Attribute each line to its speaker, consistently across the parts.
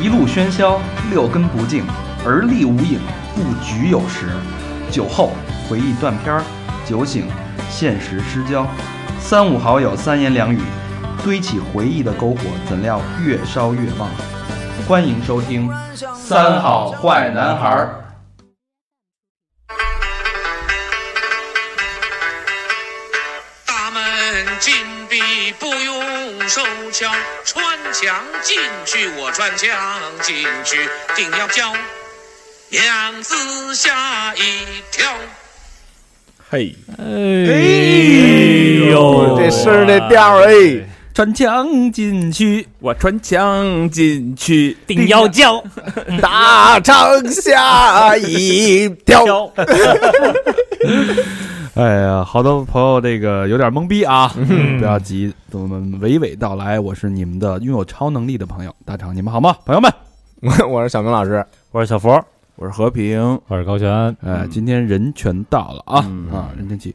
Speaker 1: 一路喧嚣，六根不净，而立无影，不局有时。酒后回忆断片儿，酒醒现实失焦。三五好友三言两语，堆起回忆的篝火，怎料越烧越旺。欢迎收听《三好坏男孩儿》。
Speaker 2: 大门紧闭，不用手敲。穿墙进去，我穿墙进去，定要叫娘子吓一跳。
Speaker 3: 嘿，
Speaker 4: 哎呦，
Speaker 3: 这声儿这调儿，哎，
Speaker 4: 穿墙进去，
Speaker 3: 我穿墙进去，
Speaker 4: 定要叫
Speaker 3: 大肠吓一跳。
Speaker 4: 飘。
Speaker 5: 哎呀，好多朋友这个有点懵逼啊，
Speaker 3: 嗯
Speaker 5: 不要急，我们娓娓道来。我是你们的拥有超能力的朋友大肠，你们好吗？朋友们，
Speaker 3: 我是小明老师，
Speaker 6: 我是小佛，
Speaker 3: 我是和平。
Speaker 6: 我是高璇，
Speaker 5: 哎，今天人全到了啊、
Speaker 3: 嗯
Speaker 5: 啊！任天齐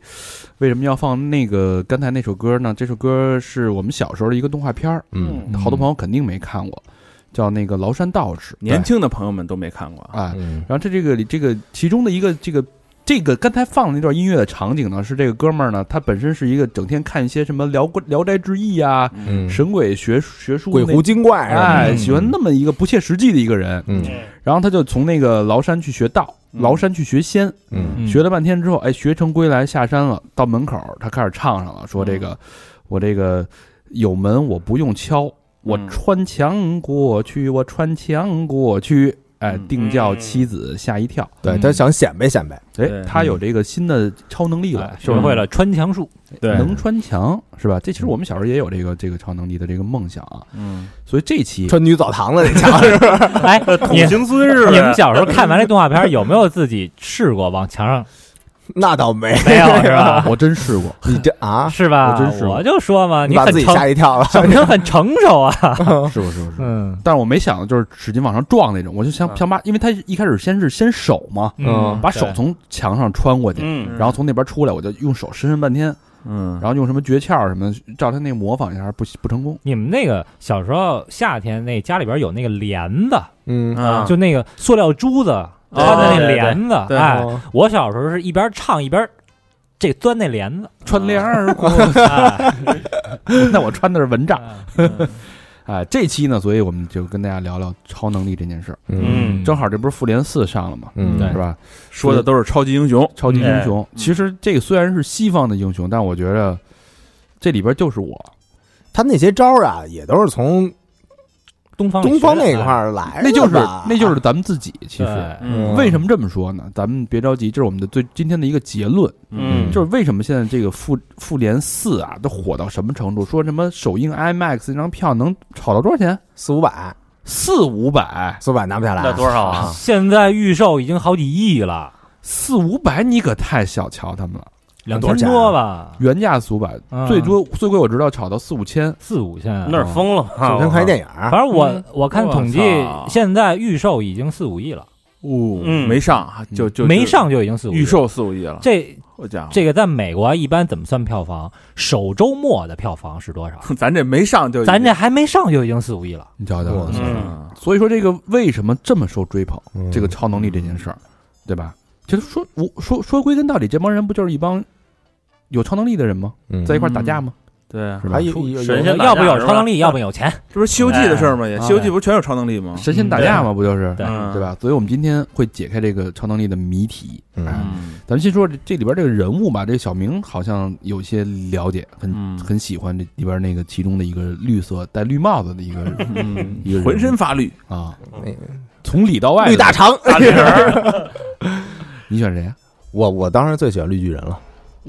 Speaker 5: 为什么要放那个刚才那首歌呢？这首歌是我们小时候的一个动画片儿，
Speaker 3: 嗯，
Speaker 5: 好多朋友肯定没看过，叫那个《崂山道士》。
Speaker 3: 年轻的朋友们都没看过啊。
Speaker 5: 哎，
Speaker 3: 嗯
Speaker 5: 然后这这个里这个其中的一个这个这个刚才放的那段音乐的场景呢，是这个哥们儿呢，他本身是一个整天看一些什么聊《聊斋志异》啊。
Speaker 3: 嗯
Speaker 5: 神鬼学学术
Speaker 3: 鬼
Speaker 5: 那
Speaker 3: 狐精怪是吧，
Speaker 5: 哎，喜欢那么一个不切实际的一个人，
Speaker 3: 嗯
Speaker 5: 然后他就从那个崂山去学道，崂山去学仙，
Speaker 3: 嗯
Speaker 5: 学了半天之后，哎，学成归来下山了，到门口他开始唱上了，说这
Speaker 3: 嗯
Speaker 5: 个我这个有门我不用敲，我穿墙过去，我穿墙过去，哎，
Speaker 3: 嗯
Speaker 5: 定叫妻子吓一跳，
Speaker 3: 对他想显摆显摆，
Speaker 5: 哎
Speaker 6: 对，
Speaker 5: 他有这个新的超能力了
Speaker 6: 哎，学会了穿墙术，
Speaker 3: 对
Speaker 5: 能穿墙是吧？这其实我们小时候也有这个这个超能力的这个梦想啊，
Speaker 3: 嗯，
Speaker 5: 所以这期
Speaker 3: 穿女澡堂子那墙是吧？
Speaker 6: 哎，
Speaker 4: 呃
Speaker 6: 土行孙是你们小时候看完这动画片，有没有自己试过往墙上？
Speaker 3: 那倒没，
Speaker 6: 没有是 吧？
Speaker 5: 我真试过。
Speaker 3: 你这啊，
Speaker 6: 是吧？
Speaker 5: 我真试过
Speaker 6: 我就说嘛，
Speaker 3: 你
Speaker 6: 你
Speaker 3: 把
Speaker 6: 很
Speaker 3: 自己
Speaker 6: 成，
Speaker 3: 吓一跳了。
Speaker 6: 小明很成熟啊。
Speaker 5: 是不是是不是？
Speaker 6: 嗯
Speaker 5: 但是我没想到就是使劲往上撞那种，我就想想把，因为他一开始先是先手嘛，
Speaker 3: 嗯
Speaker 5: 把手从墙上穿过去，
Speaker 4: 嗯，
Speaker 5: 然后从那边出来，我就用手伸伸半天，
Speaker 3: 嗯
Speaker 5: 然后用什么诀窍什么，照他那个模仿一下，不不成功。
Speaker 6: 你们那个小时候夏天那家里边有那个帘子，
Speaker 3: 嗯
Speaker 4: 啊，
Speaker 6: 就那个塑料珠子穿的那帘子。
Speaker 4: 哦对对哦
Speaker 6: 哎，我小时候是一边唱一边这钻那帘子。
Speaker 5: 穿帘儿，
Speaker 6: 哎
Speaker 5: 那我穿的是蚊帐。
Speaker 6: 嗯
Speaker 5: 哎，这期呢，所以我们就跟大家聊聊超能力这件事儿。
Speaker 4: 嗯
Speaker 5: 正好这不是复联四上了嘛，
Speaker 3: 嗯
Speaker 6: 对
Speaker 5: 是吧？
Speaker 3: 说的都是超级英雄，
Speaker 5: 超级英雄，其实这个虽然是西方的英雄，但我觉得这里边就是我，
Speaker 7: 他那些招儿啊，也都是从
Speaker 6: 东方
Speaker 7: 东方
Speaker 6: 哎那
Speaker 7: 那块儿来的吧，
Speaker 5: 那就是那
Speaker 3: 啊
Speaker 5: 就是咱们自己。其实，
Speaker 6: 对
Speaker 3: 嗯
Speaker 5: 为什么这么说呢？咱们别着急，这是我们的最今天的一个结论，
Speaker 4: 嗯
Speaker 5: 就是为什么现在这个复复联四啊，都火到什么程度？说什么首映 IMAX 那张票能炒到多少钱？
Speaker 7: 四五百，
Speaker 5: 四五百，
Speaker 7: 四五百拿不下来，
Speaker 4: 那多少啊？
Speaker 6: 现在预售已经好几亿了，
Speaker 5: 四五百，你可太小瞧他们了。
Speaker 6: 两
Speaker 7: 多少
Speaker 6: 千
Speaker 7: 钱啊
Speaker 6: 多吧，
Speaker 5: 原价四五百，
Speaker 6: 嗯
Speaker 5: 最多最贵我知道炒到四五千。
Speaker 6: 四五千啊。
Speaker 4: 那儿疯了吧？
Speaker 7: 就跟看一电影
Speaker 6: 反
Speaker 7: 儿，
Speaker 6: 正我
Speaker 5: 嗯
Speaker 6: 我看统计
Speaker 3: 我操，
Speaker 6: 现在预售已经四五亿了，
Speaker 3: 哦
Speaker 4: 嗯
Speaker 3: 没上就就
Speaker 6: 没上就已经
Speaker 3: 就
Speaker 6: 四五亿了
Speaker 3: 预。售四五亿了，啊
Speaker 6: 这
Speaker 3: 好家伙，
Speaker 6: 这个在美国啊一般怎么算票房？首周末的票房是多少？
Speaker 3: 咱这没上就已经
Speaker 6: 咱这还没上就已经四五亿了。
Speaker 5: 你瞧瞧，啊
Speaker 7: 我
Speaker 4: 操
Speaker 3: 嗯
Speaker 5: 所以说这个为什么这么受追捧？
Speaker 7: 嗯
Speaker 5: 这个超能力这件事儿，对吧？其实说我说说归根到底，这帮人不就是一帮有超能力的人吗？
Speaker 7: 嗯
Speaker 5: 在一块儿打架吗？
Speaker 3: 对啊，
Speaker 5: 是吧
Speaker 7: 还？有有
Speaker 4: 神
Speaker 7: 有
Speaker 4: 仙打架
Speaker 6: 要不有
Speaker 4: 是吧
Speaker 6: 超能力，要不有钱。
Speaker 3: 这不是《西游记》的事儿吗？也《
Speaker 5: 哎
Speaker 3: 西游记》不是全有超能力吗？
Speaker 5: 神
Speaker 7: 嗯
Speaker 5: 仙打架嘛，不就是？
Speaker 6: 对
Speaker 3: 嗯
Speaker 5: 对？吧？所以我们今天会解开这个超能力的谜题。
Speaker 7: 嗯
Speaker 5: 哎
Speaker 3: 嗯
Speaker 5: 咱们先说这这里边这个人物吧，这个小明好像有些了解，很、
Speaker 3: 嗯
Speaker 5: 很喜欢这里边那个其中的一个绿色戴绿帽子的一 个
Speaker 3: 嗯，
Speaker 5: 一个人
Speaker 3: 浑身发绿，
Speaker 5: 啊
Speaker 7: 那个，
Speaker 5: 从里到外的
Speaker 7: 绿大肠，
Speaker 5: 你选谁啊？
Speaker 7: 我我当时最喜欢绿巨人了，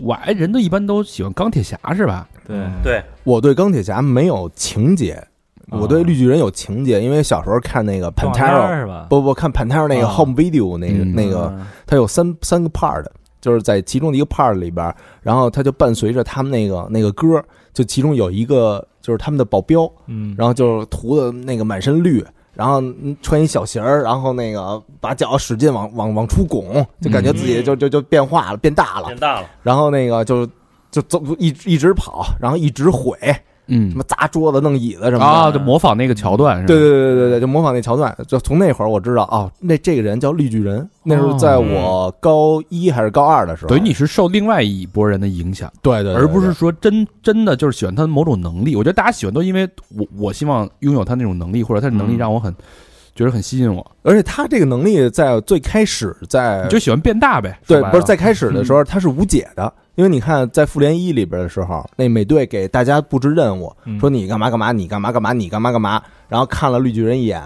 Speaker 5: 我哎，人都一般都喜欢钢铁侠是吧？
Speaker 3: 对
Speaker 6: 嗯
Speaker 4: 对，
Speaker 7: 我对钢铁侠没有情节，我对绿巨人有情节，因为小时候看那个
Speaker 6: 动画片儿
Speaker 7: Pantera，
Speaker 6: 是吧？
Speaker 7: 不不看 Pantera 那个
Speaker 6: 啊
Speaker 7: Home Video 那个
Speaker 5: 嗯
Speaker 7: 那个，它有三三个 part，就是在其中的一个 part 里边儿，然后它就伴随着他们那个那个歌儿，就其中有一个就是他们的保镖，
Speaker 6: 嗯，
Speaker 7: 然后就是涂的那个满身绿，然后嗯穿一小鞋儿，然后那个把脚使劲往往往出拱，就感觉自己就就就变化
Speaker 8: 嗯
Speaker 7: 了，变大了
Speaker 4: 变，大了，
Speaker 7: 然后那个就就走一一直跑，然后一直毁，
Speaker 5: 嗯
Speaker 7: 什么砸桌子、弄椅子什么的。
Speaker 5: 啊，就模仿那个桥段是吧？
Speaker 7: 对对对对对，就模仿那桥段，就从那会儿我知道哦，那这个人叫绿巨人，那时候在我高一还是高二的时候，
Speaker 5: 哦等于你是受另外一波人的影响，
Speaker 7: 对对，对
Speaker 5: 而不是说真真的就是喜欢他某种能力。我觉得大家喜欢都因为我我希望拥有他那种能力，或者他的能力
Speaker 6: 嗯
Speaker 5: 让我很觉得很吸引我，
Speaker 7: 对而且他这个能力在最开始在
Speaker 5: 你就喜欢变大呗。
Speaker 7: 哎对
Speaker 5: 说白
Speaker 7: 不是
Speaker 5: 了
Speaker 7: 在开始的时候他是无解的，因为你看在复联一里边的时候，那美队给大家布置任务，
Speaker 6: 嗯
Speaker 7: 说你干嘛干嘛，你干嘛干嘛，你干嘛干嘛，然后看了绿巨人一眼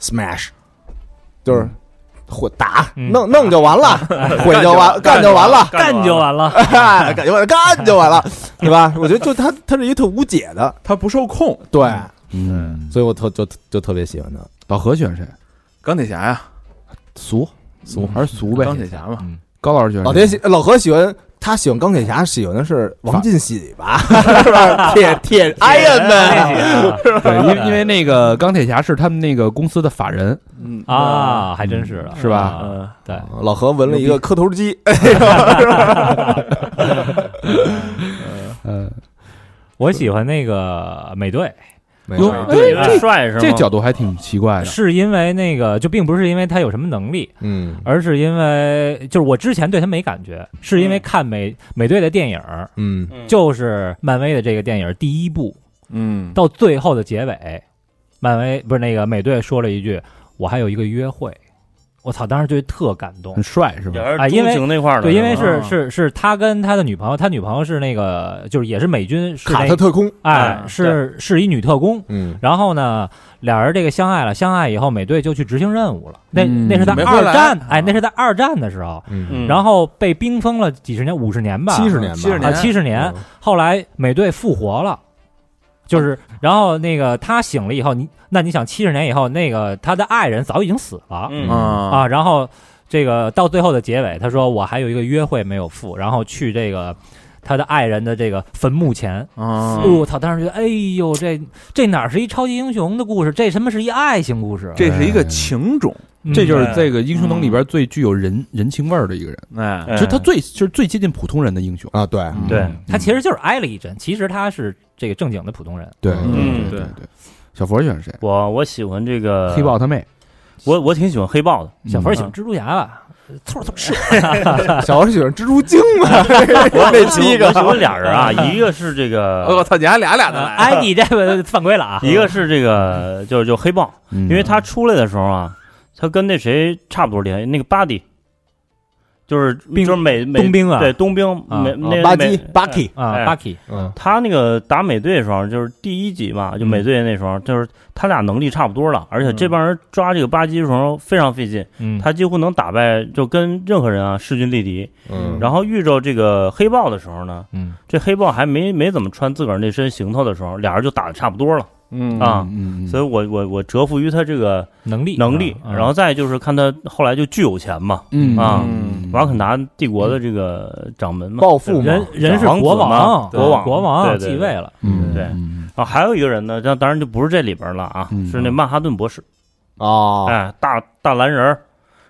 Speaker 7: ，smash，就是。毁打
Speaker 6: 嗯
Speaker 7: 弄弄就完了，毁就
Speaker 8: 啊
Speaker 7: 完，嗯 干就完了，
Speaker 6: 干就完了。
Speaker 7: 哎，感觉我 干就完了，对吧？我觉得就他，他是一个特无解的，
Speaker 3: 他不受控。
Speaker 7: 对，
Speaker 5: 嗯，
Speaker 7: 所以我特就就特别喜欢他。
Speaker 5: 老何喜欢谁？
Speaker 3: 钢铁侠呀，
Speaker 5: 俗俗还是俗呗？
Speaker 3: 钢铁侠嘛，
Speaker 5: 高老师喜欢
Speaker 7: 嗯
Speaker 5: 谁
Speaker 7: 老爹喜老何喜欢他喜欢钢铁侠，喜欢的是王进喜 吧？是吧？铁铁 Iron Man，
Speaker 5: 对，因为因为那个钢铁侠是他们那个公司的法人，
Speaker 3: 嗯
Speaker 6: 啊，还真是的，
Speaker 5: 是吧
Speaker 6: 啊？
Speaker 3: 呃，
Speaker 6: 对，
Speaker 7: 老何纹了一个磕头机，哎
Speaker 5: 嗯，
Speaker 6: 我喜欢那个美队，
Speaker 7: 没
Speaker 5: 哟，
Speaker 7: 事
Speaker 5: 哎
Speaker 8: 对，
Speaker 5: 这
Speaker 8: 帅是吗？
Speaker 5: 这角度还挺奇怪的，
Speaker 6: 是因为那个就并不是因为他有什么能力，
Speaker 7: 嗯
Speaker 6: 而是因为就是我之前对他没感觉，是因为看美美队的电影儿，
Speaker 7: 嗯
Speaker 6: 就是漫威的这个电影第一部
Speaker 3: 嗯，
Speaker 6: 到最后的结尾，漫威不是那个美队说了一句：“我还有一个约会。”我操，当时觉得特感动
Speaker 7: 嗯
Speaker 5: 很。帅是吧？
Speaker 8: 也
Speaker 6: 啊
Speaker 8: 是
Speaker 6: 因为
Speaker 8: 钟情那块儿的，
Speaker 6: 对，因为
Speaker 8: 吧
Speaker 6: 是是是他跟他的女朋友，他女朋友是那个就是也是美军，是
Speaker 7: 卡
Speaker 6: 那
Speaker 7: 特嗯特工，
Speaker 6: 哎
Speaker 8: 啊
Speaker 6: 是是一女特工。
Speaker 7: 嗯
Speaker 6: 然后呢，俩人这个相爱了，相爱以后，美队就去执行任务了。那
Speaker 5: 嗯
Speaker 6: 那是在
Speaker 3: 没
Speaker 6: 二
Speaker 3: 回来
Speaker 6: 战
Speaker 3: 啊，
Speaker 6: 哎，那是在二战的时候，
Speaker 7: 嗯，
Speaker 8: 嗯，
Speaker 6: 然后被冰封了几十年，五十年吧，
Speaker 7: 七十年吧，
Speaker 3: 70
Speaker 6: 啊，
Speaker 3: 年
Speaker 6: 七十年。后来美队复活了，就是，然后那个他醒了以后，你那你想七十年以后，那个他的爱人早已经死了、
Speaker 8: 嗯
Speaker 3: 啊
Speaker 6: 啊，然后这个到最后的结尾，他说我还有一个约会没有赴，然后去这个他的爱人的这个坟墓前。
Speaker 3: 啊
Speaker 6: 哦，我操！当时觉得，哎呦，这这哪是一超级英雄的故事？这他妈是一爱情故事。
Speaker 3: 这是一个情种，
Speaker 6: 嗯
Speaker 5: 这就是这个英雄能里边最具有人人情味儿的一个人，
Speaker 3: 哎，
Speaker 8: 哎
Speaker 7: 嗯
Speaker 5: 其实他最就是最接近普通人的英雄。
Speaker 7: 啊，对，
Speaker 5: 嗯
Speaker 8: 对
Speaker 5: 嗯
Speaker 6: 他其实就是挨了一针，其实他是这个正经的普通人。
Speaker 5: 对
Speaker 8: 嗯
Speaker 5: 对对对，小佛喜欢谁？
Speaker 8: 我我喜欢这
Speaker 7: 呃
Speaker 8: 个
Speaker 5: 黑豹，他妹，
Speaker 8: 我我挺喜欢黑豹的，
Speaker 6: 小
Speaker 5: 佛
Speaker 6: 佛喜欢蜘蛛侠吧？错错是
Speaker 7: 嗯啊小时候喜欢蜘蛛精嘛，
Speaker 8: 我
Speaker 7: 那七个
Speaker 8: 我喜欢俩人啊，一个是这
Speaker 3: 哎我
Speaker 8: 个，
Speaker 3: 操，你还俩俩的来，
Speaker 6: 哎，你这个犯规了啊！
Speaker 8: 一个是这个，就是就黑豹，
Speaker 5: 因
Speaker 8: 因为他出来的时候啊，他跟那谁差不多厉害，那个巴蒂，就是
Speaker 6: 冰
Speaker 8: 就是美美
Speaker 6: 冬兵啊，
Speaker 8: 对冬兵
Speaker 6: 啊
Speaker 8: 美那
Speaker 7: 巴
Speaker 8: 美
Speaker 7: 基巴 k
Speaker 6: 啊
Speaker 8: 哎
Speaker 6: ，Bucky，
Speaker 7: 嗯
Speaker 8: 他那个打美队的时候，就是第一集嘛，就美队那时候，就是他俩能力差不多了，而且这帮人抓这个巴基的时候非常费劲，
Speaker 6: 嗯，
Speaker 8: 他几乎能打败，就跟任何人啊势均力敌。
Speaker 7: 嗯，
Speaker 8: 然后遇着这个黑豹的时候呢，
Speaker 6: 嗯，
Speaker 8: 这黑豹还没没怎么穿自个儿那身行头的时候，俩人就打的差不多了
Speaker 3: 嗯
Speaker 8: 啊。
Speaker 5: 嗯，
Speaker 8: 所以我我我折服于他这个
Speaker 6: 能力
Speaker 8: 能力，
Speaker 6: 啊
Speaker 8: 然后再就是看他后来就巨有钱嘛，
Speaker 5: 嗯
Speaker 8: 啊
Speaker 5: 嗯
Speaker 8: 瓦肯达帝国的这个掌门嘛，
Speaker 7: 暴富嘛
Speaker 6: 人，人是
Speaker 8: 王子
Speaker 6: 国
Speaker 8: 嘛
Speaker 6: 王，啊
Speaker 8: 国王
Speaker 6: 国王
Speaker 8: 对对
Speaker 6: 继
Speaker 8: 对
Speaker 6: 位了，
Speaker 5: 嗯
Speaker 8: 对
Speaker 5: 嗯
Speaker 8: 啊，还有一个人呢，这当然就不是这里边了啊，
Speaker 5: 嗯
Speaker 8: 是那曼哈顿博士，
Speaker 7: 哦，
Speaker 8: 哎，大大蓝人儿，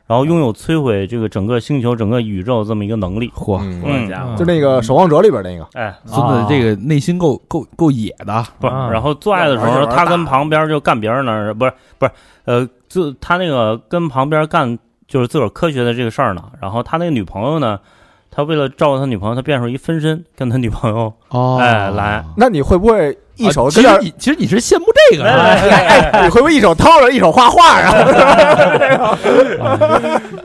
Speaker 8: 然后拥有摧毁这个整个星球、整个宇宙这么一个能力，
Speaker 5: 嚯，
Speaker 7: 嗯
Speaker 8: 嗯
Speaker 3: 家
Speaker 6: 啊
Speaker 3: 伙
Speaker 7: 就那个《守望者》里边那个，
Speaker 8: 哎，
Speaker 5: 孙子这个内心够够够野的，
Speaker 8: 不是，
Speaker 6: 啊
Speaker 8: 然后做爱的时
Speaker 3: 玩儿
Speaker 8: 候，
Speaker 3: 玩儿
Speaker 8: 他
Speaker 3: 大
Speaker 8: 跟旁边就干别人呢，不是不是，呃，自他那个跟旁边干就是自个儿科学的这个事儿呢，然后他那个女朋友呢。他为了照顾他女朋友，他变成一分身，跟他女朋友
Speaker 5: 哦
Speaker 8: 哎来
Speaker 7: 那你会不会一手
Speaker 5: 啊
Speaker 7: 跟
Speaker 5: 其
Speaker 7: 那
Speaker 5: 实
Speaker 7: 儿
Speaker 5: 你其实你是羡慕这个
Speaker 8: 来
Speaker 5: 啊，
Speaker 7: 你会不会一手掏着，一手画画啊？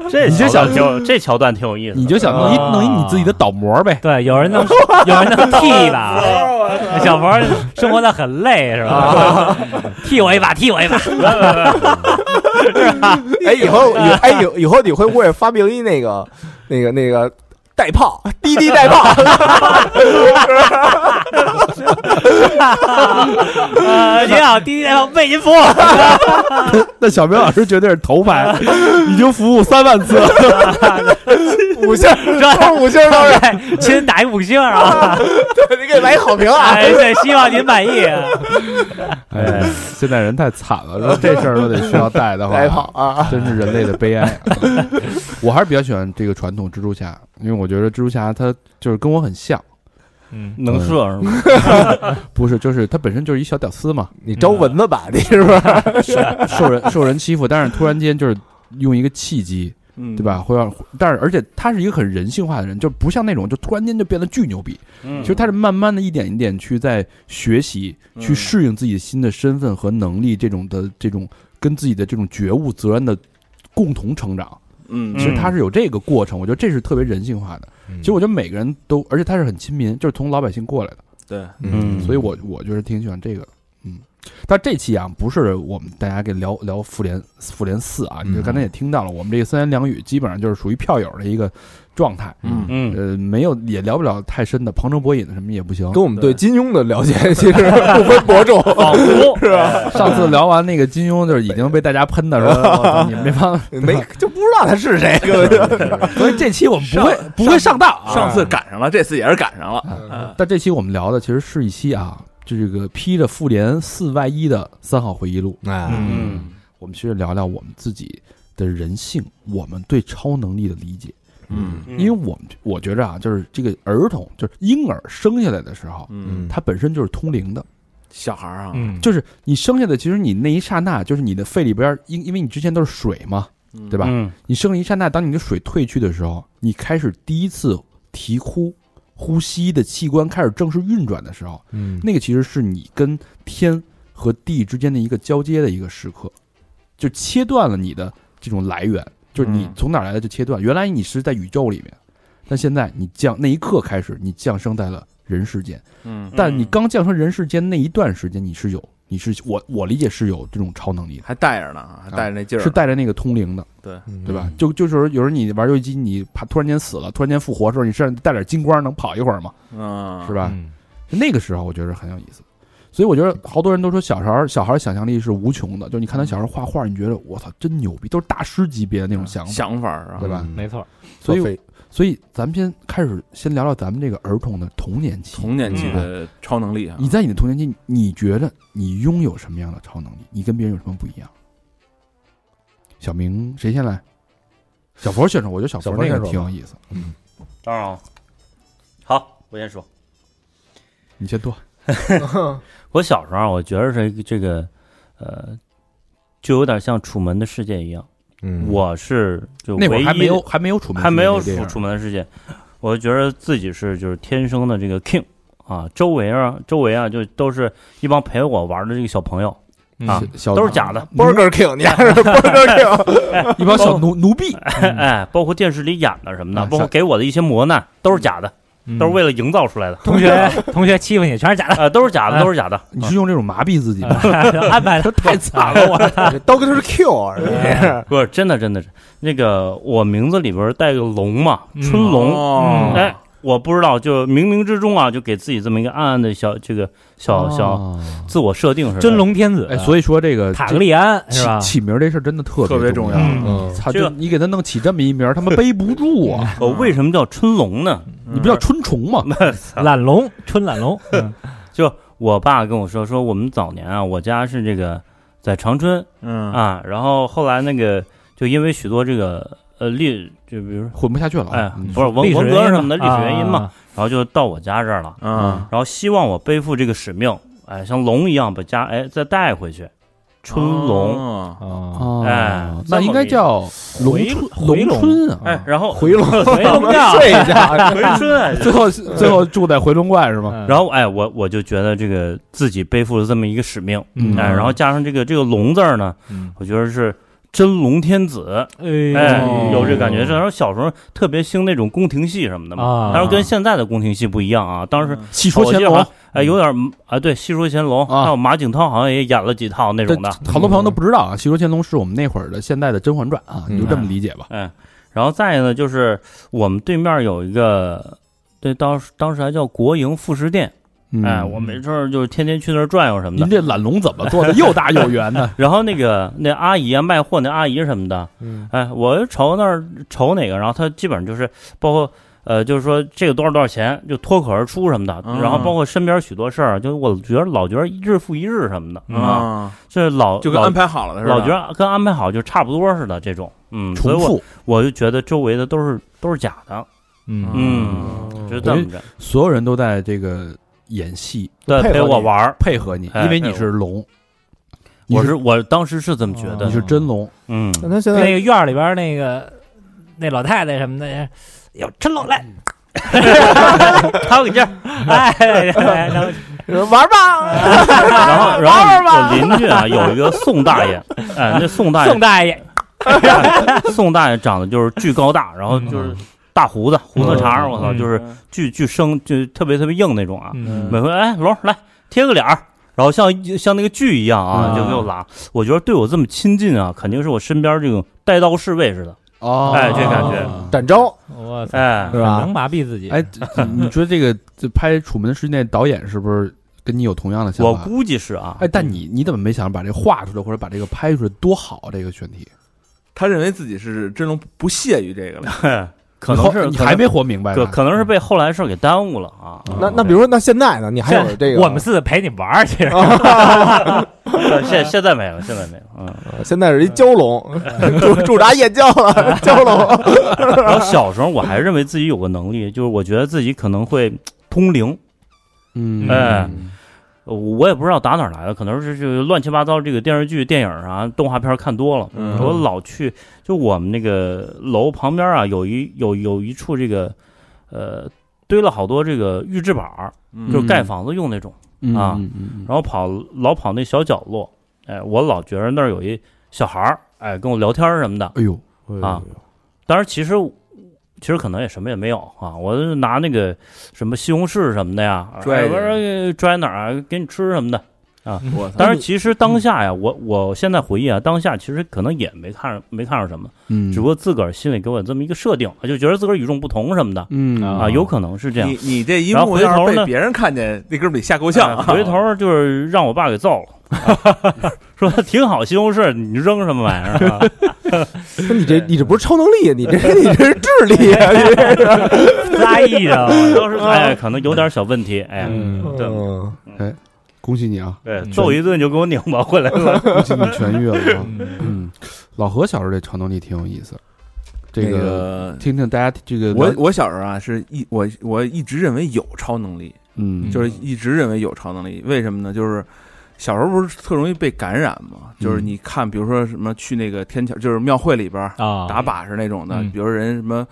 Speaker 8: 这
Speaker 5: 你就
Speaker 8: 桥段
Speaker 5: 想
Speaker 8: 挺有这桥段挺有意思的，
Speaker 5: 你就想弄一
Speaker 6: 啊
Speaker 5: 弄一你自己的倒 模呗。
Speaker 6: 对，有人能 有人能替吧？小佛生活的很累是吧？ 替我一把，替 我一把，啊
Speaker 7: 哎，以后以哎以以后你会不会发明一那个那个那个带炮滴滴带炮？
Speaker 6: 呃，您好，第一代为您服务，
Speaker 5: 那小明老师绝对是头牌，已经服务三万次了。
Speaker 7: 五星都是五星都是，
Speaker 6: 对，亲打一五星啊！
Speaker 7: 你给来一好评啊！
Speaker 6: 哎，对，希望您满意。啊
Speaker 5: 哎，现在人太惨了，说这事儿都得需要带的话，
Speaker 7: 带炮啊！
Speaker 5: 真是人类的悲哀、 我还是比较喜欢这个传统蜘蛛侠，因为我觉得蜘蛛侠他就是跟我很像，
Speaker 4: 嗯，
Speaker 8: 能射是吗？
Speaker 5: 不是，就是他本身就是一小屌丝嘛，嗯
Speaker 7: 你招蚊子吧，你是不是？
Speaker 5: 受人受人欺负，但是突然间就是用一个契机，
Speaker 8: 嗯
Speaker 5: 对？吧？会让，但是而且他是一个很人性化的人，就不像那种就突然间就变得巨牛逼。
Speaker 8: 嗯
Speaker 5: 其实他是慢慢的一点一点去在学习，去适应自己新的身份和能力，这种的这种跟自己的这种觉悟、责任的共同成长。
Speaker 3: 嗯
Speaker 5: 其实他是有这个过程，我觉得这是特别人性化的。其实我觉得每个人都，而且他是很亲民，就是从老百姓过来的。
Speaker 3: 对，
Speaker 8: 嗯
Speaker 5: 所以我我就是挺喜欢这个的，嗯。但这期啊，不是我们大家给聊聊复联复联四啊，你就
Speaker 7: 嗯
Speaker 5: 刚才也听到了，我们这个三言两语基本上就是属于票友的一个状态，
Speaker 7: 嗯
Speaker 8: 嗯
Speaker 5: 呃，没有也聊不了太深的，旁征博引的什么也不行。
Speaker 7: 跟我们对金庸的了解其实不分伯仲，
Speaker 8: 仿佛是吧？
Speaker 5: 上次聊完那个金庸，就是已经被大家喷的说，我操你们这帮，
Speaker 7: 没 就不知道他是谁，根本就
Speaker 5: 所以这期我们不会不会上当啊。
Speaker 3: 上次赶上了，这次也是赶上
Speaker 7: 嗯
Speaker 3: 了。
Speaker 7: 啊
Speaker 5: 但这期我们聊的其实是一期啊，就这个披着复联四外衣的三好回忆录，
Speaker 7: 哎，
Speaker 8: 嗯
Speaker 5: 我们其实聊聊我们自己的人性，我们对超能力的理解。
Speaker 3: 嗯
Speaker 5: 因为我们我觉着啊，就是这个儿童，就是婴儿生下来的时候，
Speaker 3: 嗯，
Speaker 5: 他本身就是通灵的，
Speaker 3: 小孩儿啊，
Speaker 4: 嗯，
Speaker 5: 就是你生下来，其实你那一刹那，就是你的肺里边儿，因因为你之前都是水嘛，对吧？
Speaker 8: 嗯
Speaker 5: 你生了一刹那，当你的水退去的时候，你开始第一次啼哭，呼吸的器官开始正式运转的时候，
Speaker 7: 嗯
Speaker 5: 那个其实是你跟天和地之间的一个交接的一个时刻，就切断了你的这种来源，就是你
Speaker 8: 嗯
Speaker 5: 从哪儿来的就切断。原来你是在宇宙里面，但现在你降那一刻开始，你降生在了人世间。
Speaker 3: 嗯，
Speaker 5: 但你刚降生人世间那一段时间，你是有，你是我我理解是有这种超能力的。
Speaker 3: 还带着呢，还带着那劲儿呢，
Speaker 5: 是带着那个通灵的，
Speaker 3: 对
Speaker 7: 嗯
Speaker 5: 对吧？？就就是有时候你玩游戏机，你怕突然间死了，突然间复活的时候，你身上带点金光，能跑一会儿吗？
Speaker 3: 嗯，
Speaker 5: 是吧？
Speaker 4: 嗯
Speaker 5: 啊那个时候我觉得很有意思。所以我觉得好多人都说小孩儿小孩儿想象力是无穷的，就是你看他小孩儿画画，你觉得我操真牛逼，都是大师级别的那种想法。
Speaker 3: 想法儿啊
Speaker 5: 对吧
Speaker 7: 嗯
Speaker 6: 没错，
Speaker 5: 所以
Speaker 7: 作废
Speaker 5: 所以咱们先开始先聊聊咱们这个儿童的童年期。
Speaker 3: 童年期的超能力啊，
Speaker 5: 你在你的童年期，你觉得你拥有什么样的超能力？你跟别人有什么不一样？小明谁先来？小佛先说，我觉得小
Speaker 7: 小
Speaker 5: 佛
Speaker 7: 佛
Speaker 5: 那个
Speaker 7: 先说
Speaker 5: 挺
Speaker 7: 吧
Speaker 5: 有意思。
Speaker 8: 当然了，好，我先说，
Speaker 5: 你先多，
Speaker 8: 我小时候啊，我觉得这个这个，呃，就有点像《楚门的世界》一样。
Speaker 7: 嗯
Speaker 8: 我是就
Speaker 5: 那会
Speaker 8: 唯
Speaker 5: 儿
Speaker 8: 一
Speaker 5: 还没有还没有楚门，
Speaker 8: 还没有
Speaker 5: 楚
Speaker 8: 楚楚门的世界，我觉得自己是就是天生的这个 king 啊，周围啊周围啊就都是一帮陪我玩的这个小朋友，啊
Speaker 5: 嗯小
Speaker 8: 都是假的，哦
Speaker 7: Burger King，你还 是 Burger King，
Speaker 5: 一帮小奴奴婢，
Speaker 8: 哎，包括电视里演的什么的，
Speaker 5: 嗯啊嗯
Speaker 8: 包括
Speaker 5: 像
Speaker 8: 给我的一些磨难都是假的，都是为了营造出来 的，
Speaker 6: 同学同学欺负你全是假的，
Speaker 8: 啊，都是假的，都是假的，
Speaker 5: 你是用这种麻痹自己吗？
Speaker 8: 哎
Speaker 6: 安排的太惨 了，我
Speaker 7: Doctor Q，你这是
Speaker 8: 不是真的，真的是那个我名字里边带个龙嘛，
Speaker 4: 嗯
Speaker 8: 春龙，
Speaker 3: 哦
Speaker 8: 哎，我不知道，就冥冥之中啊，就给自己这么一个暗暗的小这个小小
Speaker 5: 哦
Speaker 8: 自我设定似的，
Speaker 6: 真龙天子
Speaker 5: 哎，，所以说这个
Speaker 6: 塔格利安
Speaker 5: 这
Speaker 6: 是吧
Speaker 5: 起？起名儿这事儿真的特
Speaker 3: 特别重
Speaker 5: 要
Speaker 3: 要。
Speaker 4: 嗯
Speaker 7: 嗯
Speaker 5: 操，
Speaker 8: 这
Speaker 5: 就
Speaker 8: 个嗯
Speaker 5: 你给他弄起这么一名儿，他妈背不住啊！
Speaker 8: 我哦为什么叫春龙呢？
Speaker 5: 你不叫春虫吗？
Speaker 6: 懒龙春懒龙，
Speaker 8: 嗯就我爸跟我说，说我们早年啊，我家是这个在长春
Speaker 3: 嗯
Speaker 8: 啊，然后后来那个就因为许多这个呃历，就比如说
Speaker 5: 混不下去了
Speaker 8: 哎
Speaker 5: 啊，嗯，
Speaker 8: 不是文
Speaker 6: 历史
Speaker 8: 文
Speaker 6: 原因
Speaker 8: 革什
Speaker 6: 嘛
Speaker 8: 么的历史原因嘛，，
Speaker 6: 啊
Speaker 8: 然后就到我家这儿了，
Speaker 3: 啊，
Speaker 8: 然后希望我背负这个使命，哎，像龙一样把家哎再带回去，
Speaker 6: 啊
Speaker 8: 春龙，
Speaker 3: 龙，
Speaker 4: 啊，
Speaker 5: 哦
Speaker 8: 哎
Speaker 5: 那应该叫龙
Speaker 6: 回回
Speaker 5: 春
Speaker 6: 龙
Speaker 5: 春啊！
Speaker 8: 哎，，然后
Speaker 7: 回笼
Speaker 8: 回龙
Speaker 6: 觉
Speaker 7: 睡一 啊下，
Speaker 8: 回春哎。
Speaker 5: 最后最后住在回龙观是吗？
Speaker 8: 然后，哎，我我就觉得这个自己背负了这么一个使命，
Speaker 5: 嗯
Speaker 8: 哎，然后加上这个这个龙字儿呢，
Speaker 4: 嗯
Speaker 8: 我觉得是真龙天
Speaker 5: 哦
Speaker 8: 子，哎
Speaker 6: 哎，
Speaker 8: 有这感觉。这时候小时候特别兴那种宫廷戏什么的嘛
Speaker 6: 啊，
Speaker 8: 但是跟现在的宫廷戏不一样啊。当时
Speaker 5: 戏嗯说
Speaker 8: 我记
Speaker 5: 乾
Speaker 8: 得好
Speaker 5: 隆
Speaker 8: 像，哎，有点啊，对，戏说乾隆，
Speaker 5: 啊
Speaker 8: 还有马景涛好像也演了几套那
Speaker 5: 这
Speaker 8: 种的。嗯
Speaker 5: 好多朋友都不知道啊，戏说乾隆是我们那会儿的现代的《甄嬛传》啊，你就
Speaker 7: 嗯
Speaker 5: 这么理解吧。
Speaker 8: 哎，然后再呢，就是我们对面有一个，对，当时当时还叫国营副食店，
Speaker 5: 嗯
Speaker 8: 哎，我没事儿就是天天去那儿转悠什么
Speaker 5: 您
Speaker 8: 的。
Speaker 5: 这懒龙怎么做的又大又圆呢？
Speaker 8: 然后那个那阿姨啊，卖货那阿姨什么的，
Speaker 7: 嗯
Speaker 8: 哎，我就瞅那儿瞅哪个，然后他基本上就是包括呃，就是说这个多少多少钱，就脱口而出什么的。
Speaker 3: 嗯
Speaker 8: 然后包括身边许多事儿，就我觉得老觉得日复一日什么的、啊，
Speaker 3: 啊，
Speaker 8: 这老
Speaker 3: 就跟安排好了似的，啊
Speaker 8: 老老觉得跟安排好就差不多似的这 种。嗯，所以
Speaker 5: 重
Speaker 8: 我
Speaker 5: 复，
Speaker 8: 我就觉得周围的都是都是假的，
Speaker 4: 嗯
Speaker 8: 嗯，就这么着，
Speaker 5: 所有人都在这个演戏
Speaker 8: 对，
Speaker 7: 配合
Speaker 8: 陪我玩儿。
Speaker 5: 配合你，
Speaker 8: 哎
Speaker 5: 因为你是龙，你
Speaker 8: 我
Speaker 5: 是哦
Speaker 8: 是我当时是这么觉得
Speaker 5: 你
Speaker 8: 的，
Speaker 5: 是真龙，
Speaker 8: 嗯，
Speaker 7: 那他现
Speaker 6: 那
Speaker 7: 在
Speaker 6: 个院儿里边儿那个那老太太什么的，哟，陈老 来，
Speaker 8: 他给这样，
Speaker 6: 哎，哎然后
Speaker 7: 玩 吧，
Speaker 8: 然后然后我邻居 啊有一个宋大爷，哎，那宋大爷
Speaker 6: 宋大爷，
Speaker 8: 宋大爷长得就是巨高大，然后就是大胡子、胡子茬儿，我操，
Speaker 6: 嗯
Speaker 8: 就是巨巨生，就特别特别硬那种啊。
Speaker 6: 嗯
Speaker 8: 每回哎，龙儿来贴个脸儿，然后像像那个剧一样啊，
Speaker 6: 嗯
Speaker 8: 就给我拉。我觉得对我这么亲近啊，肯定是我身边这种带刀侍卫似的。
Speaker 5: 哦
Speaker 8: 哎这感觉
Speaker 7: 展昭
Speaker 6: 嗯我操，
Speaker 8: 哎，
Speaker 7: 是吧
Speaker 6: 能麻痹自己，
Speaker 5: 哎，这你说这个这拍《楚门的世界》导演是不是跟你有同样的想
Speaker 8: 我
Speaker 5: 法？
Speaker 8: 估计是啊。
Speaker 5: 哎，但你你怎么没想把这画出来，或者把这个拍出来多好？啊这个选题，
Speaker 3: 他认为自己是真龙，不屑于这个了。
Speaker 8: 可能是
Speaker 5: 你
Speaker 8: 可能
Speaker 5: 还没嗯活明白
Speaker 8: 可
Speaker 5: 吧，
Speaker 8: 可能是被后来事儿给耽误了啊。
Speaker 7: 那那比如说那哦现在呢？你还有这个？
Speaker 6: 我们是陪你玩儿去，
Speaker 8: 现现在没了，现在没了。嗯，
Speaker 7: 现在是一蛟 龙，驻驻扎夜蛟 了，蛟龙。
Speaker 8: 然后小时候我还认为自己有个能力，就是我觉得自己可能会通灵。
Speaker 5: 嗯，
Speaker 8: 哎呃我也不知道打哪儿来的，可能是这个乱七八糟这个电视剧、电影啊、动画片儿看多了。
Speaker 3: 嗯
Speaker 8: 我老去，就我们那个楼旁边啊，有一有有一处这个，呃，堆了好多这个预制板儿，
Speaker 3: 嗯
Speaker 8: 就是盖房子用那种。
Speaker 5: 嗯
Speaker 8: 啊
Speaker 5: 嗯嗯
Speaker 8: 然后跑老跑那小角落，哎，我老觉着那儿有一小孩儿，哎，跟我聊天儿什么的。
Speaker 5: 哎呦，
Speaker 3: 嗯
Speaker 8: 啊当然，其实其实可能也什么也没有啊，我就拿那个什么西红柿什么的呀，
Speaker 3: 拽
Speaker 8: 哎
Speaker 3: 着
Speaker 8: 我说哎拽哪儿啊，给你吃什么的。
Speaker 3: 我操！
Speaker 8: 当然，其实当下呀，
Speaker 3: 嗯
Speaker 8: 我我现在回忆啊，当下其实可能也没看没看上什么，
Speaker 5: 嗯，
Speaker 8: 只不过自个儿心里给我这么一个设定，就觉得自个儿与众不同什么的
Speaker 5: 嗯
Speaker 8: 啊，有可能是这样
Speaker 3: 你。你这一
Speaker 8: 然后
Speaker 3: 幕
Speaker 8: 回
Speaker 3: 要
Speaker 8: 头
Speaker 3: 是被
Speaker 8: 呢
Speaker 3: 别人看见，那哥们儿得吓够
Speaker 8: 哎
Speaker 3: 呛啊。
Speaker 8: 回头就是让我爸给揍了， 说挺好西红柿，你扔什么 玩意儿啊？
Speaker 7: 那你这你这不是超能力啊，你这你这是智 力啊！你这是
Speaker 6: 拉意的，
Speaker 8: 要是哎，可能有点小问题，哎，
Speaker 5: 嗯
Speaker 8: 对
Speaker 7: 嗯
Speaker 5: 恭喜你啊，
Speaker 8: 对，揍一顿就给我拧巴回来了。
Speaker 5: 恭喜你痊愈了 啊。嗯，老何小时候这超能力挺有意思，这
Speaker 3: 那
Speaker 5: 个
Speaker 3: 个，
Speaker 5: 听听大家这个
Speaker 3: 我
Speaker 5: 了
Speaker 3: 我小时候啊，是一我我一直认为有超能力，
Speaker 5: 嗯
Speaker 3: 就是一直认为有超能力。为什么呢？就是小时候不是特容易被感染嘛，就是
Speaker 5: 嗯
Speaker 3: 你看，比如说什么去那个天桥，就是庙会里边儿
Speaker 6: 啊，
Speaker 3: 打把式那种的，
Speaker 6: 嗯
Speaker 3: 比如人什么。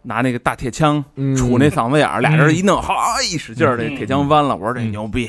Speaker 3: 拿那个大铁枪
Speaker 7: 嗯
Speaker 3: 杵那嗓子眼儿，俩人一弄，哈一使劲儿，这
Speaker 8: 嗯
Speaker 3: 铁枪弯了。我说这
Speaker 6: 嗯
Speaker 3: 牛逼，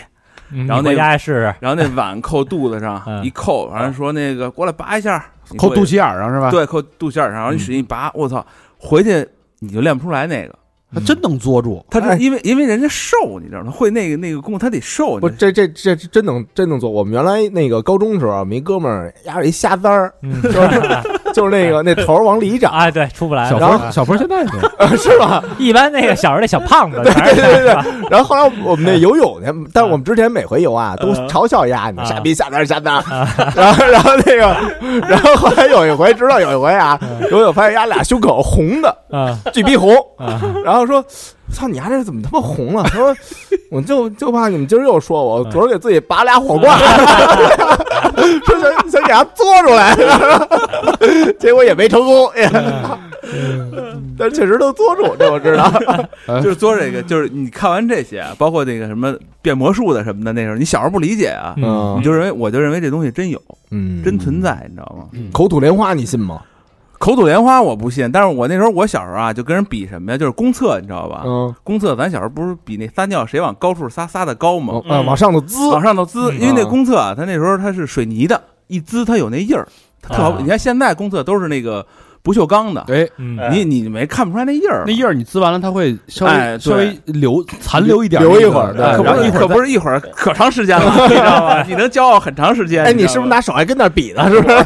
Speaker 6: 嗯，
Speaker 3: 然后
Speaker 6: 你
Speaker 3: 那
Speaker 6: 回家试试，
Speaker 3: 然后那碗扣肚子上，
Speaker 6: 嗯
Speaker 3: 一扣，完了说那个过来拔一下，你
Speaker 5: 扣
Speaker 3: 过去
Speaker 5: 肚脐眼儿上啊是吧？，
Speaker 3: 对，扣肚脐眼上，然后你使劲一拔，我操，回去你就练不出来那个。
Speaker 5: 他真能捉住。
Speaker 3: 他
Speaker 7: 哎
Speaker 3: 是因为因为人家瘦，你知道吗？会那个那个功夫，他得瘦。
Speaker 7: 不，
Speaker 3: 你
Speaker 7: 这这这这真能真能做。我们原来那个高中的时候啊，我们一哥们儿压着一瞎单儿，
Speaker 6: 嗯
Speaker 7: 就是 就是那个那头儿往 里 一长，
Speaker 6: 哎，对，出不来
Speaker 5: 小
Speaker 6: 了，
Speaker 7: 然
Speaker 5: 佛
Speaker 7: 后
Speaker 5: 小佛 现在呢
Speaker 7: 是吧？
Speaker 6: 一般那个小时候那小胖子，全
Speaker 8: 哎
Speaker 7: 对
Speaker 6: 是
Speaker 7: 对对。对然后后来我们那游泳去，但是我们之前每回游啊都
Speaker 8: 嗯
Speaker 7: 嘲笑丫，
Speaker 8: 啊
Speaker 7: 你傻逼下单下单。 然后然后那个，然后后来有一回，直到有一回啊，
Speaker 8: 嗯
Speaker 7: 游泳发现丫俩胸口红的，
Speaker 6: 啊
Speaker 7: 巨逼红。
Speaker 6: 啊，
Speaker 7: 然后说：“操，你丫这怎么他妈红啊了？”他说：“我就就怕你们今儿又说
Speaker 3: 嗯
Speaker 7: 我，昨儿给自己拔俩火罐， 说想想给他嘬出来， 结果也没成功。也
Speaker 3: 嗯
Speaker 7: 但是确实能嘬住，这我知道。
Speaker 3: 就是做这个，就是你看完这些，啊包括那个什么变魔术的什么的，那时候你小时候不理解啊，你
Speaker 7: 嗯
Speaker 3: 就认为我就认为这东西真有，
Speaker 7: 嗯
Speaker 3: 真存在，你知道吗？
Speaker 5: 嗯
Speaker 7: 口吐莲花，你信吗？
Speaker 3: 口吐莲花我不信，但是我那时候我小时候啊，就跟人比什么呀，就是公厕，你知道吧？
Speaker 7: 嗯，
Speaker 3: 公厕咱小时候不是比那撒尿谁往高处撒撒的高
Speaker 5: 哦
Speaker 3: 吗？
Speaker 5: 嗯
Speaker 7: 啊，往上头滋
Speaker 3: 往上头滋，
Speaker 7: 嗯
Speaker 3: 因为那
Speaker 7: 啊
Speaker 3: 公厕啊，它那时候它是水泥的，一滋它有那印儿，它特好。
Speaker 6: 啊
Speaker 3: 你看现在公厕都是那个不锈钢的，
Speaker 5: 哎，
Speaker 6: 嗯
Speaker 8: 哎
Speaker 3: 你你没看不出来那印儿。
Speaker 5: 那印儿你滋完了，它会稍
Speaker 3: 哎
Speaker 5: 微
Speaker 3: 对
Speaker 5: 稍微留残留一点，
Speaker 7: 留一会儿
Speaker 5: 对哎
Speaker 3: 啊可
Speaker 7: 对
Speaker 5: 然
Speaker 3: 不
Speaker 5: 后
Speaker 3: 是
Speaker 5: 一会
Speaker 3: 可
Speaker 5: 儿
Speaker 3: 不是一会儿，可长时间了，你知道吗？你能骄傲很长时间。
Speaker 7: 哎，你
Speaker 3: 知
Speaker 7: 是
Speaker 3: 道
Speaker 7: 不
Speaker 3: 吗
Speaker 7: 是拿手还跟那儿比呢？是不是？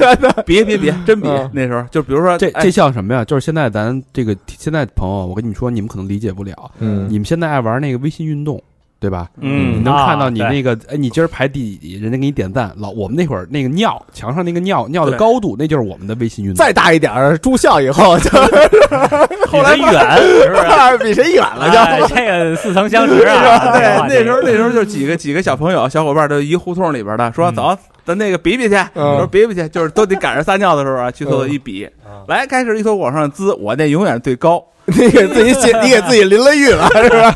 Speaker 3: 别别别，真比
Speaker 7: 嗯
Speaker 3: 那时候就比如说
Speaker 5: 这
Speaker 3: 哎
Speaker 5: 这像什么呀？就是现在咱这个现在朋友，我跟你们说，你们可能理解不了。
Speaker 7: 嗯，
Speaker 5: 你们现在爱玩那个微信运动，对吧？
Speaker 8: 嗯
Speaker 5: 你能
Speaker 6: 啊
Speaker 5: 看到你
Speaker 8: 对
Speaker 5: 那个，哎，你今儿排第几，人家给你点赞。老我们那会儿那个尿墙上那个尿尿的
Speaker 3: 对
Speaker 5: 高度，那就是我们的微信运动。
Speaker 7: 再大一点儿，住校以 后就
Speaker 8: 后来远是不是？
Speaker 7: 比谁远 了就。
Speaker 6: 哎这个似曾相识啊，
Speaker 3: 对
Speaker 6: 这话题
Speaker 3: 那时候那时候就几个几个小朋友小伙伴都一胡同里边的，说
Speaker 6: 嗯
Speaker 3: 走，咱那个比比去，
Speaker 7: 嗯
Speaker 3: 说比比嗯去，就是都得赶上撒尿的时候啊，去厕所一比，来开始一头往上滋，我那永远是最高。
Speaker 7: 你给自己 写，你给自己淋了浴了，是吧？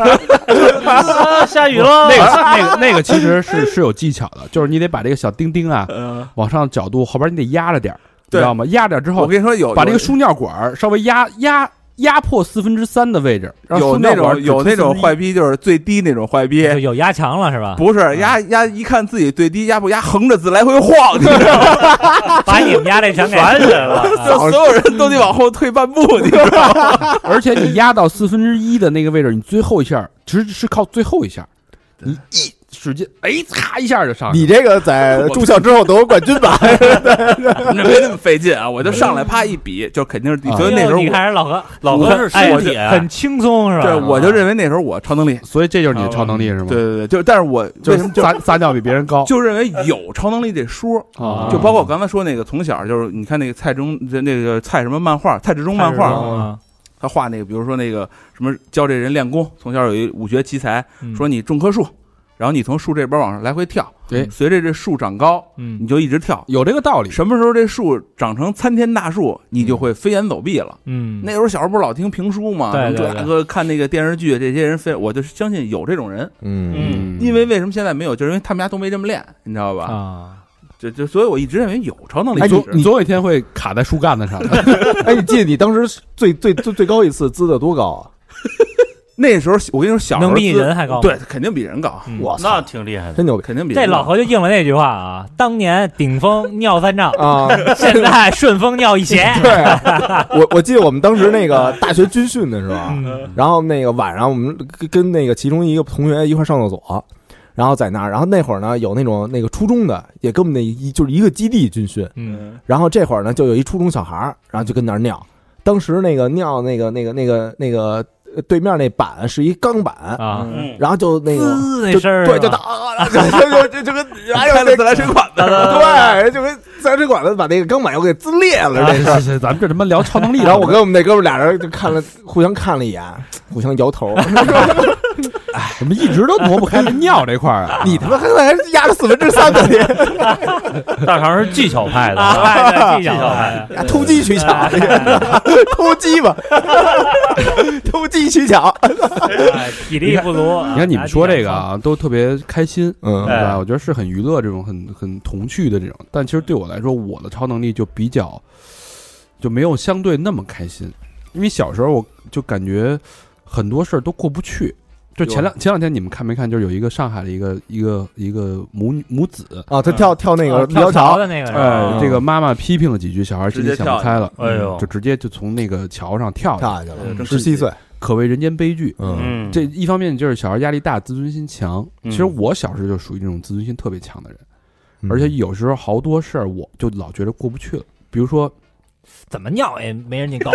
Speaker 8: 啊，下雨了，
Speaker 5: 那 个那个那个其实是是有技巧的，就是你得把这个小钉钉啊
Speaker 3: 嗯，
Speaker 5: 往上角度后边你得压着点儿，你
Speaker 3: 对
Speaker 5: 知道吗？压着点儿之
Speaker 3: 我
Speaker 5: 后，
Speaker 3: 跟你说有
Speaker 5: 把这个
Speaker 3: 有
Speaker 5: 输尿管儿稍微压压压迫四分之三的位置，让
Speaker 3: 有
Speaker 5: 输
Speaker 3: 那
Speaker 5: 尿管
Speaker 3: 种有那种坏
Speaker 5: 逼，
Speaker 3: 逼，就是最低那种坏逼
Speaker 6: 就，有压强了是吧？
Speaker 3: 不是压压一看自己最低压不压，横着字来回 晃，你知道吗？
Speaker 6: 把你们家这全给
Speaker 8: 传起来 了。
Speaker 3: 就所有人 都得往后退半步， 你知道吗？
Speaker 5: 而且你压到四分之一的那个位置，你最后一下儿其实是靠最后一下儿，你一使劲，哎，嚓一下就上去了。
Speaker 7: 你这个 在住校之后得有冠军吧？
Speaker 3: 那没那么费劲啊，我就上来啪一比，就肯定是，所以那时候
Speaker 6: 你
Speaker 3: 我
Speaker 6: 看人老何，
Speaker 8: 老何是啊
Speaker 6: 哎
Speaker 8: 身体，
Speaker 6: 很轻松是吧？
Speaker 3: 对我就认为那时候我超能力，
Speaker 5: 所以这就是你的超能力是吗？
Speaker 3: 嗯对，对对，就但是我
Speaker 5: 就
Speaker 3: 为什
Speaker 5: 是
Speaker 3: 么就
Speaker 5: 撒撒尿比别人高
Speaker 3: 就认为有超能力这说，
Speaker 5: 啊，
Speaker 3: 就包括我刚才说那个，从小就是你看那个蔡中，这那个蔡什么漫画，蔡志忠漫
Speaker 6: 太热
Speaker 3: 画，
Speaker 6: 闹了
Speaker 3: 他画那个，比如说那个什么教这人练功，从小有一武学奇才，
Speaker 6: 嗯
Speaker 3: 说你种棵树，然后你从树这边往上来回跳
Speaker 5: 哎，
Speaker 3: 随着这树长高，
Speaker 6: 嗯
Speaker 3: 你就一直跳。
Speaker 5: 有这个道理。
Speaker 3: 什么时候这树长成参天大树，你就会飞檐走壁了。
Speaker 6: 嗯，
Speaker 3: 那时候小时候不是老听评书嘛，
Speaker 6: 对
Speaker 3: 什么
Speaker 6: 对
Speaker 3: 这大哥看那个电视剧，这些人飞，我就相信有这种人。
Speaker 7: 嗯
Speaker 5: 嗯
Speaker 3: 因为为什么现在没有，就是因为他们家都没这么练，你知道吧？
Speaker 6: 啊，哎
Speaker 3: 就就所以我一直认为有超能力
Speaker 5: 哎你
Speaker 3: 就
Speaker 5: 总
Speaker 3: 是。
Speaker 5: 你总有一天会卡在树干子 上的，啊
Speaker 7: 哎，你记得你当时最最最最高一次滋的多高啊？
Speaker 3: 那时候我跟你说，小时候
Speaker 6: 能比
Speaker 3: 自
Speaker 6: 人还高吗
Speaker 3: 对，肯定比人高，
Speaker 6: 嗯
Speaker 7: 我
Speaker 8: 那
Speaker 7: 操，
Speaker 8: 挺厉害的。
Speaker 7: 真牛逼
Speaker 3: 肯定比人
Speaker 6: 这
Speaker 3: 高
Speaker 6: 老何就应了那句话啊，当年顶峰尿三丈，
Speaker 7: 啊！
Speaker 6: 现在顺风尿一鞋。
Speaker 7: 对啊，我我记得我们当时那个大学军训的时候 啊，
Speaker 6: 嗯
Speaker 7: 然后那个晚上我们跟跟那个其中一个同学一块上厕所，然后在那儿，然后那会儿呢有那种那个初中的也跟我们那一就是一个基地军训，
Speaker 6: 嗯，
Speaker 7: 然后这会儿呢就有一初中小孩儿，然后就跟那儿尿，当时那个尿那个那个那个那个呃对面那板是一钢板，
Speaker 6: 啊，
Speaker 8: 嗯，
Speaker 7: 然后就那个。
Speaker 6: 滋那
Speaker 7: 就
Speaker 6: 声儿
Speaker 7: 对，就
Speaker 6: 是
Speaker 7: 打
Speaker 6: 吧，
Speaker 7: 啊，就就就就跟还有
Speaker 3: 开
Speaker 7: 那
Speaker 3: 了自来水管子，
Speaker 7: 对，就跟自来水管子把那个钢板又给撕裂了，这
Speaker 5: 是是是，咱们这他妈聊超能力，
Speaker 7: 然后我跟我们那哥们儿俩人就看了，互相看了一眼，互相摇头。
Speaker 5: 怎么一直都挪不开这尿这块儿啊？
Speaker 7: 你他妈还还压了四分之三的 你，
Speaker 8: 大肠是技巧派的，
Speaker 6: 啊， 哎对技巧
Speaker 8: 巧
Speaker 6: 哎
Speaker 7: 还投机取巧，这个 偷鸡吧，偷鸡取巧。
Speaker 6: 哎体力不足。
Speaker 5: 你看你们说这个
Speaker 6: 啊，
Speaker 5: 啊，都特别开心，
Speaker 7: 嗯
Speaker 5: 对吧？我觉得是很娱乐这种很很童趣的这种，但其实对我来说，我的超能力就比较就没有相对那么开心，因为小时候我就感觉很多事儿都过不去。就前两前两天你们看没看？就是有一个上海的一个一个一个母女母子，
Speaker 7: 啊，他跳跳那个
Speaker 6: 啊
Speaker 7: 立交
Speaker 6: 跳
Speaker 7: 桥
Speaker 6: 槽，的那个是吧，
Speaker 7: 哦
Speaker 5: 哎，这个妈妈批评了几句，小孩心里
Speaker 3: 直接
Speaker 5: 想不
Speaker 3: 跳
Speaker 5: 开了，
Speaker 8: 哎呦
Speaker 5: 就直接就从那个桥上跳下，
Speaker 7: 跳下去
Speaker 6: 嗯
Speaker 7: 了，十七岁。
Speaker 5: 可谓人间悲剧。
Speaker 7: 嗯
Speaker 8: 嗯，
Speaker 5: 这一方面就是小孩压力大，自尊心强。
Speaker 8: 嗯
Speaker 5: 其实我小时候就属于这种自尊心特别强的人，
Speaker 7: 嗯
Speaker 5: 而且有时候好多事儿我就老觉得过不去了。比如说
Speaker 6: 怎么尿也没人家高。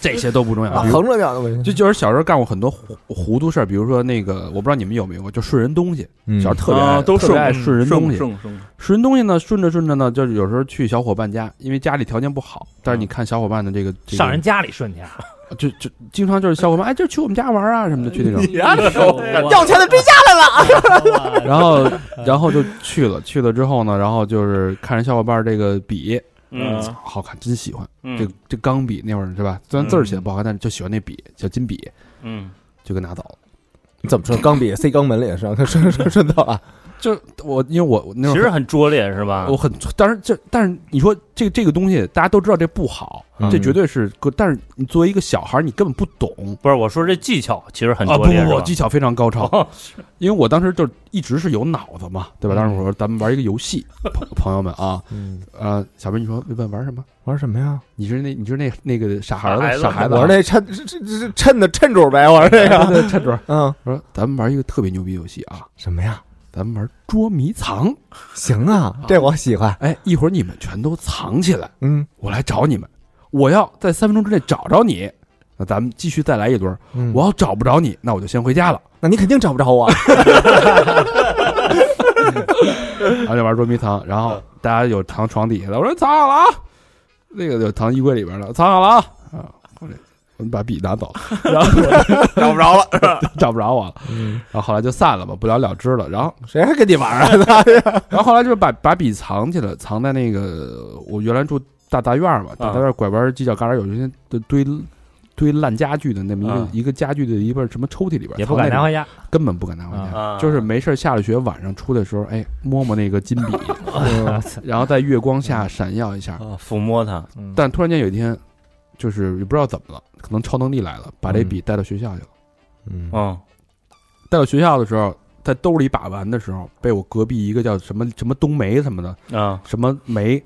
Speaker 5: 这些都不重
Speaker 7: 啊
Speaker 5: 要，比如
Speaker 7: 横着跳都没事
Speaker 5: 就就是小时候干过很多糊糊涂事儿，比如说那个我不知道你们有没有，就顺人东西，
Speaker 7: 嗯
Speaker 5: 小时候特别爱、
Speaker 3: 啊都
Speaker 5: 特别
Speaker 3: 顺
Speaker 5: 爱顺人东西，
Speaker 3: 顺顺
Speaker 5: 顺人东西呢，顺着顺着呢，就是有时候去小伙伴家，因为家里条件不好，但是你看小伙伴的这个、这个、
Speaker 6: 上人家里顺去啊，
Speaker 5: 就就经常就是小伙伴哎，就去我们家玩儿啊什么的，去那种。
Speaker 6: 哎要
Speaker 7: 钱的追下
Speaker 6: 了，
Speaker 5: 然后，然后就去了，去了之后呢，然后就是看人小伙伴儿这个笔，
Speaker 8: 嗯
Speaker 5: 操好看，真喜欢。
Speaker 8: 嗯
Speaker 5: 这这钢笔那会儿是吧？虽然字儿写的不好看，但是就喜欢那笔，小金笔，
Speaker 8: 嗯，
Speaker 5: 就给拿走了。
Speaker 7: 怎么说？钢笔塞肛门里也是， 顺顺顺道啊。
Speaker 5: 就我，因为我我那
Speaker 8: 嗯其
Speaker 5: 会
Speaker 8: 实
Speaker 5: 儿
Speaker 8: 很拙劣是吧
Speaker 5: 我？很，当然这，但是你说这个这个东西，大家都知道这不好，
Speaker 7: 嗯
Speaker 5: 这绝对是个。但是你作为一个小孩儿，你根本不懂。
Speaker 8: 不是，我说这技巧其实很
Speaker 5: 啊
Speaker 8: 拙
Speaker 5: 不
Speaker 8: 劣，
Speaker 5: 不不，技
Speaker 8: 是吧
Speaker 5: 巧非常高超，
Speaker 8: 哦
Speaker 5: 因为我当时就一直是有脑子嘛，对吧？当时我说咱们玩一个游戏，朋朋友们啊，
Speaker 7: 嗯，
Speaker 5: 呃，小明你说问问玩什么？
Speaker 7: 玩什么呀？
Speaker 5: 你是那你是那那个傻孩
Speaker 8: 傻孩
Speaker 5: 子
Speaker 8: 子
Speaker 5: 傻孩子啊，
Speaker 7: 我是那趁趁趁的趁主呗，我是这个。
Speaker 5: 对对，趁主。
Speaker 7: 嗯，
Speaker 5: 我说咱们玩一个特别牛逼游戏啊，
Speaker 7: 什么呀？
Speaker 5: 咱们玩捉迷藏。
Speaker 7: 行啊，这我喜欢。
Speaker 5: 哎，一会儿你们全都藏起来，
Speaker 7: 嗯
Speaker 5: 我来找你们。我要在三分钟之内找着你，那咱们继续再来一轮。
Speaker 7: 嗯，
Speaker 5: 我要找不着你，那我就先回家了。
Speaker 7: 那你肯定找不着我。
Speaker 5: 然后就玩捉迷藏，然后大家有藏床底下的，我说藏好了啊，那个有藏衣柜里边的，藏好了啊。啊，后来我们把笔拿走，然后
Speaker 3: 找不着了，
Speaker 5: 找不着我了，
Speaker 6: 嗯
Speaker 5: 然后后来就散了吧，不了了之了。然后
Speaker 7: 谁还跟你玩啊？
Speaker 5: 然后后来就是把把笔藏起来，藏在嗯那个我原来住大杂院儿嘛，大杂院儿拐弯儿犄角旮旯有一些堆堆堆烂家具的那么一个、
Speaker 8: 啊
Speaker 5: 一个家具的一个什么抽屉里边，
Speaker 6: 也不
Speaker 5: 藏
Speaker 6: 敢
Speaker 5: 那
Speaker 6: 拿
Speaker 5: 种
Speaker 6: 回家。
Speaker 5: 根本不敢拿回家。
Speaker 8: 啊
Speaker 5: 就是没事儿下了学晚上出来的时候，哎，摸摸那个金笔，嗯然后在月光下闪耀一下。
Speaker 8: 啊抚摸它，
Speaker 5: 但突然间有一天，就是也不知道怎么了，可能超能力来了，把这笔带到学校去了。
Speaker 7: 嗯
Speaker 8: 嗯
Speaker 5: 带到学校的时候，在兜里把玩的时候，被我隔壁一个叫什么什么冬梅什么的
Speaker 8: 啊
Speaker 5: 什么梅的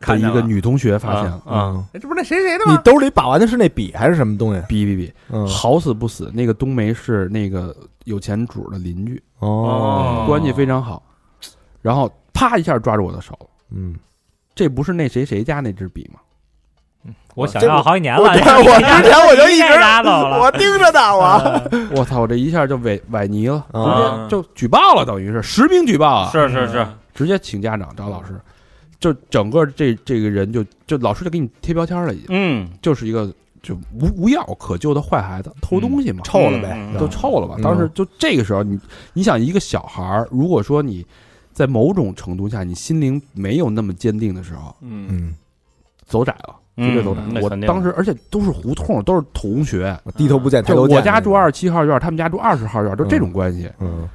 Speaker 3: 看见
Speaker 5: 一
Speaker 3: 了
Speaker 5: 个女同学发现
Speaker 8: 啊啊，
Speaker 3: 哎这不是那谁谁的
Speaker 7: 你
Speaker 3: 吗？
Speaker 7: 兜里把玩的是那笔还是什么东西？
Speaker 5: 比比比，
Speaker 7: 嗯
Speaker 5: 好死不死，那个冬梅是那个有钱主的邻居，
Speaker 8: 哦
Speaker 5: 关系非常好，然后啪一下抓住我的手了，
Speaker 7: 嗯，
Speaker 5: 这不是那谁谁家那支笔吗？
Speaker 6: 我想
Speaker 7: 这
Speaker 6: 要好几年了，
Speaker 7: 我之前我之前我就一直
Speaker 6: 拉倒了。
Speaker 7: 我盯着呢，我
Speaker 5: 我操！我这一下就崴崴泥了，
Speaker 7: 啊
Speaker 5: 就举报了，等于是实名举报啊，
Speaker 8: 是是是，
Speaker 5: 直接请家长找老师，就整个这这个人就就老师就给你贴标签了，已经
Speaker 8: 嗯，
Speaker 5: 就是一个就无无药可救的坏孩子，偷东西嘛，
Speaker 7: 臭了呗，
Speaker 8: 嗯
Speaker 5: 都臭了吧？
Speaker 7: 嗯
Speaker 5: 当时就这个时候，你你想一个小孩儿，如果说你在某种程度下你心灵没有那么坚定的时候，
Speaker 3: 嗯，
Speaker 7: 嗯，
Speaker 5: 走窄了，绝对走窄
Speaker 8: 嗯那
Speaker 5: 了。我
Speaker 8: 肯定
Speaker 5: 当时而且都是胡同，都是同学，
Speaker 7: 我低头不见抬
Speaker 5: 就
Speaker 7: 头见，
Speaker 5: 我家住二，十七号院，他们家住二十号院，就这种关系。
Speaker 7: 嗯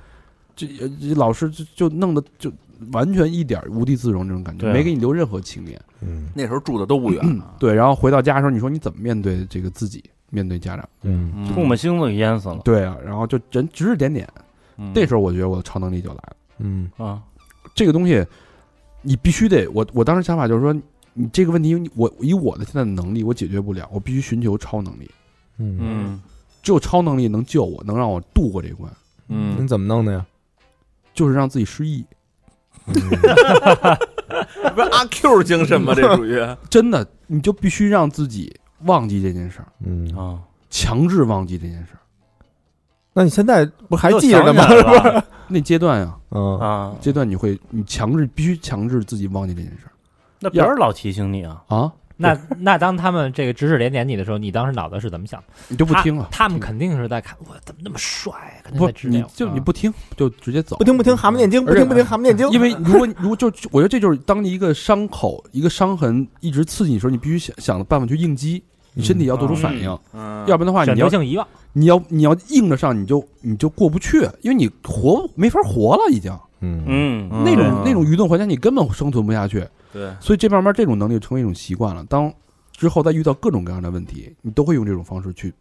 Speaker 5: 这呃这老师就就弄得就完全一点儿无地自容这种感觉，
Speaker 8: 对啊
Speaker 5: 没给你留任何情面。
Speaker 7: 嗯
Speaker 3: 那时候住的都不远啊，
Speaker 5: 对，然后回到家的时候，你说你怎么面对这个自己，面对家长？
Speaker 7: 嗯
Speaker 8: 唾沫星子给淹死了，
Speaker 5: 对啊，然后就人指指点点。这
Speaker 8: 是
Speaker 3: 嗯
Speaker 5: 时候我觉得我的超能力就来了。
Speaker 7: 嗯
Speaker 8: 啊，
Speaker 5: 这个东西，你必须得我我当时想法就是说，你这个问题，我以我的现在的能力，我解决不了，我必须寻求超能力。
Speaker 7: 嗯，
Speaker 8: 嗯
Speaker 5: 只有超能力能救我，能让我渡过这关，
Speaker 3: 嗯
Speaker 7: 你，怎么弄的呀？
Speaker 5: 就是让自己失忆。
Speaker 3: 不是阿 Q 精神吗？这属于
Speaker 5: 真的，你就必须让自己忘记这件事儿，
Speaker 7: 嗯，
Speaker 8: 啊，
Speaker 5: 强制忘记这件事儿。
Speaker 7: 那你现在不还记着呢
Speaker 8: 呢
Speaker 7: 吗？
Speaker 8: 吗？
Speaker 5: 那阶段呀、
Speaker 7: 嗯，
Speaker 8: 啊，
Speaker 5: 阶段你会，你强制必须强制自己忘记这件事儿
Speaker 8: 那别人老提醒你啊，
Speaker 5: 啊，
Speaker 6: 那那当他们这个指指点点你的时候，你当时脑子是怎么想的？
Speaker 5: 你就不听了。
Speaker 6: 他们
Speaker 5: 听
Speaker 6: 肯定是在看我怎么那么帅，肯定
Speaker 5: 不
Speaker 6: 在，啊指
Speaker 5: 你
Speaker 6: 点我。
Speaker 5: 就你不听，就直接走。
Speaker 7: 不听不听，蛤蟆念经，不听不听，蛤蟆念经，
Speaker 5: 因为如果你如果就我觉得这就是当你一个伤口、一个伤痕一直刺激你的时候，你必须想想办法去应激，你身体要做出反应，
Speaker 3: 嗯
Speaker 5: 要不然的话
Speaker 6: 选
Speaker 5: 你
Speaker 6: 择
Speaker 5: 要
Speaker 6: 性遗忘，
Speaker 5: 你要你要硬着上，你就你就过不去，因为你活没法活了，已经
Speaker 7: 嗯
Speaker 8: 嗯
Speaker 3: 嗯
Speaker 5: 那种那种愚钝环境你根本生存不下去，
Speaker 3: 对，
Speaker 5: 所以这慢慢这种能力就成为一种习惯了。当之后再遇到各种各样的问题，你都会用这种方式去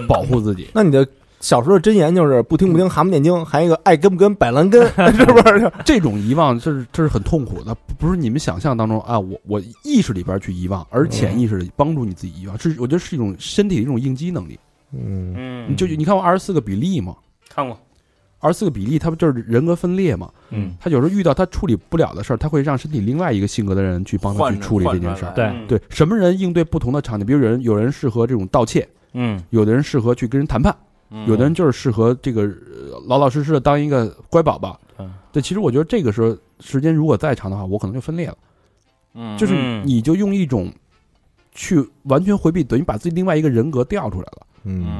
Speaker 3: 嗯
Speaker 5: 保 护自己。
Speaker 7: 那你的小时候的箴言就是不听不听，蛤蟆念经，还有一个爱跟不跟，摆烂跟， 是不是？
Speaker 5: 这种遗忘这是这是很痛苦的，不不是你们想象当中啊，我我意识里边去遗忘，而潜意识里帮助你自己遗忘，是我觉得是一种身体的一种应激能力。
Speaker 7: 嗯
Speaker 8: 嗯，
Speaker 5: 你就你看过二十四个比利吗？
Speaker 8: 看过，
Speaker 5: 二十四个比利，他不就是人格分裂吗？
Speaker 8: 嗯，
Speaker 5: 他有时候遇到他处理不了的事儿，他会让身体另外一个性格的人去帮他
Speaker 3: 换
Speaker 5: 去
Speaker 3: 着
Speaker 5: 处理这
Speaker 3: 换
Speaker 5: 件
Speaker 3: 着
Speaker 5: 事儿
Speaker 3: 来。
Speaker 6: 对
Speaker 8: 嗯，
Speaker 5: 对，什么人应对不同的场景，比如有人有人适合这种盗窃，
Speaker 8: 嗯，
Speaker 5: 有的人适合去跟人谈判，
Speaker 3: 嗯
Speaker 5: 有的人就是适合这个呃老老实实的当一个乖宝宝
Speaker 8: 嗯。
Speaker 5: 对，其实我觉得这个时候时间如果再长的话，我可能就分裂了。
Speaker 3: 嗯
Speaker 5: 就是
Speaker 8: 嗯
Speaker 5: 你就用一种去完全回避，等于把自己另外一个人格调出来
Speaker 7: 嗯
Speaker 5: 了，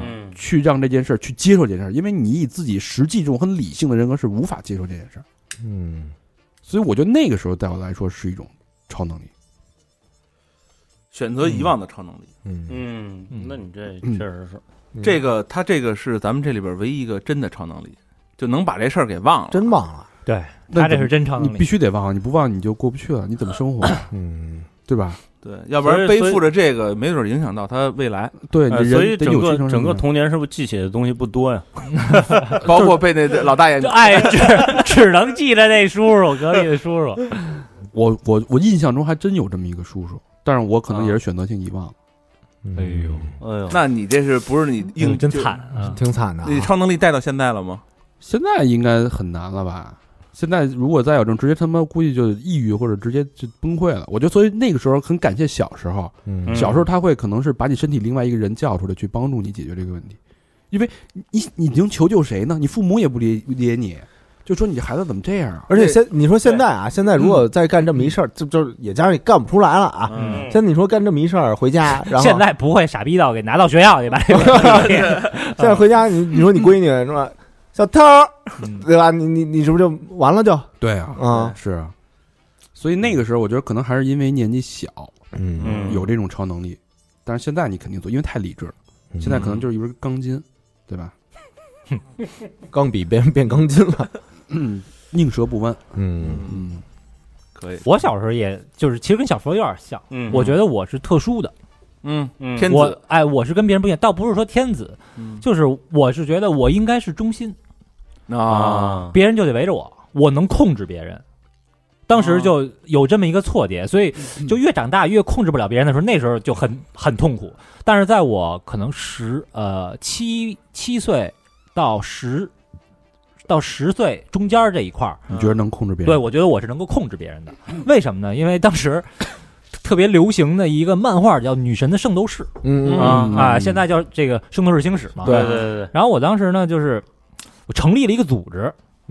Speaker 8: 嗯
Speaker 5: 去让这件事儿去接受这件事儿，因为你以自己实际这种很理性的人格是无法接受这件事儿，
Speaker 7: 嗯，
Speaker 5: 所以我觉得那个时候对我来说是一种超能力。
Speaker 3: 选择遗忘的超能力。
Speaker 7: 嗯，
Speaker 8: 嗯，那你这
Speaker 5: 嗯
Speaker 8: 确实是，
Speaker 3: 这个他这个是咱们这里边唯一一个真的超能力，就能把这事儿给忘了。
Speaker 7: 真忘了，
Speaker 5: 那
Speaker 6: 他这
Speaker 5: 怎
Speaker 6: 是
Speaker 5: 么
Speaker 6: 真超
Speaker 5: 你
Speaker 6: 能
Speaker 5: 必
Speaker 6: 力。
Speaker 5: 须得忘，你不忘你就过不去了，你怎么生活，
Speaker 7: 嗯，
Speaker 5: 对吧？
Speaker 3: 对，要不然
Speaker 8: 所以
Speaker 3: 背负着这个，没准影响到他未来，
Speaker 5: 对，
Speaker 8: 呃
Speaker 5: 你
Speaker 8: 所以
Speaker 5: 人得
Speaker 8: 整
Speaker 5: 有
Speaker 8: 个
Speaker 5: 精神
Speaker 8: 整个
Speaker 5: 上的
Speaker 8: 童年是不是记起的东西不多呀？
Speaker 5: 呃
Speaker 3: 包括被那老大 爷
Speaker 6: 就哎，只只能记着那叔叔隔壁的叔叔，
Speaker 5: 我我我印象中还真有这么一个叔叔，但是我可能也是选择性遗忘了。
Speaker 7: 哎呦，
Speaker 8: 哎呦，
Speaker 3: 那你这是不是你
Speaker 5: 嗯
Speaker 3: 硬
Speaker 6: 真
Speaker 3: 就
Speaker 6: 惨啊！
Speaker 7: 挺惨的啊，
Speaker 3: 你超能力带到现在了吗？
Speaker 5: 现在应该很难了吧？现在如果再有这种，直接他妈估计就抑郁或者直接就崩溃了。我觉得，所以那个时候很感谢小时候，
Speaker 7: 嗯
Speaker 8: 嗯
Speaker 5: 小时候他会可能是把你身体另外一个人叫出来，去帮助你解决这个问题，因为你你能求救谁呢？你父母也不理理解你，就说你这孩子怎么这样啊？
Speaker 7: 而且现你说现在啊，现在如果再干这么一事儿，就就是也加上你干不出来了啊。
Speaker 8: 嗯
Speaker 7: 现在你说干这么一事儿回家，然后
Speaker 6: 现在不会傻逼到给拿到学校去吧？这个
Speaker 7: 现在回家，你你说你闺女是吧？小偷儿，对吧？你你你是不是就完了就
Speaker 5: 对啊，
Speaker 7: 啊？
Speaker 5: 是啊。所以那个时候，我觉得可能还是因为年纪小，
Speaker 7: 嗯
Speaker 8: 嗯
Speaker 5: 有这种超能力，但是现在你肯定做，因为太理智了。
Speaker 7: 嗯
Speaker 5: 现在可能就是一根钢筋，对吧？
Speaker 7: 钢笔变变钢筋了，
Speaker 5: 宁折不弯。
Speaker 7: 嗯
Speaker 5: 嗯，
Speaker 3: 可以，
Speaker 6: 我小时候也就是，其实跟小时候有点像。
Speaker 8: 嗯
Speaker 6: 我觉得我是特殊的，
Speaker 3: 嗯，
Speaker 8: 嗯
Speaker 3: 天
Speaker 6: 我
Speaker 3: 子，嗯
Speaker 6: 哎，我是跟别人不一样，倒不是说天子，就是我是觉得我应该是中心，
Speaker 8: 啊，
Speaker 6: 别人就得围着我，我能控制别人。当时就有这么一个错觉，所以就越长大越控制不了别人的时候，那时候就很很痛苦。但是在我可能十呃七七岁到十到十岁中间儿这一块儿，
Speaker 5: 你觉得能控制别
Speaker 6: 对
Speaker 5: 人？
Speaker 6: 我觉得我是能够控制别人的。为什么呢？因为当时特别流行的一个漫画叫《女神的圣斗士》
Speaker 7: 嗯
Speaker 8: 嗯啊
Speaker 6: 啊，现在叫这个《圣斗士星矢》嘛。
Speaker 8: 对对对
Speaker 6: 然后我当时呢，就是我成立了一个组织，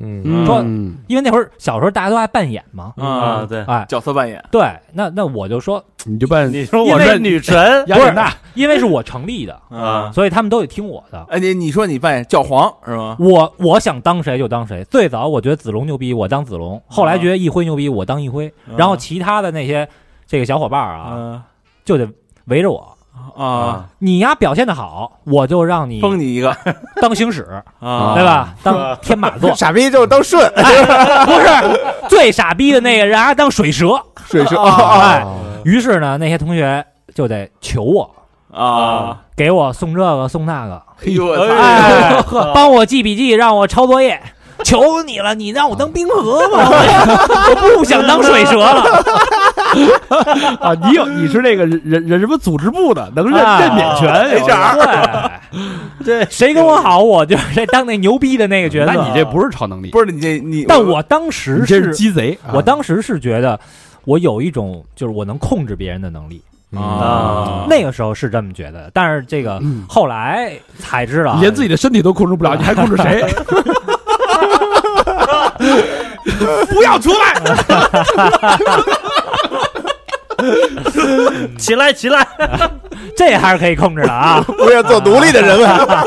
Speaker 7: 嗯，
Speaker 5: 嗯，
Speaker 6: 说
Speaker 5: 嗯
Speaker 6: 因为那会儿小时候大家都爱扮演嘛，
Speaker 8: 对啊，对，
Speaker 6: 哎，
Speaker 3: 嗯角色扮演，
Speaker 6: 对，那那我就说，
Speaker 5: 你就办
Speaker 8: 你说
Speaker 6: 因
Speaker 8: 我
Speaker 6: 为
Speaker 8: 是女神
Speaker 6: 不是，因为是我成立的，
Speaker 8: 啊，
Speaker 6: 所以他们都得听我的。
Speaker 3: 哎，你你说你扮演教皇是吗？
Speaker 6: 我我想当谁就当谁。最早我觉得子龙牛逼，我当子龙；后
Speaker 3: 啊
Speaker 6: 来觉得一辉牛逼，我当一辉。然后其他的那些这个小伙伴儿啊，
Speaker 3: 啊
Speaker 6: 就得围着我。
Speaker 3: 啊，
Speaker 6: 你呀表现的好，我就让你
Speaker 3: 封你一个
Speaker 6: 当 星矢，
Speaker 3: 啊，
Speaker 6: 对吧？当 天马座
Speaker 7: 傻逼就是当顺
Speaker 6: 不是最傻逼的那个人，还当水蛇。
Speaker 7: 水蛇
Speaker 6: 哎，
Speaker 7: 哦
Speaker 6: 于是呢，那些同学就得求我，
Speaker 3: 啊，
Speaker 6: 给我送这个送那个，
Speaker 3: 哎呦，我操
Speaker 6: 哎，帮我记笔记，让我抄作业。求你了，你让我当冰河吧， 我不想当水蛇了。
Speaker 4: 啊，你有你是那个人人人什么组织部的，能认
Speaker 6: 啊
Speaker 4: 认免权有的
Speaker 6: 对，对，谁跟我好，我就是当那牛逼的那个角色。
Speaker 5: 那你这不是超能力，
Speaker 3: 不是你这你，
Speaker 6: 但我当时
Speaker 4: 你这是鸡贼，啊
Speaker 6: 我当时是觉得我有一种就是我能控制别人的能力，
Speaker 3: 啊，
Speaker 6: 那个时候是这么觉得，但是这个后来才知道啊，
Speaker 4: 嗯哎你连自己的身体都控制不了，你还控制谁？
Speaker 3: 不要出来，
Speaker 8: 起来起来，
Speaker 6: 这还是可以控制的 啊。
Speaker 3: 嗯
Speaker 7: 不是做独立的
Speaker 3: 啊
Speaker 7: 人了。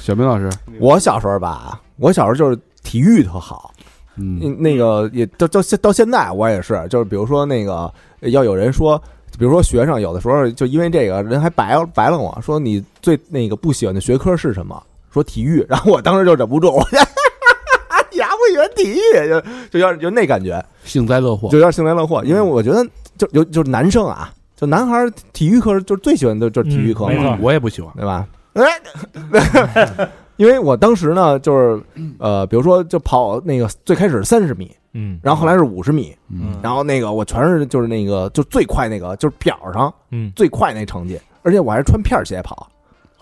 Speaker 5: 小明老师，
Speaker 7: 哎我小时候吧，我小时候就是体育特好，
Speaker 5: 嗯，
Speaker 7: 嗯那个也到到现到现在我也是，就是比如说那个要有人说，比如说学生有的时候就因为这个人还白了白了我说你最那个不喜欢的学科是什么？说体育， 然后我当时就忍不住，我就 你还不喜欢体育，就就要就那感觉，
Speaker 5: 幸灾乐祸
Speaker 7: 就，有点幸灾乐祸，
Speaker 6: 嗯
Speaker 7: 因为我觉得就就就是男生啊，就男孩儿体育课就是最喜欢的就是体育课嘛，
Speaker 6: 嗯没错
Speaker 5: 嗯我也不喜欢。
Speaker 7: 对吧？哎因为我当时呢，就是呃，比如说就跑那个最开始三十米，
Speaker 6: 嗯
Speaker 7: 然后后来是五十米，
Speaker 5: 嗯
Speaker 7: 然后那个我全是就是那个就最快那个就是表上
Speaker 6: 嗯，
Speaker 7: 最快那成绩，而且我还是穿片儿鞋跑，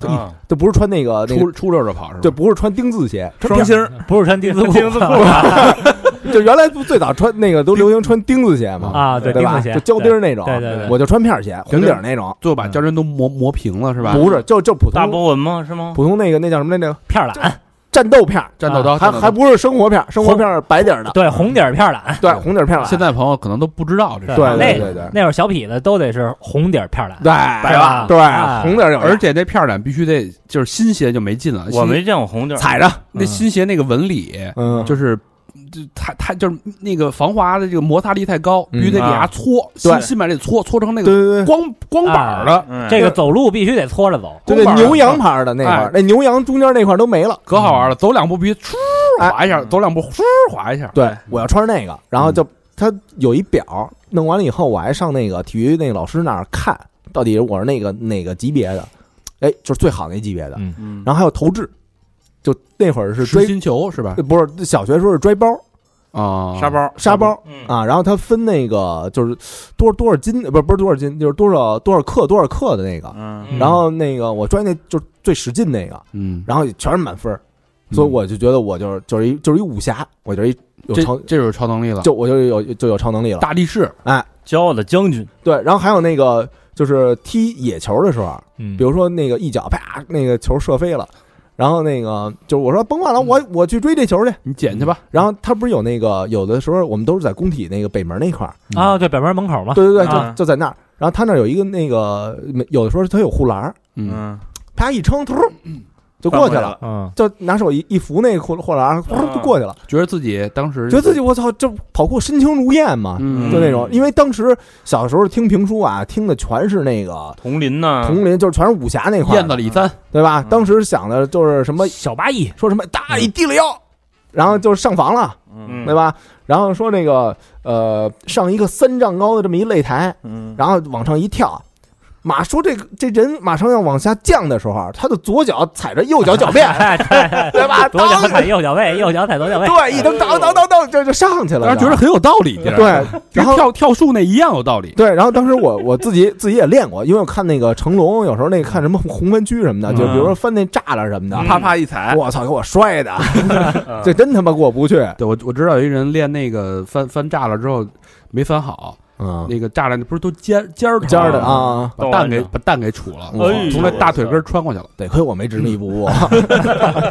Speaker 8: 啊
Speaker 7: 就不是穿那个那
Speaker 5: 出
Speaker 7: 个，
Speaker 5: 出溜着跑是吧？
Speaker 7: 就不是穿钉子鞋，穿
Speaker 3: 双
Speaker 7: 片
Speaker 3: 星儿
Speaker 6: 不是穿钉子裤，啊钉子裤
Speaker 7: 儿就原来不最早穿那个都流行穿钉子鞋嘛，
Speaker 6: 啊，对，
Speaker 7: 对
Speaker 6: 钉
Speaker 7: 吧？
Speaker 6: 子鞋，
Speaker 7: 就胶钉儿那种，
Speaker 6: 对对对对
Speaker 7: 我就穿片儿鞋，红底儿那种，
Speaker 5: 最后把胶针都磨磨平了是吧？
Speaker 7: 不是就就普
Speaker 8: 大
Speaker 7: 通
Speaker 8: 博文吗？是吗？
Speaker 7: 普通那个那叫什么来着？
Speaker 6: 片儿懒，
Speaker 7: 战斗片儿，
Speaker 5: 战斗
Speaker 7: 还
Speaker 5: 刀，战斗刀
Speaker 7: 啊还不是生活片儿，生活片儿白底儿的，
Speaker 6: 对，红底儿片儿懒。
Speaker 7: 对，红底儿片儿。
Speaker 5: 现在朋友可能都不知道这
Speaker 7: 对
Speaker 5: 事儿
Speaker 6: 啊
Speaker 7: 对
Speaker 6: 那
Speaker 7: 对对对
Speaker 6: 那会儿小痞子都得是红底儿片儿懒，
Speaker 7: 对
Speaker 6: 是吧？
Speaker 7: 对，
Speaker 6: 啊
Speaker 7: 红底儿有，
Speaker 5: 而且那片儿染必须得就是新鞋就没劲了，
Speaker 8: 我
Speaker 5: 新
Speaker 8: 没见过红底儿，
Speaker 7: 踩着，
Speaker 5: 那新鞋那个纹理
Speaker 7: 嗯，
Speaker 5: 就是。就太太就是那个防滑的这个摩擦力太高，必须得给它搓，新
Speaker 7: 嗯啊对
Speaker 5: 新买得搓搓成那
Speaker 7: 对
Speaker 5: 个
Speaker 7: 对对。哎
Speaker 5: 光光板儿的，
Speaker 3: 嗯
Speaker 6: 这个走路必须得搓着走。
Speaker 7: 就那
Speaker 5: 光板儿
Speaker 7: 牛羊牌儿的那块儿
Speaker 5: 哎，
Speaker 7: 那牛羊中间那块儿都没了。
Speaker 5: 可好玩了。走两步必须唰
Speaker 7: 哎
Speaker 5: 滑一下，走两步唰滑一下。
Speaker 7: 对，我要穿那个，然
Speaker 5: 嗯
Speaker 7: 后就他有一表，弄完了以后，我还上那个体育那老师那儿看，到底我是那个哪个级别的，哎，就是最好那级别的。
Speaker 6: 嗯
Speaker 3: 嗯
Speaker 7: 然后还有投掷，就那会儿是
Speaker 5: 实
Speaker 7: 追，
Speaker 5: 心球是吧？
Speaker 7: 呃不是小学时候是拽包
Speaker 5: 啊，
Speaker 3: 沙包，
Speaker 7: 沙包
Speaker 8: 嗯
Speaker 7: 啊，然后他分那个就是多少多少斤，不是不是多少斤，就是多少多少克多少克的那个。
Speaker 3: 嗯
Speaker 6: 嗯
Speaker 7: 然后那个我拽那就是最使劲那个，
Speaker 5: 嗯，
Speaker 7: 然后全是满分儿，所以我就觉得我就是就是一就是一武侠，我就是一有
Speaker 5: 这
Speaker 7: 超
Speaker 5: 这就是超能力了。
Speaker 7: 就我就有就有超能力了。
Speaker 5: 大力士，
Speaker 8: 骄傲的将军，
Speaker 7: 对，然后还有那个就是踢野球的时候，
Speaker 6: 嗯
Speaker 7: 比如说那个一脚啪那个球射飞了，然后那个就是我说甭管了，我我去追这球去。
Speaker 5: 你捡去吧。
Speaker 7: 然后他不是有那个有的时候我们都是在工体那个北门那块儿，
Speaker 6: 啊，对，北门门口嘛，
Speaker 7: 对对对，
Speaker 3: 啊
Speaker 7: 就就在那儿。然后他那儿有一个那个有的时候他有护栏儿，
Speaker 5: 嗯，
Speaker 3: 嗯
Speaker 7: 啪一撑，突就过去了，
Speaker 6: 嗯，
Speaker 7: 就拿手一一扶那个裤裤衩，噗就过去了，
Speaker 5: 觉得自己当时
Speaker 7: 觉得自己我操，这跑酷身轻如燕嘛，
Speaker 5: 嗯
Speaker 7: 就那种。因为当时小时候听评书啊，听的全是那个
Speaker 8: 佟林呢？
Speaker 7: 佟林，就是全是武侠那块儿
Speaker 5: 嗯燕子李三，
Speaker 7: 对吧？
Speaker 8: 嗯
Speaker 7: 当时想的就是什么
Speaker 6: 小八亿，
Speaker 7: 说什么大一低了腰，然后就上房了，
Speaker 8: 嗯
Speaker 7: 对吧？然后说那个呃，上一个三丈高的这么一擂台，
Speaker 3: 嗯，
Speaker 7: 然后往上一跳。马说这个这人马上要往下降的时候，啊他的左脚踩着右脚脚面， 对吧？
Speaker 6: 左脚
Speaker 7: 当
Speaker 6: 踩右脚背，右脚踩左脚背，
Speaker 7: 对，一蹬当当当当就就上去了，
Speaker 5: 当时觉得很有道理，这
Speaker 7: 然
Speaker 5: 样
Speaker 7: 后对，
Speaker 5: 跟
Speaker 7: 然后
Speaker 5: 跳跳树那一样有道理。
Speaker 7: 对，然后当时我我自己自己也练过，因为我看那个成龙，有时候那个看什么红番区什么的，就比如说翻那栅栏什么的，
Speaker 3: 啪啪一踩，
Speaker 7: 我操，给我摔的，这真他妈过不去。
Speaker 5: 对我我知道有一人练那个翻翻栅栏之后没翻好，
Speaker 7: 嗯，
Speaker 5: 那个栅栏不是都尖尖儿头
Speaker 7: 尖儿的
Speaker 5: 吗，
Speaker 7: 啊，
Speaker 5: 把蛋给把蛋给杵了，
Speaker 7: 哎呦
Speaker 5: 从那大腿根儿穿过去了。
Speaker 7: 得亏我没执迷不悟，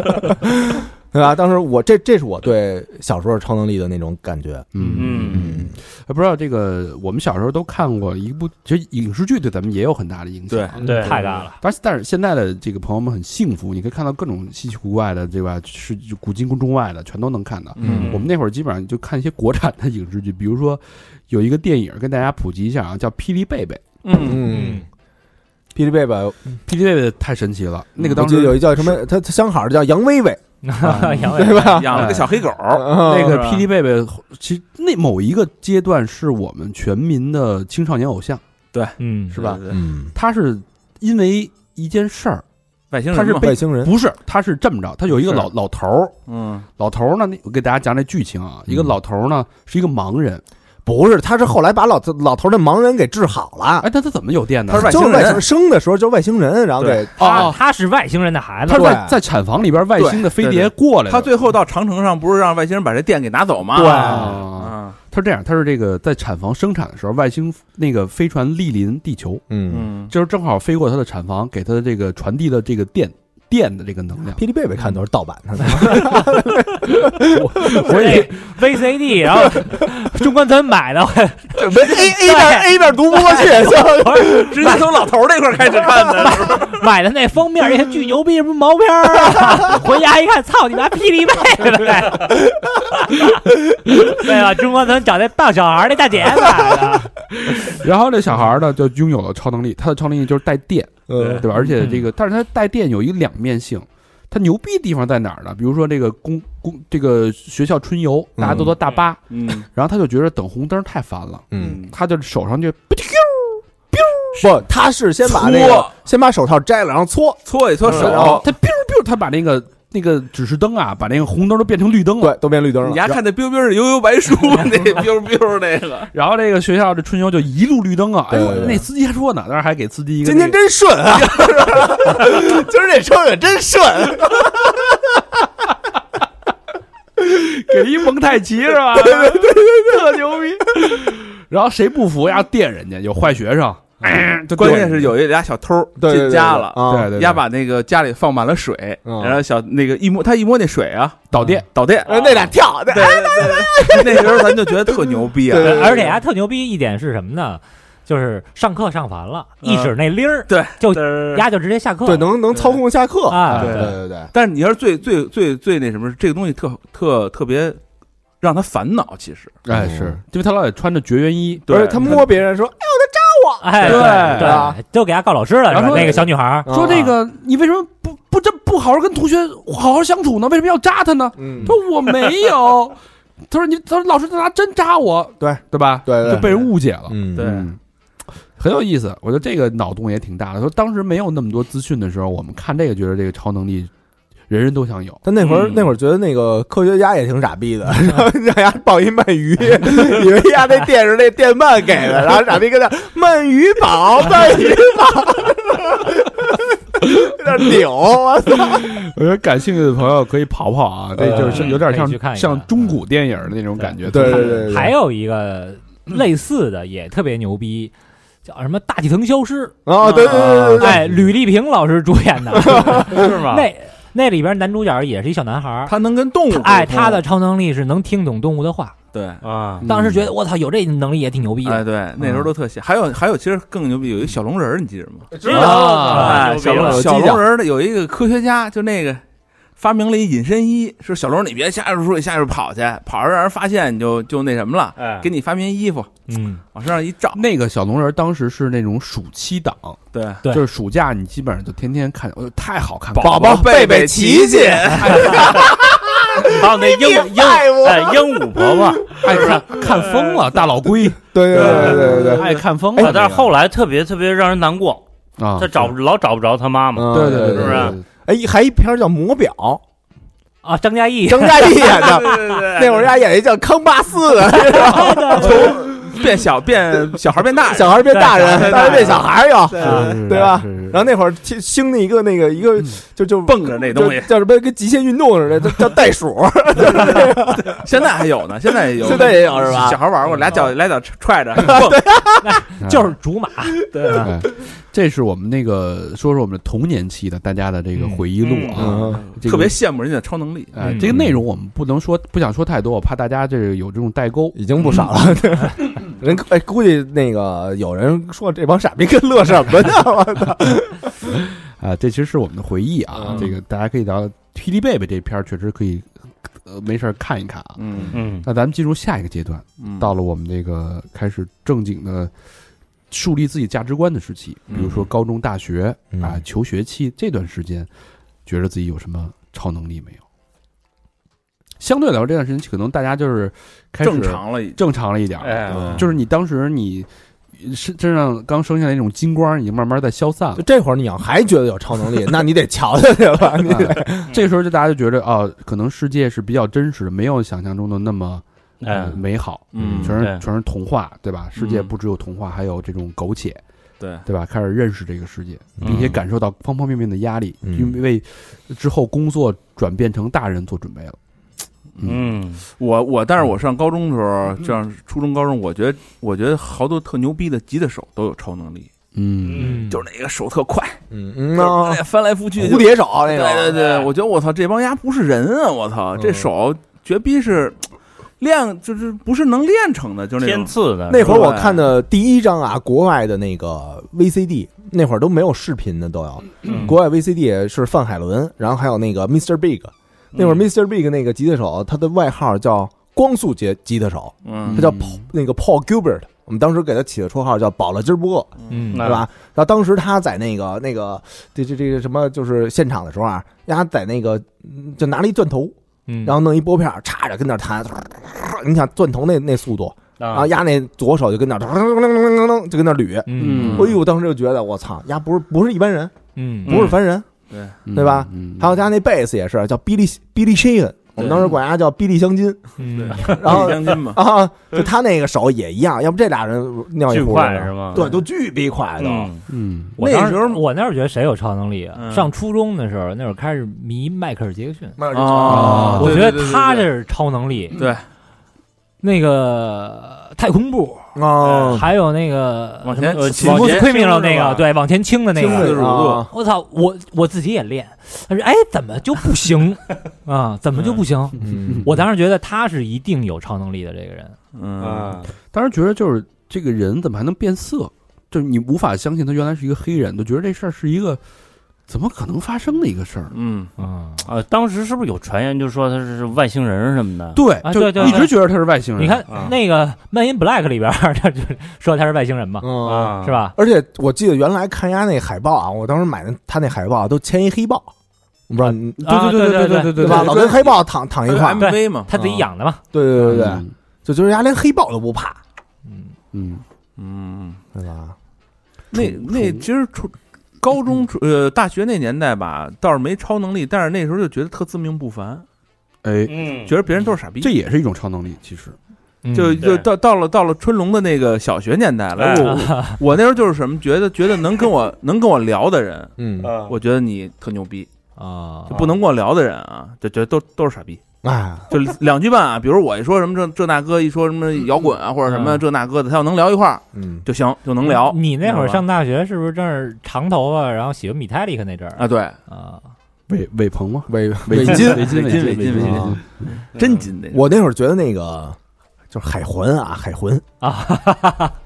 Speaker 7: 对吧？当时我这这是我对小时候超能力的那种感觉，
Speaker 8: 嗯
Speaker 7: 嗯
Speaker 5: 哎不知道这个我们小时候都看过一部，其实影视剧对咱们也有很大的影响。
Speaker 3: 对
Speaker 8: 对
Speaker 6: 太大了，
Speaker 5: 但是但是现在的这个朋友们很幸福，你可以看到各种稀奇古怪的，对吧？是就古今中外的全都能看到。
Speaker 3: 嗯
Speaker 5: 我们那会儿基本上就看一些国产的影视剧，比如说有一个电影跟大家普及一下啊，叫《霹雳贝贝
Speaker 3: 嗯
Speaker 7: 嗯，霹雳贝贝，》。
Speaker 5: 《霹雳贝贝》太神奇了，那个
Speaker 7: 我
Speaker 5: 当
Speaker 7: 记得
Speaker 5: 时
Speaker 7: 有一叫什么，他他相好叫杨薇薇，
Speaker 6: 杨伟
Speaker 7: 对吧？
Speaker 3: 养了个小黑狗，
Speaker 7: 那
Speaker 5: 那个
Speaker 3: 是吧
Speaker 5: 霹雳贝贝，其实那某一个阶段是我们全民的青少年偶像，
Speaker 6: 嗯，
Speaker 5: 是吧？
Speaker 7: 嗯，
Speaker 5: 他是因为一件事儿，
Speaker 3: 外星人
Speaker 5: 他是
Speaker 3: 嘛
Speaker 5: 被
Speaker 7: 外星人，
Speaker 5: 不是，他是这么着，他有一个老老头儿，
Speaker 3: 嗯
Speaker 5: 老头儿呢，那我给大家讲这剧情啊，一个
Speaker 7: 嗯
Speaker 5: 老头儿呢是一个盲人，
Speaker 7: 不是，他是后来把老头老头的盲人给治好了。
Speaker 5: 哎，但他怎么有电的？
Speaker 3: 啊他是外啊
Speaker 7: 就
Speaker 3: 星
Speaker 7: 是
Speaker 3: 人
Speaker 7: 外星生的时候就是外星人，然后给
Speaker 6: 他
Speaker 5: 哦，
Speaker 6: 他是外星人的孩
Speaker 5: 他
Speaker 6: 子，
Speaker 5: 是在
Speaker 7: 对
Speaker 5: 在产房里边外星的飞碟
Speaker 3: 对对
Speaker 5: 过来的，
Speaker 3: 他最后到长城上不是让外星人把这电给拿走吗？
Speaker 7: 对
Speaker 5: 啊，
Speaker 3: 啊，
Speaker 5: 他是这样，他是这个在产房生产的时候，外星那个飞船莅临地球，
Speaker 7: 嗯，
Speaker 3: 嗯，
Speaker 5: 就是正好飞过他的产房，给他的这个传递的这个电电的这个能量。
Speaker 7: 霹雳贝贝看都是盗版的，
Speaker 5: 我也
Speaker 6: VCD，然后 中关村买的，
Speaker 7: 没 A A 面 A 面读不过去，就
Speaker 3: 直接从老头儿那块儿开始看的，
Speaker 6: 买的那封面儿，人家巨牛逼，不是毛片儿啊！ 回家一看，操你妈，霹雳贝贝！ 对吧？啊中国能找那抱小孩儿那大姐买的，
Speaker 5: 然后这小孩儿呢，就拥有了超能力，他的超能力就是带电，
Speaker 7: 嗯
Speaker 5: 对吧？而且这个，但是他带电有一个两面性。他牛逼的地方在哪儿呢？比如说这个公公这个学校春游，大家都坐大巴，
Speaker 3: 嗯
Speaker 5: 然后他就觉得等红灯太烦了，
Speaker 7: 嗯，
Speaker 5: 他就手上就
Speaker 7: 不，他是先把那个
Speaker 3: 搓
Speaker 7: 先把手套摘了，然后搓，
Speaker 3: 搓一搓手，
Speaker 5: 他 biu biu，他把那个那个指示灯啊，把那个红灯都变成绿灯了。
Speaker 7: 对，都变绿灯
Speaker 3: 你
Speaker 7: 了。
Speaker 3: 丫看那 biu biu 是悠 悠白书那 biu biu 那个，
Speaker 5: 然后这个学校这春游就一路绿灯啊，哎
Speaker 7: 对
Speaker 5: 呦
Speaker 7: 对，对
Speaker 5: 那司机还说呢，当时还给司机一个
Speaker 7: 今天
Speaker 5: 那个
Speaker 7: 真顺啊！ 今儿这车可真顺，
Speaker 5: 给一蒙太奇是吧？特牛逼。然后谁不服呀，电人家有坏学生，哎就
Speaker 3: 关
Speaker 5: 电
Speaker 3: 键
Speaker 5: 人
Speaker 3: 是有一俩小偷儿
Speaker 7: 对
Speaker 3: 进家了。
Speaker 5: 家
Speaker 7: 啊！
Speaker 5: 对对
Speaker 3: 丫把那个家里放满了水，
Speaker 7: 嗯
Speaker 3: 然后小那个一摸，他一摸那水啊，
Speaker 5: 导电，
Speaker 3: 导 电。
Speaker 7: 呃那俩跳，那
Speaker 3: 对对对，那时候咱就觉得特牛逼啊！
Speaker 7: 对
Speaker 6: 而且还特牛逼一点是什么呢？就是上课上烦了，一指那铃儿，
Speaker 3: 对，
Speaker 6: 就
Speaker 3: 嘚儿
Speaker 6: 丫就直接下课 了。
Speaker 7: 对能能操控下课
Speaker 6: 啊
Speaker 7: 对
Speaker 3: 对
Speaker 7: 对对，
Speaker 3: 但是你要是最最最最那什么，这个东西特特特别让他烦恼，其实
Speaker 7: 哦
Speaker 5: 哎，是因为他老得穿着绝缘衣，
Speaker 3: 对
Speaker 7: 而且他摸别人说
Speaker 6: 哎，
Speaker 5: 对
Speaker 7: 对啊
Speaker 6: 对，就给他告老师了，
Speaker 5: 然
Speaker 6: 是
Speaker 5: 后
Speaker 6: 吧？
Speaker 5: 说
Speaker 6: 那个小女孩儿，
Speaker 5: 说这，个你为什么不不这不好好跟同学好好相处呢？为什么要扎他呢？
Speaker 7: 嗯
Speaker 5: 他，说我没 有，他说你，他说老师他拿针扎我，
Speaker 7: 对
Speaker 5: 对吧？
Speaker 7: 对对
Speaker 5: 就被人误解了。
Speaker 7: 嗯，
Speaker 3: 对
Speaker 5: 嗯很有意思。我觉得这个脑洞也挺大的。说当时没有那么多资讯的时候，我们看这个觉得这个超能力人人都想 有。
Speaker 7: 但那会儿、
Speaker 3: 嗯
Speaker 7: 那会儿觉得那个科学家也挺傻逼的，然后让人家抱一鳗鱼，以为家那电是那电鳗给的，然后傻逼跟那鳗鱼堡， 鳗鱼堡，有点扭，我操！
Speaker 5: 我觉得感兴趣的朋友可以跑跑啊，这就是有点
Speaker 6: 嗯可以去
Speaker 5: 像
Speaker 6: 看一看
Speaker 5: 像中古电影的那种感觉。
Speaker 7: 嗯对对对，对
Speaker 6: 还有一个类似的也特别牛逼，叫什么《大气层消失》。
Speaker 7: 哦啊，对对对对对，
Speaker 6: 哎，吕丽萍老师主演的，
Speaker 8: 是吗？
Speaker 6: 那那里边男主角也是一小男孩
Speaker 7: 啊
Speaker 6: 儿，
Speaker 3: 他能跟动物沟通
Speaker 6: 哎，他的超能力是能听懂动物的话。
Speaker 3: 对，
Speaker 8: 啊，
Speaker 6: 当时觉得我操，有这能力也挺牛逼
Speaker 3: 嗯哎
Speaker 6: 的。
Speaker 3: 对，那时候都特喜。还有还有，其实更牛逼，有一小龙人儿，你记着吗？
Speaker 7: 知
Speaker 6: 嗯
Speaker 8: 啊
Speaker 7: 道
Speaker 3: 哎，小
Speaker 7: 了
Speaker 3: 龙
Speaker 7: 有
Speaker 3: 小
Speaker 7: 犄角
Speaker 3: 龙人儿的有一个科学家，就那个发明了一隐身衣，说小龙你别瞎说，你下去跑去，跑着让人发现你就就那什么了，
Speaker 8: 哎
Speaker 3: 给你发明衣服，
Speaker 6: 嗯，
Speaker 3: 往身上一照，
Speaker 5: 那个小龙人当时是那种暑期档，
Speaker 3: 对，
Speaker 6: 对
Speaker 5: 就是暑假你基本上就天天看，我太好看了。
Speaker 3: 宝宝贝贝奇奇，
Speaker 8: 还有 那鹦鹦哎鹦鹉婆婆，
Speaker 5: 爱看看疯了，大老龟
Speaker 7: 对对对对对对，
Speaker 5: 爱看疯
Speaker 8: 啊
Speaker 5: 了。
Speaker 8: 但是后来特别特别让人难过，
Speaker 5: 那个啊，
Speaker 8: 他找不老找不着他妈妈，
Speaker 7: 嗯
Speaker 5: 对对对对
Speaker 8: 是不是
Speaker 5: 对
Speaker 7: 哎，还一片儿叫《魔表
Speaker 6: 啊，张 嘉译》，
Speaker 7: 张嘉译演的，
Speaker 3: 对对对，
Speaker 7: 那会儿人家演一叫康巴斯的，
Speaker 3: 从 变小变小孩变大人，
Speaker 7: 小孩变大人，
Speaker 3: 对
Speaker 7: 大人变小孩儿又，
Speaker 5: 对对
Speaker 7: 对吧
Speaker 5: 是是是
Speaker 7: 然后那会儿兴兴的一个那个一个就就
Speaker 3: 蹦着那东西
Speaker 7: 就，叫什么跟极限运动似的，叫叫袋鼠，
Speaker 3: 现在还有呢，现在也有，
Speaker 7: 现在也有是吧
Speaker 3: 小孩玩过，俩脚俩脚踹 着，蹦
Speaker 6: 就是竹马。
Speaker 5: 对，哎这是我们那个说说我们童年期的大家的这个回忆录
Speaker 7: 嗯
Speaker 5: 啊，这个
Speaker 3: 特别羡慕人家的超能力。
Speaker 5: 哎，
Speaker 6: 嗯
Speaker 5: 这个内容我们不能说，不想说太多，我怕大家这个有这种代沟。
Speaker 7: 已经不少了。 人哎，估计那个有人说这帮傻逼跟乐什么呢？ 我操！
Speaker 5: 啊，这其实是我们的回忆啊。这个大家可以聊聊《霹雳贝贝》这片儿，确实可以，呃，没事儿看一看啊。
Speaker 3: 嗯
Speaker 8: 嗯，
Speaker 5: 那咱们进入下一个阶段，
Speaker 3: 嗯
Speaker 5: 到了我们这个开始正经的树立自己价值观的时期，比如说高中、大学
Speaker 7: 嗯
Speaker 5: 啊，求学期这段时间，觉得自己有什么超能力没有？相对来说，这段时间可能大家就是开始
Speaker 3: 正常了已经。
Speaker 5: 正常了一点儿，
Speaker 8: 哎，
Speaker 7: 嗯
Speaker 5: 就是你当时你身身上刚生下来那种金光，已经慢慢在消散了
Speaker 7: 就。这会儿你要还觉得有超能力，那你得瞧瞧去了。你得
Speaker 3: 嗯
Speaker 5: 这时候就大家就觉得啊，可能世界是比较真实的，没有想象中的那么呃
Speaker 8: 哎，
Speaker 5: 美好，
Speaker 3: 嗯
Speaker 5: 全是
Speaker 8: 对
Speaker 5: 全是童话，对吧？世界
Speaker 3: 嗯
Speaker 5: 不只有童话，还有这种苟且，
Speaker 3: 对
Speaker 5: 对吧？开始认识这个世界，
Speaker 6: 嗯
Speaker 5: 并且感受到方方面面的压力，
Speaker 7: 嗯
Speaker 5: 因为之后工作转变成大人做准备了。
Speaker 8: 嗯，
Speaker 3: 我我，但是我上高中的时候，
Speaker 7: 嗯
Speaker 3: 上初中、高中，我觉得我觉得好多特牛逼的吉他手都有超能力，
Speaker 5: 嗯，
Speaker 6: 嗯，
Speaker 3: 就是那个手特 快，
Speaker 7: 嗯嗯
Speaker 3: 就是
Speaker 7: 呐
Speaker 3: 那翻来覆去就
Speaker 7: 蝴蝶手那
Speaker 3: 对
Speaker 7: 种，哎
Speaker 3: 对对，我觉得我操，这帮丫不是人啊！我操，这
Speaker 7: 嗯
Speaker 3: 手绝逼是练，就是不是能练成的，就是那
Speaker 8: 天
Speaker 3: 种
Speaker 8: 赐的
Speaker 7: 那会儿我看的第一张啊，国外的那个 VCD，那会儿都没有视频的，都要。
Speaker 6: 嗯
Speaker 7: 国外 VCD 是范海伦，然后还有那个 Mr. Big，那
Speaker 6: 嗯
Speaker 7: 会儿 Mr. Big 那个吉他手，他的外号叫光速吉吉他手，
Speaker 3: 嗯
Speaker 7: 他叫 Paul- 那个 Paul Gilbert。我们当时给他起的绰号叫“饱了今儿不饿”，
Speaker 6: 嗯
Speaker 7: 对吧？然后当时他在那个那个这这这个什么，就是现场的时候啊，丫在那个嗯就拿了一钻头，
Speaker 6: 嗯，
Speaker 7: 然后弄一拨片儿，插着跟那儿弹，你想钻头那那速度，然
Speaker 8: 啊
Speaker 7: 后，丫那左手就跟那儿噔噔噔噔噔噔噔就跟那儿捋。
Speaker 6: 嗯
Speaker 7: 哎呦，我当时就觉得我操，丫不是不是一般人，
Speaker 6: 嗯
Speaker 7: 不是凡人。
Speaker 5: 嗯
Speaker 7: 对吧？
Speaker 5: 嗯
Speaker 7: 还有丫那贝斯也是叫 Billy Billy Sheehan，我们当时管丫叫比利香金。
Speaker 6: 嗯，
Speaker 7: 然后
Speaker 3: 将军嘛，
Speaker 7: 啊，就他那个手也一样，要不这俩人尿一
Speaker 8: 巨
Speaker 7: 壶
Speaker 8: 快是吗？
Speaker 7: 对，都巨逼快都。
Speaker 8: 嗯
Speaker 5: 嗯，
Speaker 6: 我
Speaker 3: 那
Speaker 6: 当时
Speaker 3: 时候
Speaker 6: 我那时候觉得谁有超能力啊？
Speaker 3: 嗯
Speaker 6: 上初中的时候，那会儿开始迷迈克尔·杰克逊，
Speaker 7: 迈尔杰克逊
Speaker 3: 啊，
Speaker 6: 我觉
Speaker 3: 对嗯
Speaker 6: 得他这是超能力。
Speaker 3: 对
Speaker 6: 那个太空步，
Speaker 7: 啊，
Speaker 6: 还有那个
Speaker 3: 嗯往前
Speaker 6: 呃
Speaker 3: 往前
Speaker 6: 往前推命了
Speaker 3: 倾
Speaker 6: 那
Speaker 3: 是吧
Speaker 6: 个，对，往前倾的那
Speaker 3: 倾的
Speaker 6: 个。
Speaker 3: 是
Speaker 7: 哎
Speaker 3: 吧
Speaker 6: 我操，我我自己也练，他说哎，怎么就不行 啊？怎么就不行？
Speaker 7: 嗯
Speaker 6: 我当时觉得他是一定有超能力的这个人。
Speaker 3: 嗯，
Speaker 8: 啊，
Speaker 5: 当时觉得就是这个人怎么还能变色？就是你无法相信他原来是一个黑人，就觉得这事儿是一个怎么可能发生的一个事儿。
Speaker 3: 嗯，
Speaker 6: 嗯，
Speaker 8: 啊，当时是不是有传言就说他是外星人什么的？
Speaker 5: 对
Speaker 6: 啊，
Speaker 5: 就
Speaker 6: 对对
Speaker 5: 一直觉得他是外星人。
Speaker 6: 你看
Speaker 8: 啊
Speaker 6: 那个《Man in Black》里边儿， 他就是说他是外星人嘛，
Speaker 7: 啊。
Speaker 3: 嗯
Speaker 6: 是？吧？
Speaker 7: 而且我记得原来看人家那海报啊，我当时买的他那海报啊都签一黑豹，我不知道你
Speaker 6: 啊
Speaker 5: 嗯对
Speaker 6: 对
Speaker 5: 对
Speaker 6: 对
Speaker 5: 对
Speaker 7: 吧？老跟黑豹躺躺一块儿，
Speaker 3: M V 嘛，
Speaker 6: 他自己养的嘛。
Speaker 7: 对对对对，
Speaker 5: 嗯
Speaker 7: 就就是人家连黑豹都不怕，
Speaker 6: 嗯，
Speaker 5: 嗯，
Speaker 3: 嗯，
Speaker 7: 对吧？
Speaker 3: 那那其实初高中初呃大学那年代吧，倒是没超能力，但是那时候就觉得特自命不凡，
Speaker 5: 哎，
Speaker 8: 嗯，
Speaker 3: 觉得别人都是傻逼
Speaker 5: 这。也是一种超能力，其实
Speaker 6: 嗯
Speaker 3: 就
Speaker 8: 对
Speaker 3: 就到到了到了春龙的那个小学年代了，
Speaker 8: 哎
Speaker 3: 我我那时候就是什么觉得觉得能跟我能跟我聊的人，
Speaker 7: 嗯，
Speaker 8: 啊
Speaker 3: 我觉得你特牛逼，
Speaker 6: 啊
Speaker 3: 就，不能跟我聊的人啊，就觉得都都是傻逼，
Speaker 7: 哎，
Speaker 3: 就两句半啊。比如我一说什么这这那哥，一说什么摇滚啊或者什么
Speaker 8: 嗯
Speaker 3: 这那哥的，他要能聊一块儿
Speaker 7: 嗯，
Speaker 3: 就行，就能聊。
Speaker 6: 你那会
Speaker 3: 知道
Speaker 6: 儿
Speaker 3: 吧
Speaker 6: 上大学是不是正是长头发，然后喜欢米泰利克那阵儿
Speaker 3: 啊？对，
Speaker 6: 啊？
Speaker 5: 伟伟鹏吗？
Speaker 7: 伪
Speaker 5: 围
Speaker 7: 巾
Speaker 5: 围巾
Speaker 3: 围巾
Speaker 5: 围
Speaker 3: 围巾
Speaker 5: 巾
Speaker 7: 啊
Speaker 6: 嗯
Speaker 5: 啊！
Speaker 3: 真金的，
Speaker 7: 我那会儿觉得那个就是海魂啊，海魂啊，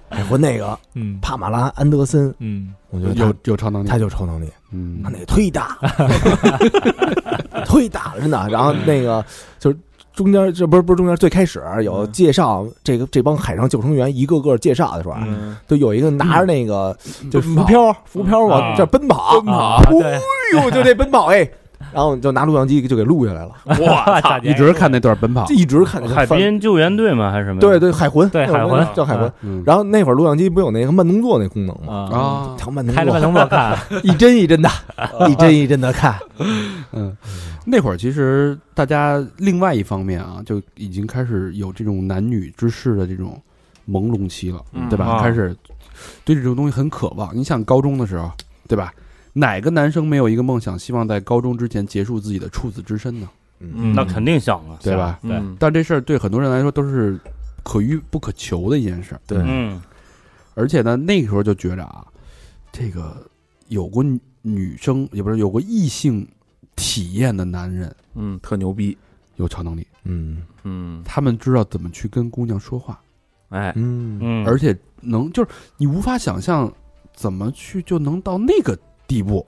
Speaker 7: 海魂那个
Speaker 6: 嗯
Speaker 7: 帕马拉安德森，
Speaker 6: 嗯，
Speaker 7: 我觉得
Speaker 5: 有
Speaker 7: 他
Speaker 5: 有超能力
Speaker 7: 他，就超能力，
Speaker 5: 嗯
Speaker 7: 他，那个忒大， 忒大了，真的。然后那个就是中间，这不是不是中间，最开始有介绍这个这帮海上救生员一个个介绍的时候啊，
Speaker 3: 嗯
Speaker 7: 就有一个拿着那个就
Speaker 3: 奔
Speaker 7: 浮
Speaker 3: 跑
Speaker 7: 漂浮漂往
Speaker 6: 啊
Speaker 7: 这奔跑，
Speaker 6: 啊对，
Speaker 7: 哎呦，就这奔跑哎，然后就拿录像机就给录下来
Speaker 6: 啊
Speaker 7: 了，
Speaker 3: 哇，
Speaker 6: 大姐
Speaker 5: 一直看那段奔跑
Speaker 7: 就，一直
Speaker 6: 哦
Speaker 7: 看
Speaker 8: 海
Speaker 7: 翻
Speaker 8: 滨救援队吗？还是什么呀？
Speaker 7: 对对，海魂，
Speaker 6: 对
Speaker 7: 那会儿
Speaker 6: 海魂
Speaker 7: 叫海魂
Speaker 6: 啊。
Speaker 5: 嗯
Speaker 7: 然后那会儿录像机不有那个慢动作那功能吗？
Speaker 6: 啊，
Speaker 5: 啊，
Speaker 7: 调慢动
Speaker 6: 开着慢
Speaker 7: 作，
Speaker 6: 动作看，
Speaker 7: 一帧一帧的， 一帧
Speaker 6: 啊
Speaker 7: 一帧的看。
Speaker 5: 嗯，那会儿其实大家另外一方面啊，就已经开始有这种男女之事的这种朦胧期了，
Speaker 3: 嗯
Speaker 5: 对吧？
Speaker 8: 啊
Speaker 5: 开始对这种东西很渴望。你想高中的时候，对吧？哪个男生没有一个梦想，希望在高中之前结束自己的处子之身呢？
Speaker 3: 嗯
Speaker 8: 那肯定想啊。
Speaker 5: 对吧？
Speaker 6: 对
Speaker 3: 嗯
Speaker 5: 但这事儿对很多人来说都是可遇不可求的一件事儿。
Speaker 3: 对
Speaker 8: 嗯，
Speaker 5: 而且呢，那个时候就觉着啊，这个有过女女生，也不是有过异性体验的男人
Speaker 3: 嗯，特牛逼，
Speaker 5: 有超能力。
Speaker 7: 嗯
Speaker 3: 嗯
Speaker 5: 他们知道怎么去跟姑娘说话，
Speaker 3: 哎，
Speaker 7: 嗯，
Speaker 8: 嗯，
Speaker 5: 而且能就是你无法想象怎么去就能到那个地步，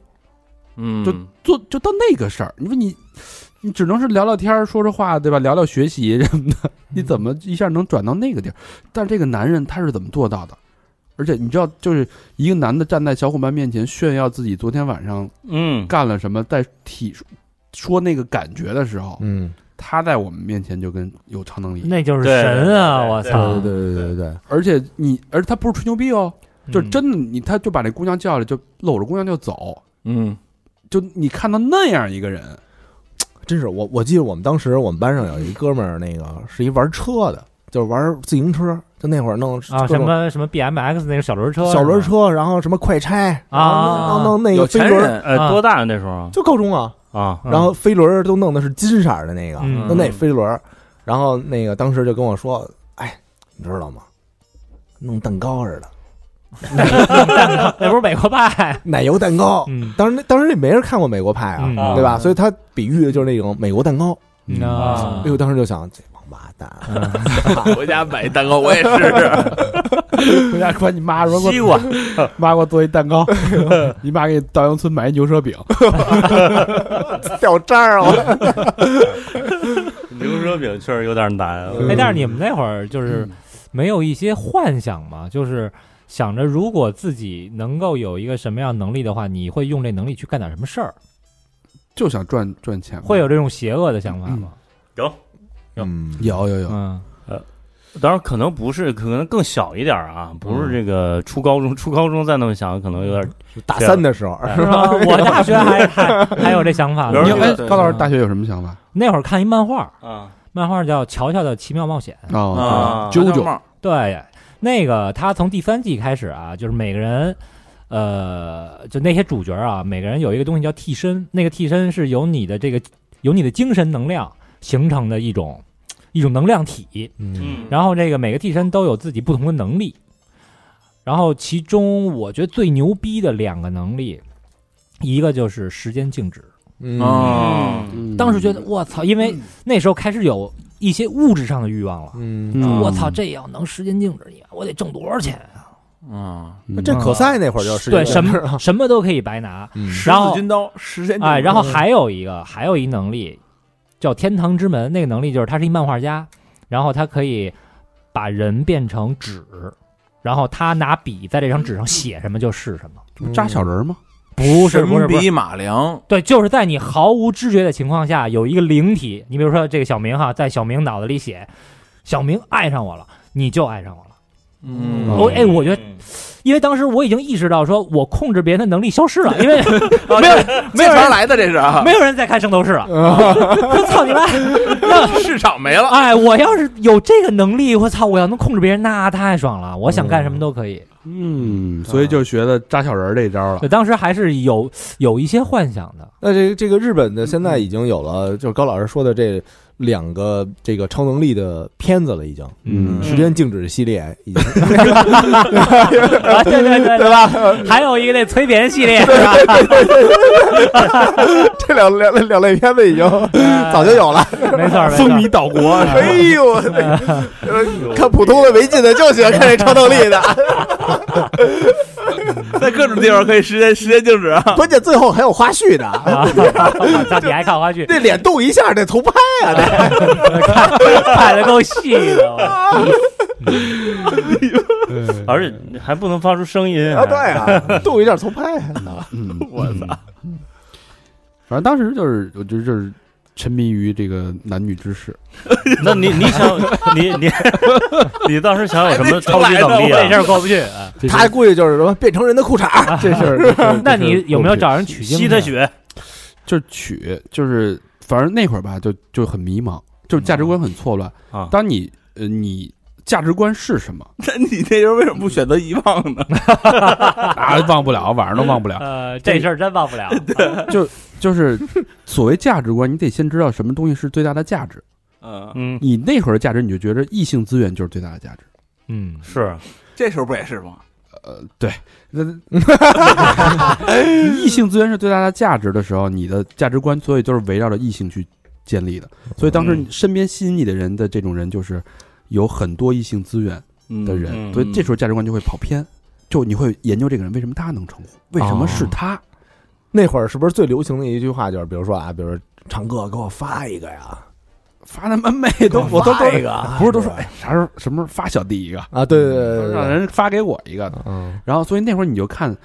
Speaker 3: 嗯，
Speaker 5: 做就到那个事儿。你说你，你只能是聊聊天儿，说说话，对吧？聊聊学习什么的，你怎么一下能转到那个地儿？但是这个男人他是怎么做到的？而且你知道，就是一个男的站在小伙伴面前炫耀自己昨天晚上
Speaker 8: 嗯，
Speaker 5: 干了什么，在体说那个感觉的时候，
Speaker 7: 嗯，
Speaker 5: 他在我们面前就跟有超能力，
Speaker 6: 那就是
Speaker 8: 对
Speaker 6: 神啊！
Speaker 8: 对
Speaker 6: 我
Speaker 8: 对
Speaker 6: 操，
Speaker 7: 对对对对对，
Speaker 5: 而且你，而且他不是吹牛逼哦，
Speaker 6: 嗯
Speaker 5: 就是真的，你他就把这姑娘叫来，就搂着姑娘就走，
Speaker 3: 嗯
Speaker 5: 就你看到那样一个人，
Speaker 7: 真是我我记得我们当时我们班上有一哥们儿，那个是一玩车的，就是玩自行车，就那会儿弄
Speaker 6: 啊，
Speaker 7: 各
Speaker 6: 什
Speaker 7: 种
Speaker 6: 么什么 BMX 那个小轮车，
Speaker 7: 小轮，车，然后什么快拆，然后
Speaker 6: 啊
Speaker 7: 然后弄那
Speaker 3: 有
Speaker 7: 个飞
Speaker 3: 钱
Speaker 7: 轮，
Speaker 3: 人，
Speaker 8: 哎，
Speaker 6: 啊
Speaker 8: 多大呀那时候
Speaker 7: 就高中啊，
Speaker 8: 啊？
Speaker 6: 嗯
Speaker 7: 然后飞轮儿都弄的是金色儿的那个，
Speaker 6: 嗯
Speaker 7: 弄那飞轮儿，然后那个当时就跟我说，哎，你知道吗？弄蛋糕似的，
Speaker 6: 那不是美 国派，
Speaker 7: 奶油蛋糕。
Speaker 6: 嗯
Speaker 7: 当时那当时也没人看过美国派啊，
Speaker 6: 嗯
Speaker 7: 对吧？
Speaker 3: 嗯
Speaker 7: 所以他比喻的就是那种美国蛋糕。
Speaker 6: 啊
Speaker 7: 哎呦，当时就想，这王八蛋，啊
Speaker 3: 回家买一蛋 糕我也试试，
Speaker 5: 回家管你妈 说
Speaker 8: 西瓜，
Speaker 5: 妈给我做一蛋 糕，你妈给稻香村买一牛舌饼，
Speaker 7: 掉渣儿啊！
Speaker 8: 牛舌饼确实有点难。啊
Speaker 6: 哎，但是你们那会儿就是没有一些幻想嘛，就是想着如果自己能够有一个什么样能力的话，你会用这能力去干点什么事儿，
Speaker 5: 就想赚赚钱嘛，
Speaker 6: 会有这种邪恶的想法吗？
Speaker 7: 嗯，
Speaker 5: 有有有，
Speaker 6: 嗯
Speaker 8: 当然可能不是，可能更小一点儿啊，不是这个初高中， 初高中再那么想，可能有点
Speaker 7: 大三的时候，
Speaker 8: 哎
Speaker 6: 是吧？我大学还还还有这想法呢
Speaker 8: 有
Speaker 5: 你
Speaker 8: 点
Speaker 5: 哎，
Speaker 3: 对
Speaker 5: 高老师大学有什么想法
Speaker 6: 那会儿看一漫画，
Speaker 8: 啊
Speaker 6: 漫画叫《乔乔的奇妙冒险》。
Speaker 5: 啊？
Speaker 8: 啊，
Speaker 5: 啾啾
Speaker 3: 帽，
Speaker 6: 对，那个他从第三季开始啊，就是每个人，呃，就那些主角啊，每个人有一个东西叫替身，那个替身是由你的这个由你的精神能量形成的一种一种能量体，
Speaker 7: 嗯
Speaker 8: 嗯，
Speaker 6: 然后这个每个替身都有自己不同的能力，然后其中我觉得最牛逼的两个能力，一个就是时间静止。
Speaker 7: 嗯
Speaker 3: 哦，
Speaker 5: 嗯
Speaker 6: 当时觉得我操，因为那时候开始有一些物质上的欲望了。
Speaker 7: 嗯，
Speaker 5: 嗯
Speaker 6: 我操，这要能时间静止，你我得挣多少钱啊？
Speaker 3: 啊，
Speaker 5: 嗯
Speaker 7: 这可赛那会儿就是
Speaker 6: 对，
Speaker 7: 什
Speaker 6: 什
Speaker 7: 么？
Speaker 6: 么什么都可以白拿。
Speaker 7: 嗯
Speaker 3: 十
Speaker 6: 然后
Speaker 3: 字军刀，十嗯千
Speaker 6: 哎，然后还有一个，还有一能力叫天堂之门，那个能力就是他是一漫画家，然后他可以把人变成纸，然后他拿笔在这张纸上写什么就是什么。
Speaker 7: 嗯
Speaker 5: 扎小人吗？
Speaker 6: 不是不是不
Speaker 3: 神
Speaker 6: 是，
Speaker 3: 笔马良，
Speaker 6: 对，就是在你毫无知觉的情况下，有一个灵体，你比如说这个小明哈，在小明脑子里写，小明爱上我了，你就爱上我了。
Speaker 3: 嗯
Speaker 6: 我哎，我觉得，因为当时我已经意识到，说我控制别人的能力消失了，因为没有没
Speaker 3: 这
Speaker 6: 有
Speaker 3: 茬儿
Speaker 6: 人
Speaker 3: 来的这是啊，
Speaker 6: 没有人再看圣斗士了。我操你妈！
Speaker 3: 市场没了，
Speaker 6: 哎，我要是有这个能力，我操，我要能控制别人，那太爽了！我想干什么都可以。
Speaker 5: 嗯，所以就学的扎小人儿这一招了
Speaker 6: 对，当时还是有有一些幻想的。
Speaker 7: 嗯那这个这个日本的现在已经有了，就是高老师说的这两个这个超能力的片子了，已经
Speaker 5: 嗯
Speaker 7: 时间静止系列已经
Speaker 6: 啊对对对对吧？还有一个那催眠系列，是吧？
Speaker 7: 这两两两类片子已经 早就有了。
Speaker 6: 没错，没错
Speaker 5: 风靡岛国，
Speaker 7: 哎呦，我的呃看普通的没劲的就喜欢看这超能力的，
Speaker 3: 在各种地方可以时间时间静止啊。
Speaker 7: 关键最后还有花絮呢。
Speaker 6: 啊！我操，你还看花絮？
Speaker 7: 这脸动一下，这头拍啊，这
Speaker 6: 看的够细的，我
Speaker 8: 而且还不能发出声音
Speaker 7: 啊，对啊，动一下头拍啊。
Speaker 5: 嗯， 我操！反正当时就是，我觉得就是沉迷于这个男女之事，
Speaker 8: 那你你想你你 你当时想有什么超级能力
Speaker 6: 这事
Speaker 8: 啊？
Speaker 6: 儿过不去啊！
Speaker 5: 这
Speaker 7: 他估计就是什么变成人的裤衩，
Speaker 5: 这事儿
Speaker 6: 那你有没有找人取经去？
Speaker 8: 吸他血，
Speaker 5: 就是曲，就是反正那会儿吧，就就很迷茫，就是价值观很错乱
Speaker 8: 啊
Speaker 5: 当你呃，你价值观是什 么
Speaker 3: 那你那时候为什么不选择遗忘呢？
Speaker 5: 啊？忘不了，晚上都忘不 了。
Speaker 6: 呃，这事儿真忘不了。
Speaker 5: 就是所谓价值观，你得先知道什么东西是最大的价值。
Speaker 3: 嗯，
Speaker 8: 嗯，
Speaker 5: 你那会儿的价值，你就觉得异性资源就是最大的价值。
Speaker 6: 嗯，
Speaker 8: 是
Speaker 3: 这时候不也是吗？
Speaker 5: 呃，对，那 异性资源是最大的价值的时候，你的价值观所以就是围绕着异性去建立的。所以当时
Speaker 8: 嗯
Speaker 5: 身边吸引你的人的这种人，就是有很多异性资源的人，
Speaker 8: 嗯
Speaker 5: 所以这时候价值观就会跑偏。就你会研究这个人为什么他能成功，为什么是他？
Speaker 7: 那会儿是不是最流行的一句话就是，比如说啊，比如说长哥给我发一个呀，
Speaker 5: 发他妈妹都
Speaker 7: 给我
Speaker 5: 我都
Speaker 7: 发一
Speaker 5: 都
Speaker 7: 个 啊，
Speaker 5: 不是都说哎啥时候什么时候发小弟一个，
Speaker 7: 啊，对对对对
Speaker 5: 让
Speaker 7: 对，
Speaker 5: 人发给我一个。
Speaker 7: 嗯，
Speaker 5: 然后所以那会儿你就看，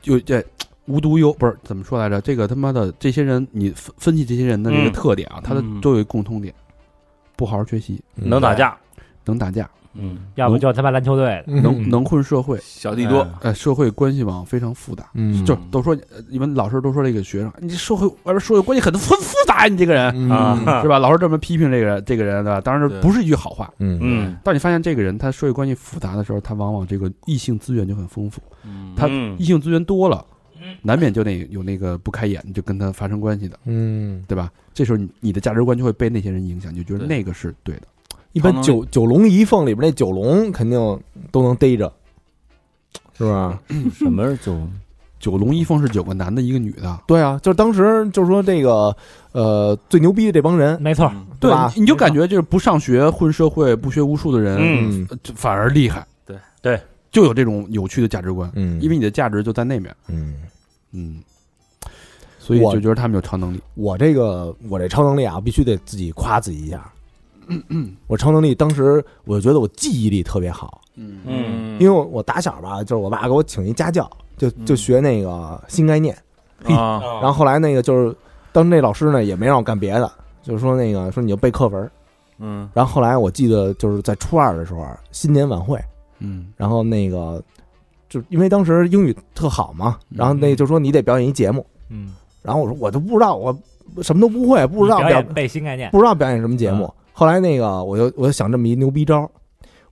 Speaker 5: 就这无独有不是怎么说来着？这个他妈的这些人，你分分析这些人的这个
Speaker 8: 嗯
Speaker 5: 特点啊，他的
Speaker 8: 嗯
Speaker 5: 都有一共通点，不好好学习，
Speaker 7: 嗯
Speaker 8: 能打架，
Speaker 5: 能打架，
Speaker 8: 嗯，
Speaker 6: 要不就他妈篮球队的，
Speaker 7: 嗯，
Speaker 5: 能能混社会，
Speaker 3: 小弟多，
Speaker 5: 呃，社会关系网非常复杂。
Speaker 7: 嗯，
Speaker 5: 就都说呃你们老师都说这个学生，你这社会外边社会关系很很复杂，你这个人
Speaker 7: 嗯
Speaker 8: 啊
Speaker 5: 是吧？老师这么批评这个人，这个人对啊吧？当然
Speaker 3: 对
Speaker 5: 不是一句好话。
Speaker 7: 嗯
Speaker 8: 嗯，
Speaker 5: 当你发现这个人他社会关系复杂的时候，他往往这个异性资源就很丰富。他
Speaker 8: 嗯
Speaker 5: 异性资源多了，难免就那有那个不开眼就跟他发生关系的，
Speaker 7: 嗯，
Speaker 5: 对吧？这时候你你的价值观就会被那些人影响，你就觉得
Speaker 3: 对
Speaker 5: 那个是对的。
Speaker 7: 一般
Speaker 3: 能
Speaker 7: 九九龙一凤里边那九龙肯定都能逮着，是吧？
Speaker 8: 什么就
Speaker 5: 九龙一凤是九个男的，一个女的，
Speaker 7: 对啊，就是当时就是说这个呃最牛逼的这帮人，
Speaker 6: 没错，
Speaker 3: 嗯
Speaker 7: 对吧
Speaker 5: 你你就感觉就是不上学、混社会、不学无术的人，
Speaker 8: 嗯
Speaker 5: 呃就反而厉害。
Speaker 3: 对
Speaker 8: 对，
Speaker 5: 就有这种有趣的价值观，
Speaker 7: 嗯，
Speaker 5: 因为你的价值就在那面，
Speaker 7: 嗯，
Speaker 5: 嗯，所以
Speaker 7: 我
Speaker 5: 就觉得他们有超能力。
Speaker 7: 我这个我这超能力啊，必须得自己夸自己一下。我超能力当时我就觉得我记忆力特别好，
Speaker 5: 嗯
Speaker 8: 嗯
Speaker 7: 因为我我打小吧，就是我爸给我请一家教，就
Speaker 6: 嗯
Speaker 7: 就学那个新概念。
Speaker 3: 啊，
Speaker 6: 哦
Speaker 7: 然后后来那个就是，当时那老师呢也没让我干别的，就是说那个说你就背课文。
Speaker 3: 嗯
Speaker 7: 然后后来我记得就是在初二的时候，啊新年晚会，
Speaker 5: 嗯
Speaker 7: 然后那个就因为当时英语特好嘛，然后那就说你得表演一节目，
Speaker 6: 嗯，
Speaker 7: 然后我说我都不知道，我什么都不会，不知道
Speaker 6: 你表
Speaker 7: 表
Speaker 6: 演嗯背新概念，
Speaker 7: 不知道表演什么节目。后来那个我就我就想这么一牛逼招儿，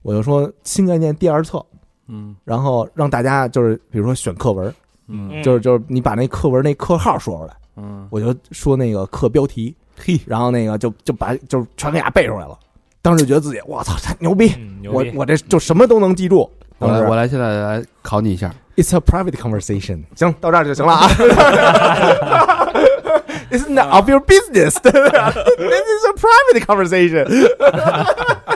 Speaker 7: 我就说新概念第二册，
Speaker 3: 嗯
Speaker 7: 然后让大家就是比如说选课文，
Speaker 3: 嗯
Speaker 7: 就是就是你把那课文那课号说出来，
Speaker 3: 嗯，
Speaker 7: 我就说那个课标题，
Speaker 3: 嘿，
Speaker 7: 然后那个就就把就全给它背出来了。当时就觉得自己我操太牛逼，
Speaker 6: 嗯，牛
Speaker 7: 我
Speaker 6: 逼，
Speaker 7: 我这就什么都能记住。
Speaker 5: 我来，我
Speaker 7: 来
Speaker 5: 来，现在来考你一下，
Speaker 7: ，It's a private conversation。行，到这儿就行了啊。It's not of your business，对不对？This is a private conversation。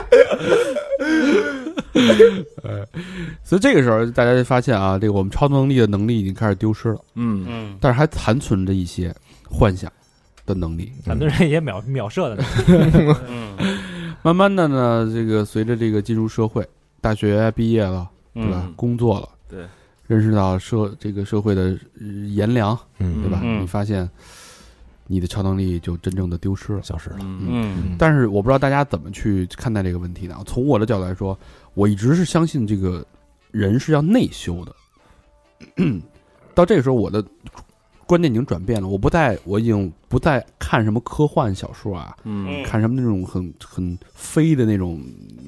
Speaker 5: 所以这个时候大家就发现啊，这个我们超能力的能力已经开始丢失了。
Speaker 3: 嗯，
Speaker 8: 嗯
Speaker 5: 但是还残存着一些幻想的能力。
Speaker 6: 咱们这也秒秒射的呢，
Speaker 8: 嗯
Speaker 5: 慢慢的呢，这个随着这个进入社会，大学毕业了，对吧？
Speaker 8: 嗯
Speaker 5: 工作了，
Speaker 3: 对，
Speaker 5: 认识到社这个社会的呃炎凉，
Speaker 7: 嗯
Speaker 5: 对吧？
Speaker 8: 嗯
Speaker 5: 你发现你的超能力就真正的丢失了。
Speaker 7: 消失了。
Speaker 3: 嗯
Speaker 8: 嗯
Speaker 5: 但是我不知道大家怎么去看待这个问题呢？从我的角度来说，我一直是相信这个人是要内修的。 到这个时候，我的观念已经转变了，我不再，我已经不再看什么科幻小说啊，
Speaker 3: 嗯
Speaker 5: 看什么那种很很飞的那种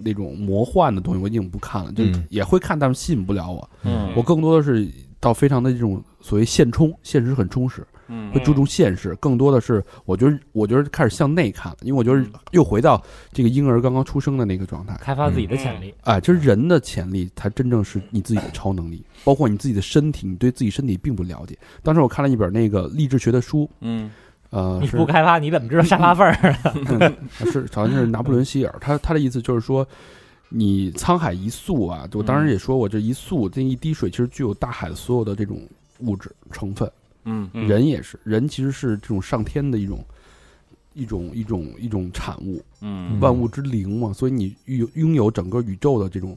Speaker 5: 那种魔幻的东西，我已经不看了，就
Speaker 7: 嗯
Speaker 5: 也会看，但是吸引不了我。
Speaker 8: 嗯
Speaker 5: 我更多的是到非常的这种所谓现充，现实很充实，
Speaker 3: 嗯
Speaker 5: 会注重现实，更多的是我觉得我觉得开始向内看了，因为我觉得又回到这个婴儿刚刚出生的那个状态。
Speaker 6: 开发自己的潜
Speaker 3: 嗯
Speaker 6: 力。
Speaker 5: 哎，就是人的潜力才真正是你自己的超能力，包括你自己的身体，你对自己身体并不了解。当时我看了一本那个励志学的书，
Speaker 3: 嗯
Speaker 5: 呃，
Speaker 6: 你
Speaker 5: 是
Speaker 6: 不开发，你怎么知道沙发缝儿？
Speaker 5: 是好像是拿破仑希尔，他他的意思就是说，你沧海一粟啊，我当时也说过，这一粟这一滴水其实具有大海的所有的这种物质成分，
Speaker 3: 嗯
Speaker 8: 嗯
Speaker 5: 人也是，人其实是这种上天的一种。一种一种一种产物，
Speaker 3: 嗯
Speaker 5: 万物之灵嘛，所以你拥拥有整个宇宙的这种，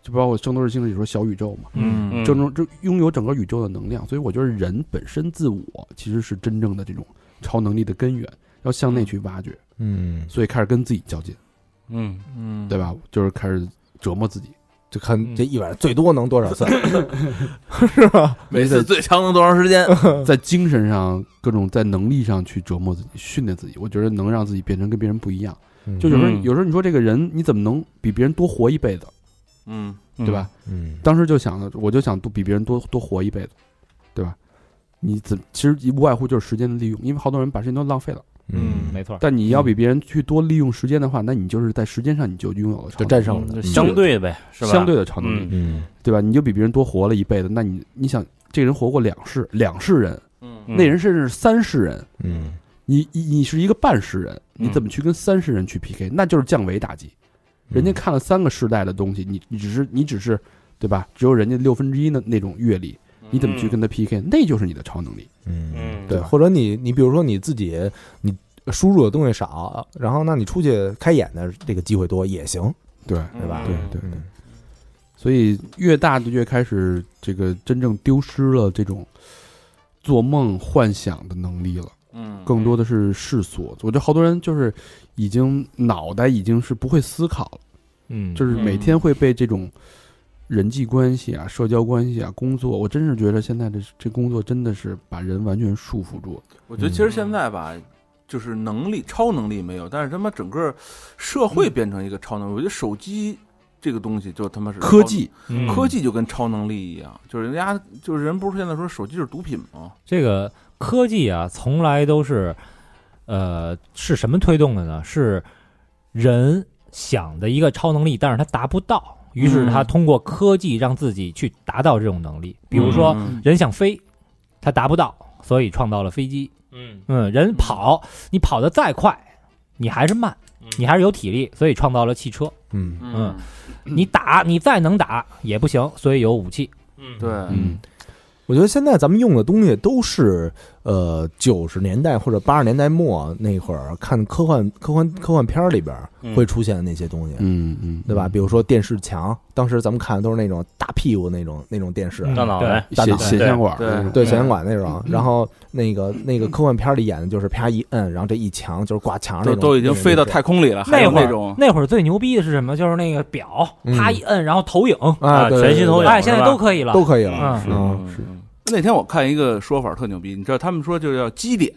Speaker 5: 就包括《圣斗士星矢》里说小宇宙嘛，
Speaker 3: 嗯
Speaker 8: 嗯
Speaker 5: 就能就拥有整个宇宙的能量，所以我觉得人本身自我其实是真正的这种超能力的根源，要向内去挖掘，
Speaker 7: 嗯，
Speaker 5: 所以开始跟自己较劲，
Speaker 8: 嗯，
Speaker 3: 嗯
Speaker 5: 对吧？就是开始折磨自己，
Speaker 7: 就看这一晚上最多能多少次，是吧？
Speaker 3: 每次最长能多长时间？
Speaker 5: 在精神上各种在能力上去折磨自己、训练自己，我觉得能让自己变成跟别人不一样。就有时候
Speaker 8: 嗯
Speaker 5: 有时候你说这个人你怎么能比别人多活一辈子，
Speaker 3: 嗯
Speaker 8: 对
Speaker 5: 对吧？？
Speaker 7: 嗯，
Speaker 5: 当时就想了，我就想多比别人多多活一辈子，对吧？你怎其实无外乎就是时间的利用，因为好多人把时间都浪费了。
Speaker 7: 嗯，
Speaker 6: 没错，
Speaker 5: 但你要比别人去多利用时间的话，那你就是在时间上你就拥有了
Speaker 7: 就
Speaker 5: 超能力
Speaker 7: 战胜了，
Speaker 8: 相对呗，是吧？
Speaker 5: 相对的超能力，
Speaker 8: 嗯
Speaker 7: 嗯，
Speaker 5: 对吧？你就比别人多活了一辈子，那你你想，这人活过两世，两世人，
Speaker 3: 嗯
Speaker 5: 那人甚至是三世人，
Speaker 7: 嗯
Speaker 5: 你你你是一个半世人，你
Speaker 8: 嗯
Speaker 5: 怎么去跟三世人去 PK？那就是降维打击。人家
Speaker 7: 嗯
Speaker 5: 看了三个世代的东西，你你只是你只是对吧？只有人家六分之一的那种阅历，你怎么去跟他 PK？那就是你的超能力。
Speaker 7: 嗯，
Speaker 8: 嗯
Speaker 7: 对，
Speaker 5: 对吧
Speaker 7: 或者你你比如说你自己你输入的东西少，然后那你出去开眼的这个机会多也行，
Speaker 5: 对
Speaker 7: 对吧？
Speaker 5: 对对对
Speaker 7: 嗯，
Speaker 5: 所以越大就越开始这个真正丢失了这种做梦幻想的能力了，
Speaker 3: 嗯
Speaker 5: 更多的是世俗。我觉得好多人就是已经脑袋已经是不会思考了，
Speaker 6: 嗯，
Speaker 5: 就是每天会被这种人际关系啊、社交关系啊、工作，我真是觉得现在这这工作真的是把人完全束缚住了。
Speaker 3: 嗯我觉得其实现在吧，就是能力、超能力没有，但是他妈整个社会变成一个超能力。
Speaker 6: 嗯
Speaker 3: 我觉得手机这个东西就他妈是
Speaker 5: 科技，
Speaker 3: 超，
Speaker 6: 嗯
Speaker 3: 科技就跟超能力一样，就是人家就是人不是现在说手机是毒品吗？
Speaker 6: 这个科技啊，从来都是，呃，是什么推动的呢？是人想的一个超能力，但是他达不到，于是他通过科技让自己去达到这种能力。比如说，
Speaker 3: 嗯
Speaker 6: 人想飞，他达不到，所以创造了飞机。
Speaker 8: 嗯
Speaker 6: 嗯，人跑，你跑得再快，你还是慢，你还是有体力，所以创造了汽车。
Speaker 7: 嗯
Speaker 3: 嗯，
Speaker 6: 你打，你再能打也不行，所以有武器。
Speaker 8: 嗯
Speaker 3: 对，，
Speaker 5: 嗯，
Speaker 7: 我觉得现在咱们用的东西都是呃九十年代或者八十年代末那会儿看科幻科幻科幻片儿里边儿会出现的那些东西，
Speaker 5: 嗯嗯，
Speaker 7: 对吧？比如说电视墙，当时咱们看的都是那种大屁股那种那种电视，啊
Speaker 6: 嗯
Speaker 8: 大脑
Speaker 6: 对
Speaker 8: 袋，
Speaker 5: 血
Speaker 7: 大脑
Speaker 5: 血
Speaker 8: 对
Speaker 5: 线管儿
Speaker 3: 对
Speaker 5: 那
Speaker 6: 嗯
Speaker 5: 种，
Speaker 7: 对小烟馆那种。然后那个那个科幻片里演的就是啪一摁，然后这一墙就是挂墙那
Speaker 3: 都
Speaker 7: 种，
Speaker 3: 都已经飞到太空里了，还有
Speaker 6: 会
Speaker 3: 那
Speaker 6: 儿
Speaker 3: 种
Speaker 6: 那会儿最牛逼的是什么？就是那个表，
Speaker 7: 嗯
Speaker 6: 啪一摁，然后投影，
Speaker 7: 啊，
Speaker 8: 啊
Speaker 7: 对
Speaker 8: 全息投影
Speaker 6: 哎，现在都可以了。
Speaker 7: 都可以了，
Speaker 6: 嗯
Speaker 7: 嗯
Speaker 3: 是。那天我看一个说法特牛逼，你知道他们说就叫基点，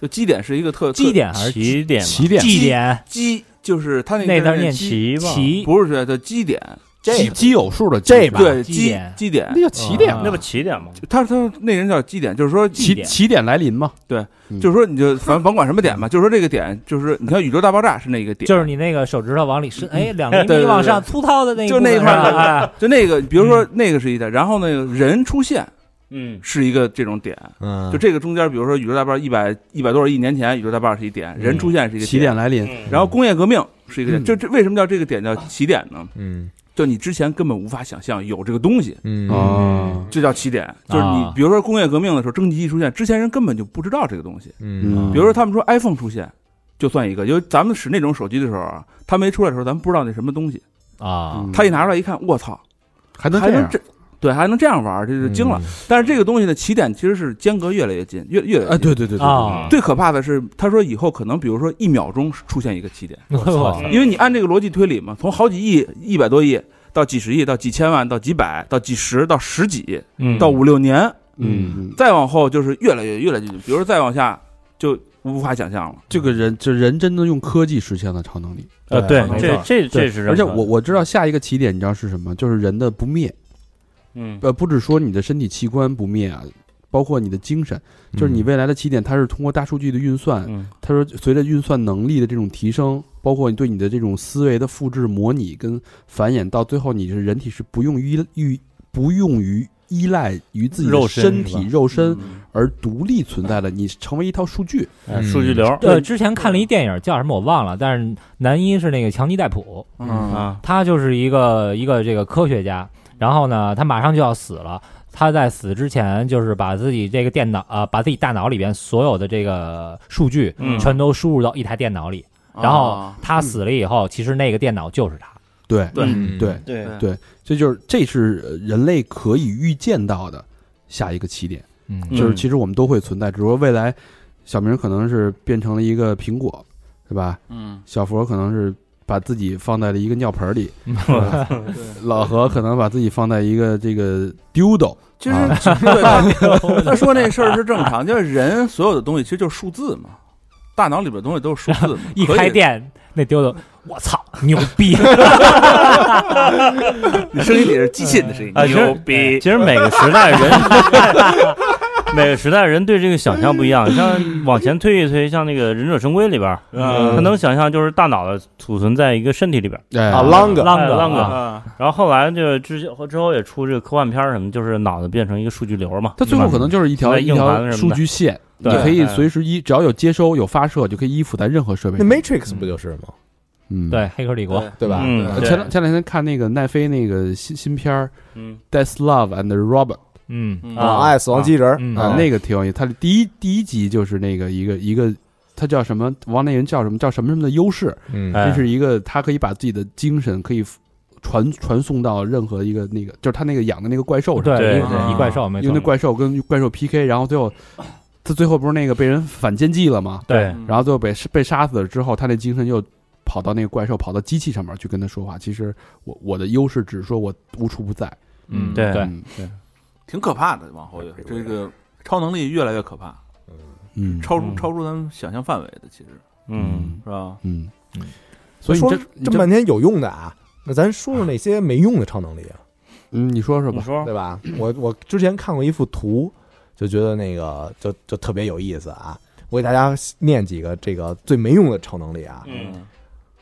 Speaker 3: 就基点是一个特
Speaker 6: 基点还是
Speaker 8: 起点嘛，
Speaker 5: 起点
Speaker 6: 绩点？
Speaker 3: 基，就是他
Speaker 6: 那
Speaker 3: 那
Speaker 6: 字
Speaker 3: 个
Speaker 6: 儿念
Speaker 3: 基，
Speaker 8: 起吧，
Speaker 6: 奇
Speaker 3: 不是学叫基点，
Speaker 5: 奇
Speaker 7: 这
Speaker 5: 奇偶数的
Speaker 7: 这
Speaker 5: 奇
Speaker 7: 吧
Speaker 3: 对
Speaker 6: 基
Speaker 3: 基
Speaker 6: 点
Speaker 3: 基点
Speaker 5: 那，叫起点
Speaker 6: 啊
Speaker 8: 那不起点吗？
Speaker 3: 他他那人叫基点，就是说
Speaker 6: 基
Speaker 5: 起
Speaker 6: 点
Speaker 5: 起点来临嘛，
Speaker 3: 就是说你就反正甭管什么点吧，就是说这个点就是你看宇宙大爆炸是那个点，
Speaker 6: 嗯就是你那个手指头往里伸，哎，两厘
Speaker 3: 对对嗯
Speaker 6: 米
Speaker 3: 对
Speaker 6: 往上，粗糙的那一
Speaker 3: 就那
Speaker 6: 部分
Speaker 3: 块儿
Speaker 6: 是吧哎，
Speaker 3: 就那个，比如说那个是一点，然后那个人出现
Speaker 8: 嗯
Speaker 3: 是一个这种点，
Speaker 7: 嗯，
Speaker 3: 就这个中间，比如说宇宙大爆炸一百一百多少亿年
Speaker 6: 嗯
Speaker 3: 前宇宙大爆炸是一点，人出现是一个
Speaker 5: 起点，来
Speaker 8: 嗯
Speaker 5: 临，
Speaker 3: 然后工业革命是一个点，
Speaker 5: 嗯
Speaker 3: 就这为什么叫这个点叫起点呢？
Speaker 7: 嗯
Speaker 3: 就你之前根本无法想象有这个东西，
Speaker 7: 嗯
Speaker 5: 哦，
Speaker 3: 这叫起点。就是你
Speaker 6: 啊
Speaker 3: 比如说工业革命的时候，蒸汽机出现之前人根本就不知道这个东西，
Speaker 7: 嗯
Speaker 5: 嗯
Speaker 3: 比如说他们说 iPhone 出现。就算一个，因为咱们使那种手机的时候啊，它没出来的时候，咱们不知道那什么东西。
Speaker 6: 啊，
Speaker 5: 嗯
Speaker 3: 它一拿出来一看，我操，
Speaker 5: 还能
Speaker 3: 还
Speaker 5: 这
Speaker 3: 能
Speaker 5: 样，
Speaker 3: 这，对，还能这样玩儿，这就惊
Speaker 7: 嗯
Speaker 3: 了。，但是这个东西的起点其实是间隔越来越近，越越来越
Speaker 5: 哎，
Speaker 3: 近。
Speaker 5: 对对对对
Speaker 6: 啊
Speaker 3: 最可怕的是，他说以后可能，比如说一秒钟出现一个起点，
Speaker 6: 我操
Speaker 8: 嗯
Speaker 3: 因为你按这个逻辑推理嘛，从好几亿、一百多亿到几十亿，到几千万，到几百，到几十，到十几，
Speaker 8: 嗯
Speaker 3: 到五六年，
Speaker 5: 嗯，嗯
Speaker 3: 再往后就是越来越越来越近，比如说再往下就无法想象了。
Speaker 5: 这个人这人真的用科技实现了超能力，
Speaker 8: 呃，对，
Speaker 7: 没
Speaker 8: 这
Speaker 7: 错
Speaker 8: 这这是认可的，
Speaker 5: 而且我我知道下一个起点你知道是什么，就是人的不灭，
Speaker 8: 嗯
Speaker 5: 呃，不只说你的身体器官不灭啊，包括你的精神，
Speaker 7: 嗯
Speaker 5: 就是你未来的起点，它是通过大数据的运算，
Speaker 8: 嗯
Speaker 5: 他说，随着运算能力的这种提升，包括你对你的这种思维的复制、模拟跟繁衍，到最后你是人体是不用依依不用于依赖于自己的
Speaker 8: 肉身
Speaker 5: 身
Speaker 8: 是
Speaker 5: 体
Speaker 8: 吧嗯
Speaker 5: 肉身而独立存在的，你成为一套数据。
Speaker 8: 哎数据流儿
Speaker 6: 呃，之前看了一电影叫什么我忘了，但是男一是那个强尼戴普，
Speaker 3: 嗯
Speaker 8: 啊，
Speaker 6: 他就是一个一个这个科学家，然后呢，他马上就要死了。他在死之前，就是把自己这个电脑啊、呃把自己大脑里边所有的这个数据
Speaker 8: 嗯
Speaker 6: 全都输入到一台电脑里。然
Speaker 8: 啊
Speaker 6: 后
Speaker 3: 嗯
Speaker 6: 他死了以后，其实那个电脑就是他。
Speaker 5: 对
Speaker 8: 对
Speaker 7: 嗯
Speaker 5: 对，
Speaker 8: 对
Speaker 3: 对
Speaker 5: 这就是这是呃人类可以预见到的下一个起点，
Speaker 6: 嗯，
Speaker 8: 嗯
Speaker 5: 就是其实我们都会存在，只不过未来小明可能是变成了一个苹果，对吧？
Speaker 3: 嗯，
Speaker 5: 小佛可能是把自己放在了一个尿盆里，老何可能把自己放在一个这个 doodle，
Speaker 3: 其实
Speaker 8: 啊
Speaker 3: 对他说那事儿是正常，就是人所有的东西其实就是数字嘛，大脑里边的东西都是数 字嘛
Speaker 6: 一
Speaker 3: 可以
Speaker 6: 开店，那丢的，我操，牛 逼！
Speaker 3: 你声音里是机器人的声音
Speaker 8: 啊，其
Speaker 3: 牛
Speaker 8: 实
Speaker 3: 逼，
Speaker 8: 其实每个时代人， 每个时代人对这个想象不一样。像往前推一推，像那个《忍者神龟》里边儿，
Speaker 3: 嗯
Speaker 8: 他能想象就是大脑的储存在一个身体里边儿。
Speaker 5: 哎
Speaker 7: 啊，啷个
Speaker 6: 浪哥，
Speaker 8: 浪哥
Speaker 6: 啊
Speaker 3: 啊，
Speaker 8: 然后后来就之前之后也出这个科幻片儿什么，就是脑子变成一个数据流嘛。
Speaker 5: 它最后可能就是一条
Speaker 8: 对
Speaker 5: 一
Speaker 8: 硬盘
Speaker 5: 条
Speaker 8: 什么的
Speaker 5: 数据线，你
Speaker 8: 对
Speaker 5: 可以
Speaker 8: 对
Speaker 5: 随时依，只要有接收有发射，就可以依附在任何设备
Speaker 7: 那
Speaker 5: 上。
Speaker 7: Matrix 不就是吗？
Speaker 5: 嗯，
Speaker 6: 对，黑客帝国，
Speaker 7: 对吧？
Speaker 8: 嗯
Speaker 5: 呃。
Speaker 8: 对
Speaker 5: 前两前两天看那个奈飞那个新新片儿
Speaker 8: 嗯
Speaker 5: 《Death Love and Robot
Speaker 6: 嗯
Speaker 3: 嗯
Speaker 7: 啊，爱死亡机器人儿
Speaker 6: 嗯》
Speaker 5: 啊
Speaker 6: 哦，
Speaker 5: 那个挺有意思。它的第一第一集就是那个一个一个，他叫什么？王那人叫什么？叫什么什么的优势？
Speaker 7: 嗯
Speaker 8: 哎
Speaker 5: 这是一个他可以把自己的精神可以传传送到任何一个那个，就是他那个养的那个怪兽上。
Speaker 6: 对，
Speaker 8: 对
Speaker 6: 一个一怪兽，没
Speaker 5: 因
Speaker 6: 错
Speaker 5: 为那，怪兽跟怪兽 PK，然后最后他最后不是那个被人反间计了吗？
Speaker 8: 对
Speaker 3: 嗯
Speaker 5: 然后最后被被杀死了之后，他那精神又跑到那个怪兽，跑到机器上面去跟他说话。其实我我的优势只是说我无处不在。
Speaker 6: 嗯，
Speaker 8: 对
Speaker 6: 对，
Speaker 5: 嗯对，
Speaker 3: 挺可怕的。往后就是这个超能力越来越可怕，
Speaker 5: 嗯
Speaker 3: 超出
Speaker 8: 嗯
Speaker 3: 超出咱们想象范围的，其实
Speaker 8: 嗯，
Speaker 3: 是吧？
Speaker 5: 嗯
Speaker 6: 嗯，
Speaker 5: 所以你
Speaker 7: 说
Speaker 5: 这你
Speaker 7: 这么半天有用的啊，那咱说说那些没用的超能力啊，
Speaker 5: 嗯，你说说
Speaker 8: 你
Speaker 5: 吧。
Speaker 8: 说
Speaker 7: 对吧？我我之前看过一幅图，就觉得那个就就特别有意思啊。我给大家念几个这个最没用的超能力啊。
Speaker 8: 嗯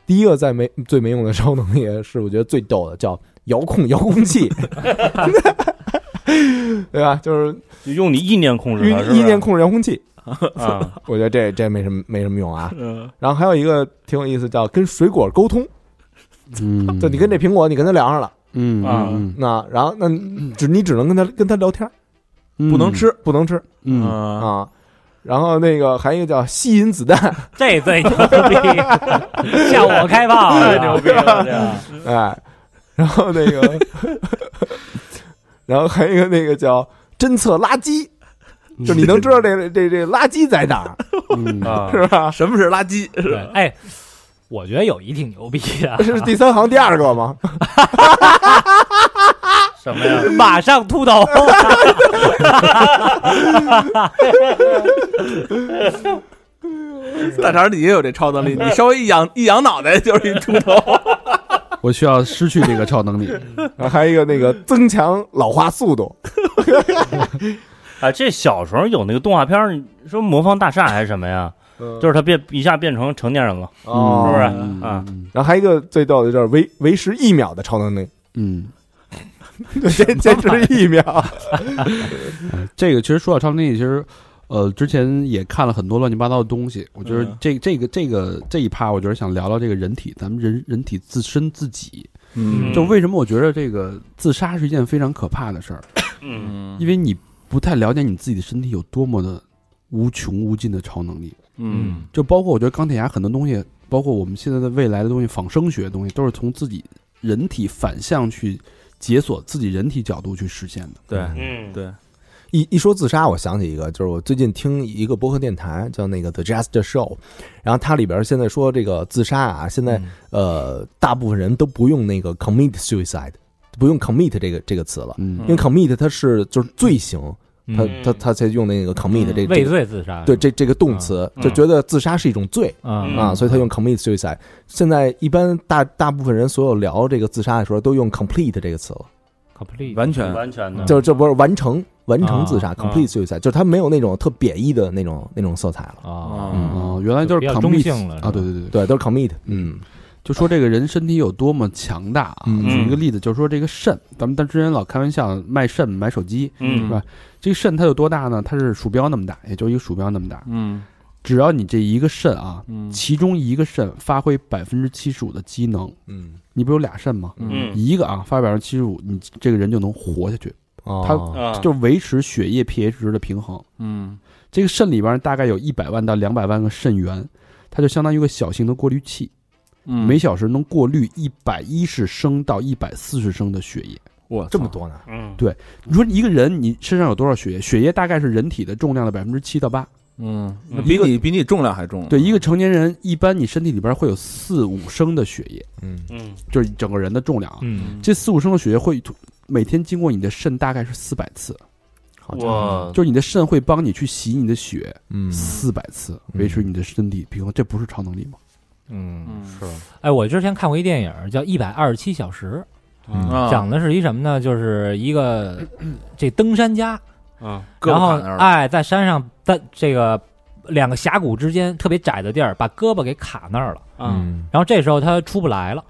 Speaker 7: 第一个在没最没用的超能力是我觉得最逗的，叫遥控遥控器， 对吧？就是
Speaker 8: 就用你意念控制
Speaker 7: 意
Speaker 8: 它，是不是
Speaker 7: 意念控制遥控器，
Speaker 8: 啊，嗯
Speaker 7: 我觉得这这没什么没什么用啊。然后还有一个挺有意思，叫跟水果沟通，
Speaker 5: 嗯，
Speaker 7: 就你跟这苹果，你跟它聊上了，
Speaker 5: 嗯
Speaker 8: 啊
Speaker 5: 嗯
Speaker 7: 那然后那你只你只能跟它跟它聊天，
Speaker 5: 嗯，
Speaker 7: 不能吃，不能吃
Speaker 5: 嗯。
Speaker 3: 嗯
Speaker 7: 啊。然后那个还有一个叫吸引子弹，
Speaker 6: 这最牛逼，向我开炮，啊
Speaker 8: 太牛逼了，这样
Speaker 7: 哎，然后那个， 然后还有一个那个叫侦测垃圾，就你能知道这个这这垃圾在哪 儿，
Speaker 5: 嗯
Speaker 8: 啊，
Speaker 7: 是吧？
Speaker 3: 什么是垃圾？
Speaker 6: 对，哎，我觉得有一挺牛逼的，
Speaker 7: 这是第三行第二个吗？
Speaker 8: 什么呀？
Speaker 6: 马上秃头，
Speaker 3: 大肠，你也有这超能力，你稍微一仰一仰脑袋就是一秃头。
Speaker 5: 我需要失去这个超能力。
Speaker 7: 然后还有一个那个增强老化速度，
Speaker 8: 啊，这小时候有那个动画片儿，你说魔方大厦还是什么呀？就是他变一下变成成年人了，
Speaker 7: 嗯哦
Speaker 8: 是不是
Speaker 5: 嗯
Speaker 8: 啊？
Speaker 7: 然后还有一个最逗的就是维维持一秒的超能 力，
Speaker 5: 嗯，
Speaker 7: 坚坚持一秒，
Speaker 5: 嗯哎这个其实说到超能力，其实呃，之前也看了很多乱七八糟的东西。我觉得
Speaker 3: 嗯
Speaker 5: 这、这个这个这一趴，我觉得想聊聊这个人体，咱们人人体自身自己，
Speaker 8: 嗯
Speaker 5: 就为什么我觉得这个自杀是一件非常可怕的事儿，
Speaker 8: 嗯
Speaker 3: 嗯
Speaker 5: 因为你不太了解你自己的身体有多么的无穷无尽的超能力。
Speaker 3: 嗯
Speaker 5: 就包括我觉得钢铁侠很多东西，包括我们现在的未来的东西，仿生学的东西，都是从自己人体反向去解锁自己人体角度去实现的。
Speaker 3: 对
Speaker 8: 嗯，
Speaker 3: 对，
Speaker 7: 一一说自杀，我想起一个，就是我最近听一个播客电台叫那个 The Just Show，然后它里边现在说这个自杀啊，现在、呃大部分人都不用那个 commit suicide，不用 commit 这个这个词了，
Speaker 5: 嗯
Speaker 7: 因为 commit 它是就是罪行，它
Speaker 6: 嗯
Speaker 7: 它它才用那个 commit 这、
Speaker 6: 畏
Speaker 7: 这个
Speaker 6: 罪自杀，
Speaker 7: 对，这这个动词，
Speaker 8: 嗯
Speaker 7: 就觉得自杀是一种罪。
Speaker 6: 嗯
Speaker 7: 啊，所以他用 commit suicide。现在一般大大部分人所有聊这个自杀的时候，都用 complete 这个词了，
Speaker 6: ，complete，
Speaker 3: 完全
Speaker 8: 完全的，
Speaker 7: 就是这不是完成，完成自杀、
Speaker 6: 啊
Speaker 7: complete suicide，就是他没有那种特贬义的那种那种色彩了。
Speaker 6: 啊，
Speaker 7: 嗯
Speaker 5: 哦，原来就
Speaker 6: 就是比较
Speaker 5: commit
Speaker 6: 中性了是吧
Speaker 5: 啊，对对对，
Speaker 7: 对，都是 commit。嗯
Speaker 5: 就说这个人身体有多么强大啊。
Speaker 7: 嗯
Speaker 5: 举一个例子，就是说这个肾，咱们咱之前老开玩笑卖肾买手机，
Speaker 8: 嗯
Speaker 5: 是吧？这个肾它有多大呢？它是鼠标那么大，也就一个鼠标那么大。
Speaker 3: 嗯
Speaker 5: 只要你这一个肾啊，
Speaker 3: 嗯
Speaker 5: 其中一个肾发挥百分之七十五的机能，
Speaker 7: 嗯，
Speaker 5: 你不有俩肾吗？
Speaker 8: 嗯
Speaker 5: 一个啊发挥百分之七十五，你这个人就能活下去，
Speaker 7: 哦
Speaker 8: 啊，
Speaker 5: 就维持血液 pH 值的平衡。
Speaker 3: 嗯
Speaker 5: 这个肾里边大概有一百万到两百万个肾源，它就相当于一个小型的过滤器，
Speaker 3: 嗯
Speaker 5: 每小时能过滤一百一十升到一百四十升的血液。
Speaker 3: 我
Speaker 7: 这么多呢？
Speaker 8: 嗯
Speaker 5: 对你说一个人你身上有多少血液？血液大概是人体的重量的百分之七到八。
Speaker 3: 嗯，那
Speaker 8: 嗯
Speaker 3: 比你比你重量还重。
Speaker 5: 对，一个成年人一般你身体里边会有四五升的血液，
Speaker 7: 嗯
Speaker 8: 嗯
Speaker 5: 就是整个人的重量啊。
Speaker 6: 嗯，
Speaker 5: 这四五升的血液会吐每天经过你的肾大概是四百次，
Speaker 7: 好家伙，
Speaker 8: 哇，
Speaker 5: 就是你的肾会帮你去洗你的血
Speaker 7: 嗯
Speaker 5: 四百次，维持你的身体平衡，这不是超能力吗？
Speaker 6: 嗯，
Speaker 3: 嗯
Speaker 6: 哎，我之前看过一电影叫《一百二十七小时
Speaker 7: 嗯
Speaker 3: 啊》，
Speaker 6: 讲的是一什么呢？就是一个这登山家，
Speaker 3: 啊，胳
Speaker 6: 然
Speaker 3: 膊
Speaker 6: 后
Speaker 3: 砍那儿了
Speaker 6: 哎，在山上，在这个两个峡谷之间特别窄的地儿，把胳膊给卡那儿了。
Speaker 8: 嗯
Speaker 6: 然后这时候他出不来了，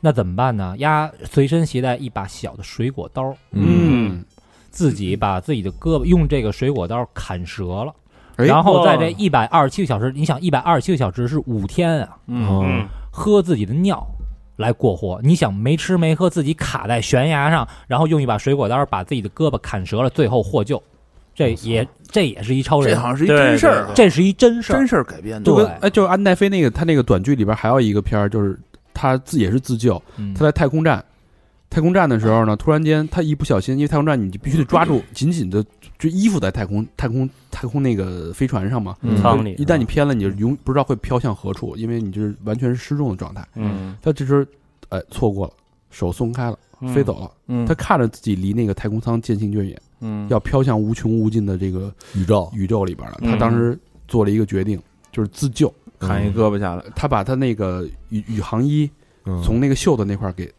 Speaker 6: 那怎么办呢？丫随身携带一把小的水果刀，
Speaker 7: 嗯
Speaker 8: 嗯，
Speaker 6: 自己把自己的胳膊用这个水果刀砍折了。
Speaker 5: 哎
Speaker 6: 然后在这
Speaker 8: 哇
Speaker 6: 一百二十七个小时，你想一百二十七个小时是五天啊，
Speaker 3: 嗯
Speaker 8: 嗯
Speaker 6: 喝自己的尿来过活。你想没吃没喝，自己卡在悬崖上，然后用一把水果刀把自己的胳膊砍折了，最后获救，这也这也是一超
Speaker 3: 这
Speaker 6: 人
Speaker 3: 好，像是一
Speaker 8: 对
Speaker 3: 真事儿
Speaker 8: 对
Speaker 3: 啊，
Speaker 6: 这是一真事
Speaker 3: 真
Speaker 6: 儿。
Speaker 3: 事儿改编的。
Speaker 5: 就
Speaker 6: 对
Speaker 5: 跟哎，就是安奈飞那个他那个短剧里边还有一个片儿，就是他自也是自救，
Speaker 6: 嗯
Speaker 5: 他在太空站。太空站的时候呢，突然间他一不小心，因为太空站你就必须得抓住，紧紧的就依附在太空太空太空那个飞船上嘛。
Speaker 3: 嗯
Speaker 8: 舱里
Speaker 5: 一旦你偏了，你就永不知道会飘向何处，因为你就是完全是失重的状态。
Speaker 8: 嗯
Speaker 5: 他这时候，哎，错过了，手松开了，飞走了。
Speaker 3: 嗯
Speaker 5: 他看着自己离那个太空舱渐行渐远，
Speaker 3: 嗯
Speaker 5: 要飘向无穷无尽的这个
Speaker 7: 宇宙
Speaker 5: 宇宙里边了。
Speaker 8: 嗯
Speaker 5: 他当时做了一个决定，就是自救。
Speaker 3: 砍嗯一胳膊下来，
Speaker 5: 他把他那个宇宇航衣
Speaker 7: 嗯
Speaker 5: 从那个袖子那块儿给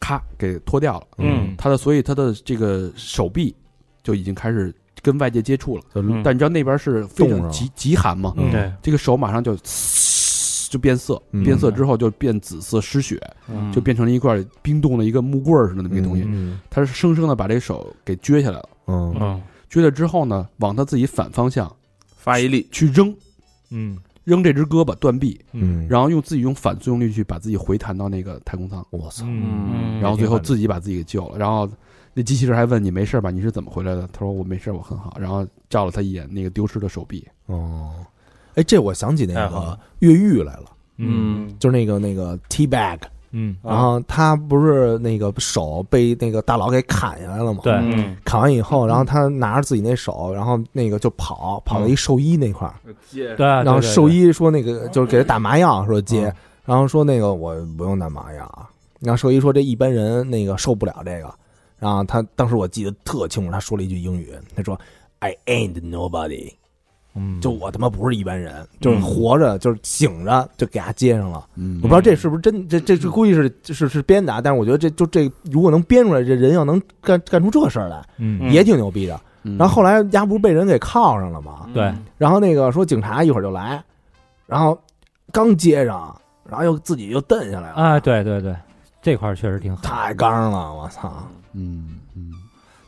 Speaker 5: 咔给脱掉了，
Speaker 8: 嗯
Speaker 5: 他的所以他的这个手臂就已经开始跟外界接触了。
Speaker 7: 嗯
Speaker 5: 但你知道那边是非
Speaker 7: 冻
Speaker 5: 常
Speaker 7: 上
Speaker 5: 极极寒嘛，
Speaker 7: 嗯
Speaker 8: 对，
Speaker 5: 这个手马上就就变色，
Speaker 7: 嗯
Speaker 5: 变色之后就变紫色失血，
Speaker 3: 嗯
Speaker 5: 就变成了一块冰冻的一个木棍儿似的那么一个东西。
Speaker 7: 嗯
Speaker 5: 他是生生的把这个手给撅下来了，
Speaker 7: 嗯
Speaker 8: 嗯
Speaker 5: 撅了之后呢，往他自己反方向
Speaker 3: 发一力，
Speaker 5: 去扔，
Speaker 6: 嗯
Speaker 5: 扔这只胳膊断臂，
Speaker 7: 嗯，
Speaker 5: 然后用自己用反作用力去把自己回弹到那个太空舱，
Speaker 7: 我操，
Speaker 3: 嗯
Speaker 5: 然后最后自己把自己给
Speaker 7: 嗯
Speaker 5: 救了。然后那机器人还问你没事吧？你是怎么回来的？他说我没事，我很好。然后照了他一眼那个丢失的手臂，
Speaker 7: 哦，哎，这我想起那
Speaker 8: 太好
Speaker 7: 个
Speaker 8: 了
Speaker 7: 越狱来了，
Speaker 6: 嗯
Speaker 7: 就是那个那个 T bag，
Speaker 6: 嗯，
Speaker 7: 然后他不是那个手被那个大佬给砍下来了吗？
Speaker 6: 对，
Speaker 8: 嗯
Speaker 7: 砍完以后，然后他拿着自己那手，然后那个就跑，跑到一兽医那块儿，
Speaker 3: 接
Speaker 6: 对，
Speaker 7: 然后
Speaker 6: 啊对嗯
Speaker 7: 兽，医说那个就是给他打麻药，说接，然后说那个我不用打麻药啊，然后兽医说这一般人那个受不了这个，然后他当时我记得特清楚，他说了一句英语，他说 I ain't nobody，
Speaker 6: 对嗯，
Speaker 7: 就我他妈不是一般人，就是活着，就是醒着就给他接上了。
Speaker 5: 嗯
Speaker 7: 我不知道这是不是真，这这这估计是是是编的，啊，但是我觉得这就这如果能编出来，这人要能干干出这事儿来，
Speaker 6: 嗯
Speaker 8: 嗯
Speaker 7: 也挺牛逼的。
Speaker 5: 嗯
Speaker 7: 然后后来丫不是被人给铐上了吗？
Speaker 6: 对，
Speaker 7: 然后那个说警察一会儿就来，然后刚接上，然后又自己又蹬下来了，
Speaker 6: 啊，对对对，这块儿确实挺好。
Speaker 7: 太刚了，我操！
Speaker 5: 嗯嗯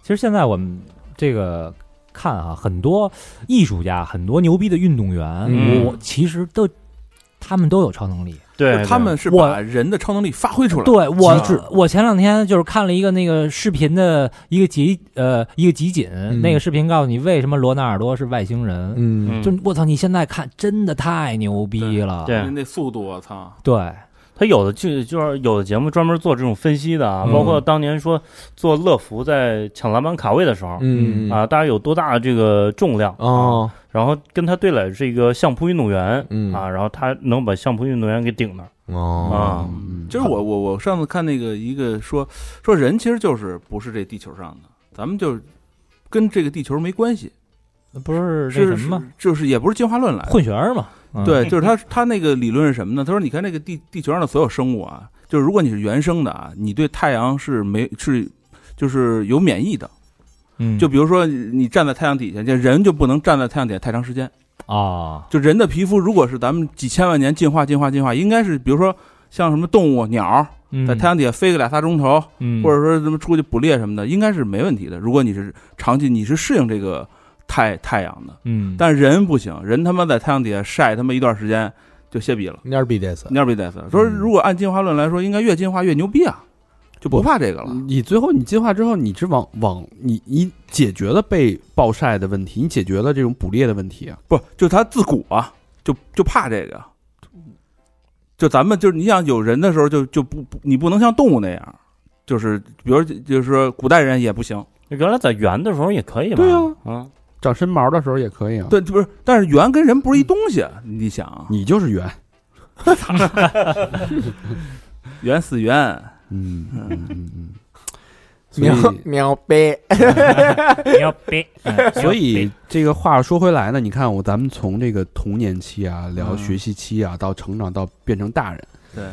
Speaker 6: 其实现在我们这个看啊，很多艺术家，很多牛逼的运动员，
Speaker 7: 嗯
Speaker 6: 我其实都他们都有超能力。
Speaker 8: 对，
Speaker 3: 他们是
Speaker 6: 我
Speaker 3: 把人的超能力发挥出来。
Speaker 6: 对我
Speaker 3: 极致，
Speaker 6: 我前两天就是看了一个那个视频的一个集呃一个集锦，那个视频告诉你为什么罗纳尔多是外星人。
Speaker 7: 嗯
Speaker 8: 嗯
Speaker 6: 就我操，你现在看真的太牛逼了。
Speaker 8: 对
Speaker 3: 那那速度，我操！
Speaker 6: 对
Speaker 8: 他有的就就是有的节目专门做这种分析的啊，
Speaker 6: 嗯
Speaker 8: 包括当年说做乐福在抢篮板卡位的时候。
Speaker 7: 嗯
Speaker 8: 啊，大概有多大的这个重
Speaker 5: 嗯
Speaker 8: 量？
Speaker 7: 哦，
Speaker 8: 然后跟他对垒是一个相扑运动员，
Speaker 7: 嗯
Speaker 5: 哦
Speaker 8: 啊，然后他能把相扑运动员给顶那儿
Speaker 7: 哦，
Speaker 8: 啊，
Speaker 5: 嗯，
Speaker 3: 就是我我我上次看那个一个说说人其实就是不是这地球上的，咱们就是跟这个地球没关系，
Speaker 6: 不是那
Speaker 3: 是
Speaker 6: 什么吗？
Speaker 3: 是就是也不是进化论来的。
Speaker 6: 混血儿嘛。嗯，
Speaker 3: 对，就是他他那个理论是什么呢？他说你看那个地地球上的所有生物啊，就是如果你是原生的啊，你对太阳是没是就是有免疫的，
Speaker 6: 嗯，
Speaker 3: 就比如说你站在太阳底下，这人就不能站在太阳底下太长时间。
Speaker 6: 啊，
Speaker 3: 就人的皮肤，如果是咱们几千万年进化、进化、进化，应该是比如说像什么动物、鸟，在太阳底下飞个俩仨钟头，
Speaker 6: 嗯，
Speaker 3: 或者说什么出去捕猎什么的，应该是没问题的。如果你是长期你是适应这个太太阳的，
Speaker 6: 嗯，
Speaker 3: 但是人不行，人他妈在太阳底下晒他妈一段时间就歇逼了。
Speaker 5: 嗯
Speaker 7: 蔫儿逼这次，
Speaker 3: 蔫儿逼得死。说如果按进化论来说，应该越进化越牛逼啊，就不怕这个了。
Speaker 5: 你最后你进化之后，你是往往你你解决了被暴晒的问题，你解决了这种捕猎的问题啊。
Speaker 3: 不就他自古啊，就就怕这个。就咱们就是你想有人的时候就，就不不你不能像动物那样，就是比如就是说古代人也不行，
Speaker 8: 原来在圆的时候也可以吧？
Speaker 5: 对啊，
Speaker 8: 嗯，
Speaker 5: 长身毛的时候也可以啊。，
Speaker 3: 对，不是，但是猿跟人不是一东西，你想啊
Speaker 5: 你就是圆。
Speaker 3: 猿死猿，
Speaker 5: 嗯嗯嗯 嗯。所
Speaker 7: 喵
Speaker 5: 以
Speaker 7: 喵呗，
Speaker 6: 牛逼，
Speaker 5: 所以这个话说回来呢，你看我咱们从这个童年期啊，聊学习期啊，到成长到变成大人，
Speaker 3: 对，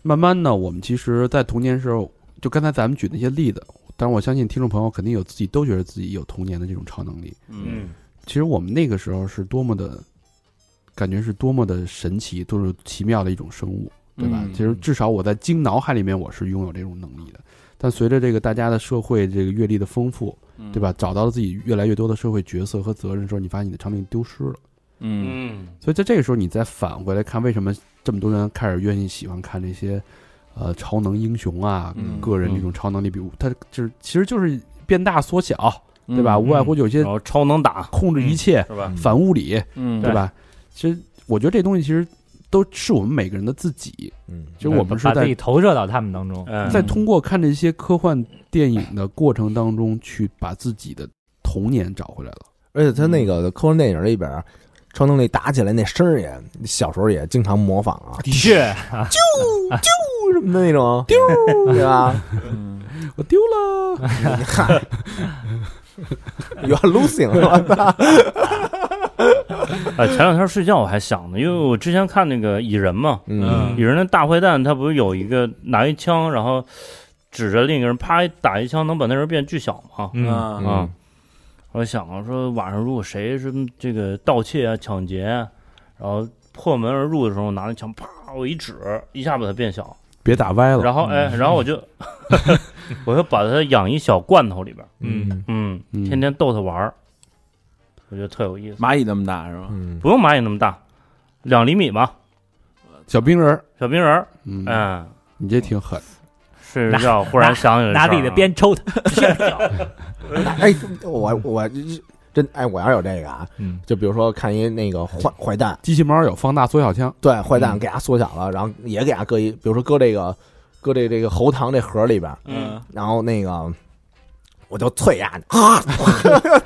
Speaker 5: 慢慢呢，我们其实，在童年时候，就刚才咱们举那些例子，但是我相信听众朋友肯定有自己都觉得自己有童年的这种超能力。
Speaker 3: 嗯，
Speaker 5: 其实我们那个时候是多么的，感觉是多么的神奇，多么奇妙的一种生物，对吧？
Speaker 3: 嗯
Speaker 5: 其实至少我在精脑海里面，我是拥有这种能力的。但随着这个大家的社会这个阅历的丰富，
Speaker 3: 嗯
Speaker 5: 对吧？找到了自己越来越多的社会角色和责任的时候，你发现你的超能力丢失了。
Speaker 3: 嗯？
Speaker 8: 嗯，
Speaker 5: 所以在这个时候，你再返回来看，为什么这么多人开始愿意喜欢看这些，呃，超能英雄啊，
Speaker 3: 嗯
Speaker 5: 个人这种超能力，比如他就是其实就是变大缩小，
Speaker 3: 嗯
Speaker 5: 对吧？无外乎有些
Speaker 8: 嗯然后超能打
Speaker 5: 控制一切、
Speaker 8: 是吧？
Speaker 5: 反物理，
Speaker 3: 嗯，
Speaker 5: 对吧？其实我觉得这东西其实都是我们每个人的自己，
Speaker 7: 嗯，
Speaker 5: 其实我们是
Speaker 6: 把自
Speaker 5: 在
Speaker 6: 己投射到他们当中，
Speaker 8: 嗯，
Speaker 5: 在通过看这些科幻电影的过程当中，去把自己的童年找回来了。
Speaker 7: 而且他那个科幻电影里边。超能力打起来那声儿也，小时候也经常模仿啊，
Speaker 6: 的确，
Speaker 7: 啾什么的那种，丢，对吧？
Speaker 5: 我丢了，
Speaker 7: 你看，有 losing，我操！
Speaker 8: 呃，前两天睡觉我还想呢，因为我之前看那个蚁人嘛，
Speaker 7: 嗯，
Speaker 8: 蚁人那大坏蛋他不是有一个拿一枪，然后指着另一个人啪一打一枪，能把那人变巨小吗？
Speaker 6: 嗯，
Speaker 3: 啊，
Speaker 8: 啊，我想啊，说晚上如果谁是这个盗窃啊、抢劫啊，然后破门而入的时候，拿那枪啪，我一指，一下把它变小，
Speaker 5: 别打歪了。
Speaker 8: 然后
Speaker 6: 嗯
Speaker 8: 哎，然后我 就我就把它养一小罐头里边儿，
Speaker 6: 嗯
Speaker 8: 嗯，
Speaker 5: 嗯
Speaker 8: 天天逗它玩儿，我觉得特有意思。
Speaker 3: 蚂蚁那么大是吧？
Speaker 7: 嗯，
Speaker 8: 不用蚂蚁那么大，两厘米吧，
Speaker 5: 嗯小冰人儿，
Speaker 8: 小冰人儿，
Speaker 5: 嗯，
Speaker 8: 嗯，
Speaker 5: 你这挺狠。
Speaker 8: 睡着觉忽然想起来
Speaker 6: 拿自己的鞭抽他，
Speaker 7: 哎，我我真哎，我要有这个啊，
Speaker 6: 嗯
Speaker 7: 就比如说看一那个坏坏蛋，
Speaker 5: 机器猫有放大缩小枪，
Speaker 7: 对，坏蛋给它缩小了，然后也给它搁一，比如说搁这个搁这这个喉糖这盒里边，
Speaker 8: 嗯，
Speaker 7: 然后那个我就啐牙，啊，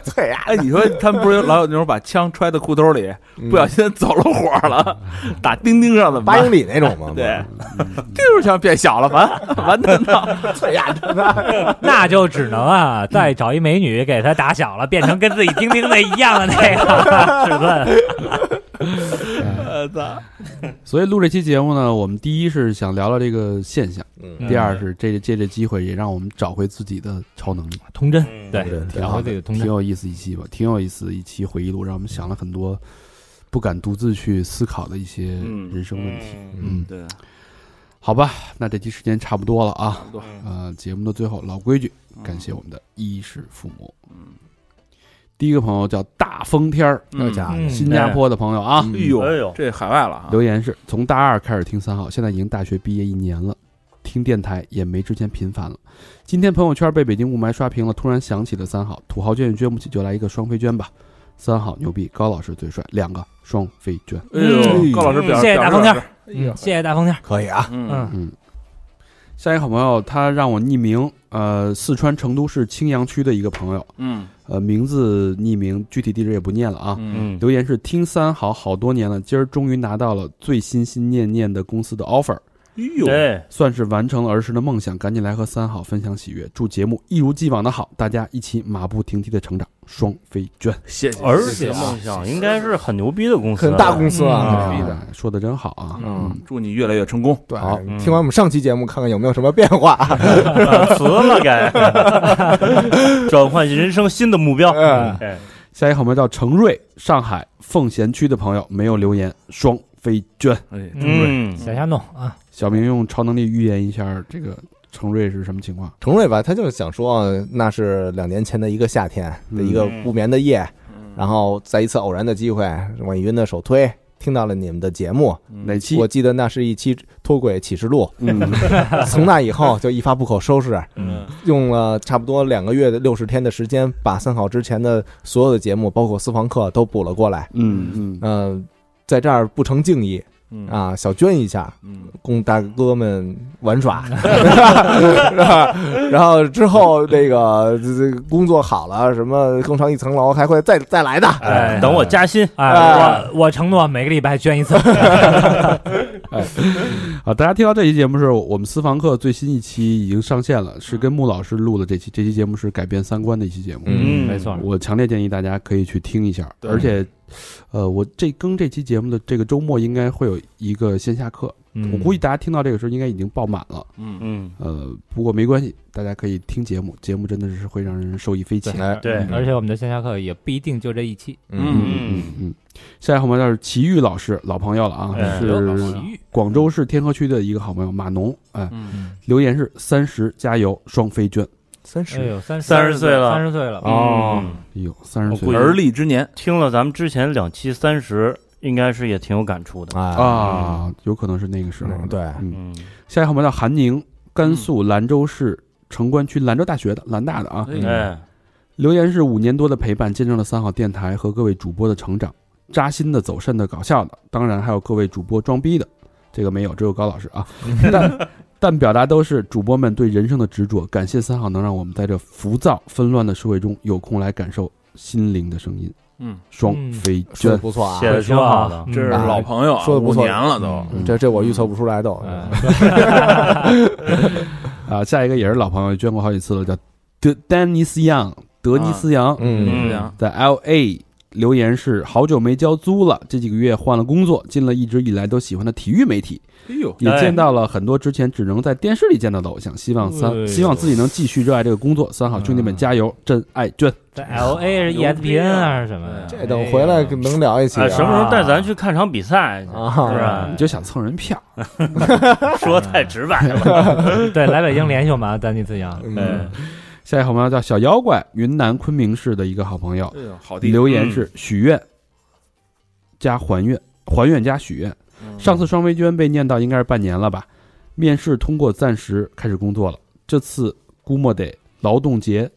Speaker 7: 啐牙，
Speaker 3: 哎，你说他们不是老有那种把枪揣在裤兜里，不小心走了火了，打钉钉上怎么
Speaker 7: 八
Speaker 3: 办？
Speaker 7: 英里那种吗？
Speaker 3: 对， 就是想变小了， 完完蛋了。
Speaker 7: 啐牙，
Speaker 6: 那就只能啊，再找一美女给他打小了，变成跟自己丁丁的一样的那个尺寸，
Speaker 5: 所以录这期节目呢，我们第一是想聊聊这个现象，
Speaker 7: 嗯
Speaker 5: 第二是这借这机会也让我们找回自己的超能力，
Speaker 6: 童真，对，
Speaker 7: 对，挺
Speaker 5: 然
Speaker 7: 好
Speaker 5: 后
Speaker 6: 找回自己的童
Speaker 5: 挺
Speaker 6: 真，
Speaker 5: 有意思一期吧，挺有意思的一期回忆录，让我们想了很多不敢独自去思考的一些
Speaker 3: 嗯
Speaker 5: 人生问题。
Speaker 7: 嗯
Speaker 5: 嗯，
Speaker 3: 对，
Speaker 5: 好吧，那这期时间差不多了啊。
Speaker 3: 多
Speaker 5: 呃，节目的最后老规矩，感谢我们的衣食父母。嗯，第一个朋友叫大风天儿，
Speaker 7: 那家伙，
Speaker 6: 嗯
Speaker 5: 啊新加坡的朋友啊，
Speaker 3: 哎
Speaker 8: 哎
Speaker 3: 呦，
Speaker 8: 呦，
Speaker 3: 这海外了啊！
Speaker 5: 留言是从大二开始听三好，现在已经大学毕业一年了。听电台也没之前频繁了。今天朋友圈被北京雾霾刷屏了，突然想起了三好，土豪捐也捐不起，就来一个双飞捐吧。三好牛逼，高老师最帅，两个双飞捐。
Speaker 3: 哎呦，
Speaker 6: 嗯
Speaker 3: 高老师表
Speaker 6: 谢谢大风天儿，
Speaker 7: 呦
Speaker 6: 嗯谢谢大风天儿，
Speaker 7: 可以啊，
Speaker 3: 嗯
Speaker 6: 嗯
Speaker 5: 嗯，下一个好朋友，他让我匿名，呃，四川成都市青羊区的一个朋友，
Speaker 3: 嗯
Speaker 5: 呃，名字匿名，具体地址也不念了啊。
Speaker 3: 嗯
Speaker 8: 嗯，
Speaker 5: 留言是听三好好多年了，今儿终于拿到了最心心念念的公司的 offer，
Speaker 6: 哎
Speaker 3: 呦，
Speaker 8: 对，
Speaker 5: 算是完成了儿时的梦想，赶紧来和三好分享喜悦，祝节目一如既往的好，大家一起马不停蹄的成长，双飞卷。
Speaker 3: 谢谢。
Speaker 8: 而且梦想应该是很牛逼的公司，
Speaker 7: 啊很大公司啊。
Speaker 8: 啊
Speaker 5: 哎呀说的真好啊！
Speaker 7: 嗯，
Speaker 3: 祝你越来越成功。
Speaker 7: 对
Speaker 5: 好，
Speaker 8: 嗯
Speaker 7: 听完我们上期节目，看看有没有什么变化。啊
Speaker 8: 辞了该， 转换人生新的目标。
Speaker 7: 嗯
Speaker 8: 哎
Speaker 5: 下一个好朋友叫程瑞，上海奉贤区的朋友没有留言，双飞卷。
Speaker 3: 哎，
Speaker 8: 嗯，
Speaker 6: 小瞎弄啊，
Speaker 5: 小明用超能力预言一下这个程瑞是什么情况？
Speaker 7: 程瑞吧，他就是想说，那是两年前的一个夏天的一个不眠的夜，
Speaker 8: 哎嗯
Speaker 7: 然后在一次偶然的机会，网易云的首推听到了你们的节目，
Speaker 8: 嗯
Speaker 5: 哪期
Speaker 7: 我？记得那是一期《脱轨启示录
Speaker 5: 嗯，》，
Speaker 7: 从那以后就一发不可收拾，
Speaker 8: 嗯
Speaker 7: 用了差不多两个月的六十天的时间，把三好之前的所有的节目，包括私房课都补了过来。
Speaker 5: 嗯嗯，
Speaker 7: 嗯、在这儿不成敬意
Speaker 8: 嗯
Speaker 7: 啊，小捐一下，
Speaker 3: 嗯，
Speaker 7: 供大哥们 玩耍， 是吧然后之后这个这这工作好了，什么更上一层楼，还会再再来的。
Speaker 8: 哎，等我加薪，
Speaker 6: 哎，我我承诺每个礼拜捐一次，
Speaker 5: 啊，大家听到这期节目是我们私房课最新一期已经上线了，是跟穆老师录的这期，这期节目是改变三观的一期节目。
Speaker 8: 嗯
Speaker 6: 没错，
Speaker 5: 我强烈建议大家可以去听一下，
Speaker 7: 对
Speaker 5: 而且，呃，我这更这期节目的这个周末应该会有一个线下课，
Speaker 6: 嗯
Speaker 5: 我估计大家听到这个时候应该已经爆满了，
Speaker 8: 嗯，
Speaker 5: 呃，不过没关系，大家可以听节目，节目真的是会让人受益匪浅。
Speaker 7: 哎
Speaker 8: 对，
Speaker 6: 而且我们的线下课也不一定就这一期，
Speaker 7: 嗯，
Speaker 5: 嗯嗯，下一个好朋友是齐豫老师，老朋友了啊，
Speaker 8: 哎
Speaker 5: 是
Speaker 6: 体育
Speaker 5: 广州市天河区的一个好朋友马农，哎，
Speaker 1: 嗯
Speaker 5: 留言是三十加油，双飞卷，
Speaker 7: 三
Speaker 6: 哎
Speaker 7: 十
Speaker 6: 呦，三
Speaker 8: 30岁了
Speaker 6: 三十岁了，
Speaker 8: 哦，
Speaker 5: 哎呦，三十
Speaker 8: 我
Speaker 5: 岁
Speaker 8: 估计
Speaker 3: 而立之年，
Speaker 8: 听了咱们之前两期三十，应该是也挺有感触的。
Speaker 7: 啊，
Speaker 5: 啊，有可能是那个时候，
Speaker 7: 嗯对，
Speaker 8: 嗯，
Speaker 5: 下一个好朋友叫韩宁，甘肃兰州市城关区兰州大学的兰大的啊，
Speaker 8: 哎，
Speaker 5: 留言是五年多的陪伴，见证了三好电台和各位主播的成长，扎心的、走肾的、搞笑的，当然还有各位主播装逼的，这个没有，只有高老师啊。但但表达都是主播们对人生的执着，感谢三好能让我们在这浮躁纷乱的社会中有空来感受心灵的声音。
Speaker 1: 嗯，
Speaker 5: 双
Speaker 6: 嗯
Speaker 5: 飞
Speaker 7: 说的
Speaker 5: 娟，
Speaker 7: 不错啊
Speaker 8: 写，的挺好的，
Speaker 6: 嗯
Speaker 3: 这是老朋友啊，
Speaker 7: 说得不错
Speaker 3: 五年了都。
Speaker 5: 嗯
Speaker 7: 这这我预测不出来都。
Speaker 8: 嗯
Speaker 6: 嗯
Speaker 5: 啊，下一个也是老朋友，捐过好几次了，叫德丹尼斯杨，德尼斯杨，
Speaker 7: 嗯，
Speaker 3: 啊
Speaker 8: 嗯
Speaker 5: 在 L A 留言是好久没交租了，这几个月换了工作，进了一直以来都喜欢的体育媒体，
Speaker 3: 哎呦，
Speaker 5: 也
Speaker 8: 哎
Speaker 5: 见到了很多之前只能在电视里见到的偶像。希望
Speaker 6: 哎呦
Speaker 5: 三希望自己能继续热爱这个工作。三好兄弟们
Speaker 6: 嗯
Speaker 5: 加油！真爱娟，
Speaker 6: 在 L A 是 ESPN 还是啊什么的？
Speaker 7: 这等回来能聊一期
Speaker 8: 嗯哎，什么时候带咱去看场比赛？ 是
Speaker 7: 啊？
Speaker 8: 吧
Speaker 5: 你？就想蹭人票，
Speaker 8: 说太直白了。
Speaker 6: 对，来北京连秀嘛，丹尼 斯扬，
Speaker 7: 嗯，
Speaker 8: 嗯
Speaker 5: 下一个好朋友叫小妖怪，云南昆明市的一个好朋友，
Speaker 3: 哎呦，好地
Speaker 5: 留言是许愿加还愿，还愿加许愿。
Speaker 8: 嗯
Speaker 5: 上次双微娟被念到应该是半年了吧？面试通过，暂时开始工作了。这次估摸得劳动节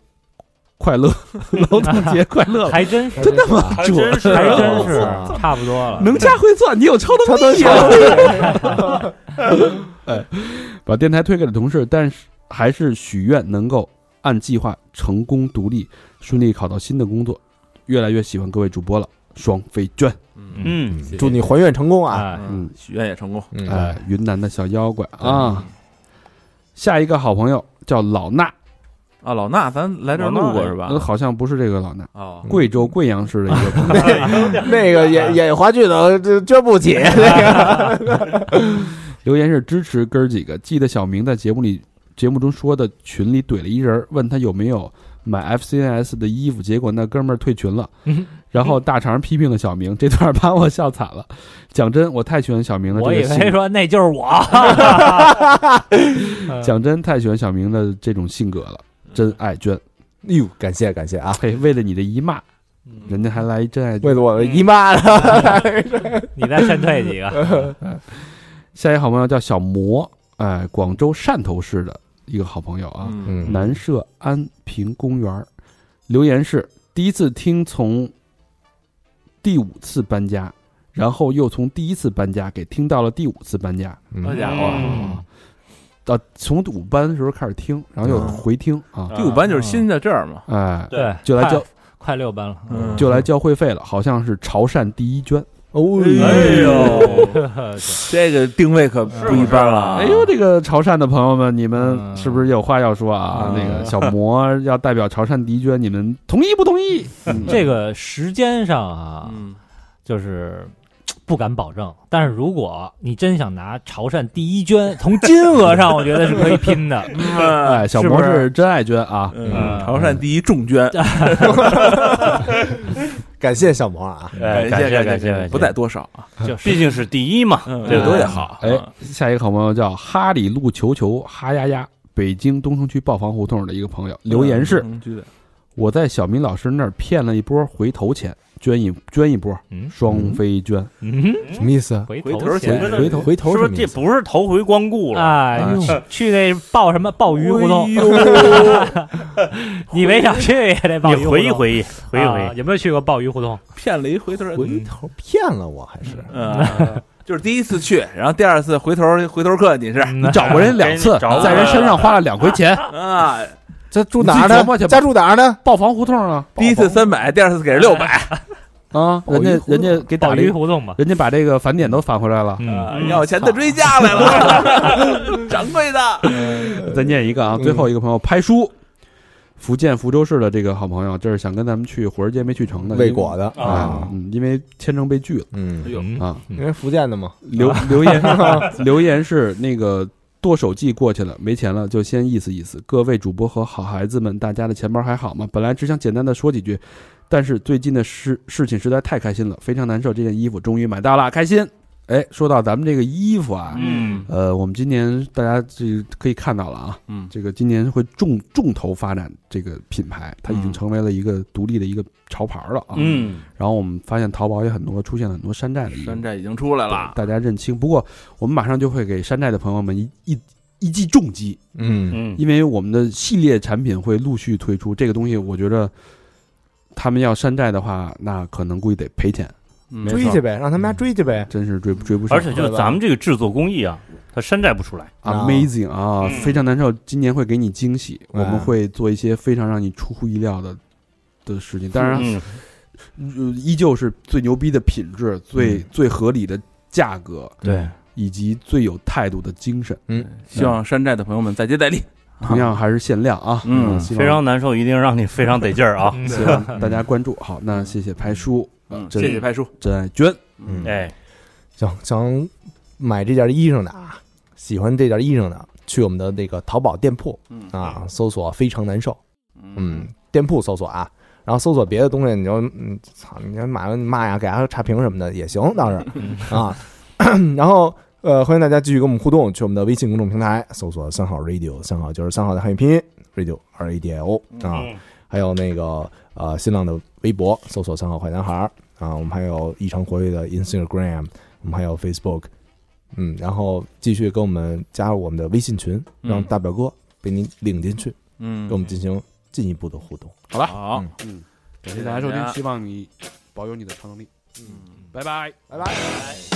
Speaker 5: 快乐， 劳动节快乐 了，
Speaker 6: 还真是，
Speaker 5: 真的吗？
Speaker 8: 还
Speaker 5: 主
Speaker 8: 真是，啊
Speaker 6: 还真是
Speaker 7: 我操，
Speaker 6: 差不多了。
Speaker 5: 能加会算，你有超能力啊！ 哎，把电台推给了同事，但是还是许愿能够按计划成功独立，顺利考到新的工作。越来越喜欢各位主播了，双飞娟。
Speaker 8: 嗯，
Speaker 7: 祝你还愿成功啊！
Speaker 6: 啊，
Speaker 5: 嗯，
Speaker 3: 许愿也成功。
Speaker 7: 嗯，
Speaker 5: 哎，云南的小妖怪啊。下一个好朋友叫老衲，
Speaker 3: 啊，老衲，咱来这儿路过是吧？
Speaker 5: 呃好像不是这个老衲，
Speaker 6: 嗯
Speaker 3: 哦，
Speaker 5: 贵州贵阳市的一个 朋友。
Speaker 7: 那个演演话剧的这捐不起，哎那 个
Speaker 5: 留言是支持哥儿几个，记得小明在节目里节目中说的，群里怼了一人，问他有没有买 FCNS 的衣服，结果那哥们儿退群了。
Speaker 6: 嗯
Speaker 5: 然后大肠批评了小明，这段把我笑惨了。讲真，我太喜欢小明了，
Speaker 6: 我以
Speaker 5: 这个
Speaker 6: 为
Speaker 5: 性
Speaker 6: 说那就是我。
Speaker 5: 讲真太喜欢小明的这种性格了，
Speaker 6: 嗯
Speaker 5: 真爱娟。
Speaker 7: 哟，感谢感谢啊！
Speaker 5: 嘿，为了你的一骂，
Speaker 6: 嗯
Speaker 5: 人家还来一真爱娟
Speaker 7: 为。了我的姨妈呢，
Speaker 6: 你再劝退几个，
Speaker 5: 下一个好朋友叫小魔，哎，广州汕头市的一个好朋友啊，
Speaker 3: 嗯，
Speaker 7: 嗯
Speaker 5: 南社安平公园儿，留言是第一次听从第五次搬家，然后又从第一次搬家给听到了第五次搬家，
Speaker 8: 哎
Speaker 3: 好家伙，
Speaker 8: 嗯
Speaker 5: 到、从五班的时候开始听，然后
Speaker 6: 嗯
Speaker 5: 又回听啊，
Speaker 3: 第五班就是新在这儿嘛。
Speaker 5: 哎，
Speaker 6: 对，
Speaker 5: 就来
Speaker 6: 快
Speaker 5: 交
Speaker 6: 快六班了，
Speaker 3: 嗯
Speaker 5: 就来交会费了，好像是潮汕第一捐，
Speaker 7: 哦
Speaker 3: 哎呦，
Speaker 6: 对
Speaker 3: 这个定位可不一般了啊。
Speaker 5: 哎呦，这个潮汕的朋友们，你们
Speaker 6: 嗯
Speaker 5: 是不是有话要说啊？
Speaker 3: 嗯
Speaker 5: 那个小魔要代表潮汕狄娟，你们同意不同意？
Speaker 6: 这个时间上啊，
Speaker 7: 嗯
Speaker 6: 就是嘖不敢保证。但是如果你真想拿潮汕第一捐，从金额上，我觉得是可以拼的。
Speaker 5: 哎，小魔
Speaker 6: 嗯是不是
Speaker 5: 是真爱娟啊！
Speaker 3: 嗯，潮汕第一重捐，
Speaker 7: 感谢小毛啊，
Speaker 8: 哎，感
Speaker 3: 谢
Speaker 8: 感
Speaker 3: 谢
Speaker 8: 感谢，
Speaker 3: 不在多少啊，
Speaker 6: 就是
Speaker 8: 毕竟是第一嘛，
Speaker 3: 嗯
Speaker 8: 对
Speaker 3: 这
Speaker 8: 不
Speaker 3: 多
Speaker 8: 对
Speaker 3: 也？好。
Speaker 5: 哎，下一个好朋友叫哈里路球球哈呀呀，北京东城区报房胡同的一个朋友留言是：
Speaker 3: 嗯居的
Speaker 5: 我在小明老师那儿骗了一波回头钱，捐一捐一波，
Speaker 6: 嗯
Speaker 5: 双飞捐，
Speaker 6: 嗯，
Speaker 7: 什么意思？啊
Speaker 6: 回
Speaker 3: 回头
Speaker 6: 头
Speaker 3: 钱
Speaker 6: 钱。
Speaker 5: 回头
Speaker 7: 回
Speaker 8: 哎是
Speaker 7: 头
Speaker 8: 不
Speaker 7: 什
Speaker 8: 是
Speaker 7: 么
Speaker 8: 这
Speaker 7: 意思？
Speaker 8: 不是头回光顾
Speaker 3: 啊
Speaker 8: 了？
Speaker 6: 哎，去去那鲍什么鲍鱼胡同
Speaker 3: 哎，呦
Speaker 6: 你没少去也得鲍鱼
Speaker 8: 你
Speaker 6: 胡同。
Speaker 8: 回忆回忆，回忆
Speaker 6: 啊
Speaker 8: 回忆，
Speaker 6: 有没有去过鲍鱼胡同？
Speaker 3: 骗了一回头，
Speaker 7: 回头骗了我还是？
Speaker 3: 嗯，就是第一次去，然后第二次回头回头客，你是
Speaker 5: 你找过人两次
Speaker 8: 哎你找，我
Speaker 5: 在人身上花了两回钱，
Speaker 3: 啊，
Speaker 5: 这住
Speaker 7: 住哪儿呢？家住哪儿呢？
Speaker 5: 报房胡同啊，
Speaker 3: 第一次三百，第二次给人六百，
Speaker 5: 啊，人家人家给打
Speaker 6: 鲍
Speaker 5: 了
Speaker 6: 鱼
Speaker 5: 一，
Speaker 6: 胡同吧。
Speaker 5: 人家把这个返点都返回来了。
Speaker 6: 嗯，
Speaker 3: 啊要钱的追价来了， 掌柜的，
Speaker 5: 再念一个啊，最后一个朋友拍书，福建福州市的这个好朋友，这是想跟咱们去火人街没去成的
Speaker 7: 未果的
Speaker 5: 因为啊，，嗯，因为签证被拒了
Speaker 8: 哎
Speaker 7: 嗯，
Speaker 6: 嗯
Speaker 5: 啊。
Speaker 7: 因为福建的嘛，
Speaker 5: 留
Speaker 8: 啊
Speaker 5: 留言啊留言是那个剁手季过去了，没钱了就先意思意思。各位主播和好孩子们，大家的钱包还好吗？本来只想简单的说几句，但是最近的事事情实在太开心了，非常难受。这件衣服终于买到了，开心。哎，说到咱们这个衣服啊，
Speaker 8: 嗯，
Speaker 5: 呃，我们今年大家这可以看到了啊，
Speaker 3: 嗯
Speaker 5: 这个今年会重重头发展这个品牌，它已经
Speaker 3: 嗯
Speaker 5: 成为了一个独立的一个潮牌了啊。，
Speaker 8: 嗯，
Speaker 5: 然后我们发现淘宝也很多出现了很多山寨的衣服，
Speaker 3: 山寨已经出来了，
Speaker 5: 大家认清。不过我们马上就会给山寨的朋友们一一一记重击，
Speaker 7: 嗯，
Speaker 8: 嗯，
Speaker 5: 因为我们的系列产品会陆续推出。这个东西我觉得他们要山寨的话，那可能估计得赔钱，
Speaker 3: 嗯
Speaker 7: 追去呗，让他们家追去呗。
Speaker 5: 真是追追不
Speaker 8: 嗯
Speaker 5: 上
Speaker 8: 而。且就是咱们这个制作工艺啊，它山寨不出来。
Speaker 5: Amazing 啊，
Speaker 8: 嗯
Speaker 5: 非常难受。今年会给你惊喜，我
Speaker 7: 哇
Speaker 5: 们会做一些非常让你出乎意料的的事情。当然，
Speaker 8: 嗯，
Speaker 5: 呃依旧是最牛逼的品质，最
Speaker 8: 嗯
Speaker 5: 最合理的价格，
Speaker 7: 对，
Speaker 5: 以及最有态度的精神。
Speaker 3: 希望山寨的朋友们再接再厉，
Speaker 5: 同样还是限量啊，
Speaker 3: 嗯
Speaker 5: 希望
Speaker 8: 非常难受，一定让你非常得劲儿啊！
Speaker 6: 嗯
Speaker 5: 希望大家关注。好，那谢谢拍叔，
Speaker 3: 嗯，
Speaker 5: 真
Speaker 3: 谢谢拍叔，
Speaker 5: 真爱娟，
Speaker 7: 嗯，
Speaker 8: 哎，
Speaker 7: 想想买这件衣裳的啊，喜欢这件衣裳的，去我们的那个淘宝店铺
Speaker 3: 嗯
Speaker 7: 啊，搜索非常难受，嗯，，店铺搜索啊，然后搜索别的东西，你就嗯，操，你就买了你骂呀，给他差评什么的也行，倒是啊。然后呃，欢迎大家继续跟我们互动，去我们的微信公众平台搜索三好 radio，三好就是三好的汉语拼音 radio r a d i o 啊，
Speaker 8: 嗯
Speaker 7: 还有那个呃新浪的微博搜索三好坏男孩儿啊，我们还有异常活跃的 Instagram，我们还有 Facebook，嗯，然后继续跟我们加入我们的微信群，让大表哥给您领进去，
Speaker 3: 嗯
Speaker 7: 跟我们进行进一步的互动。
Speaker 3: 好了，好，
Speaker 5: 感谢大家收听，希望你保有你的超能力。嗯，拜拜。
Speaker 7: 拜拜。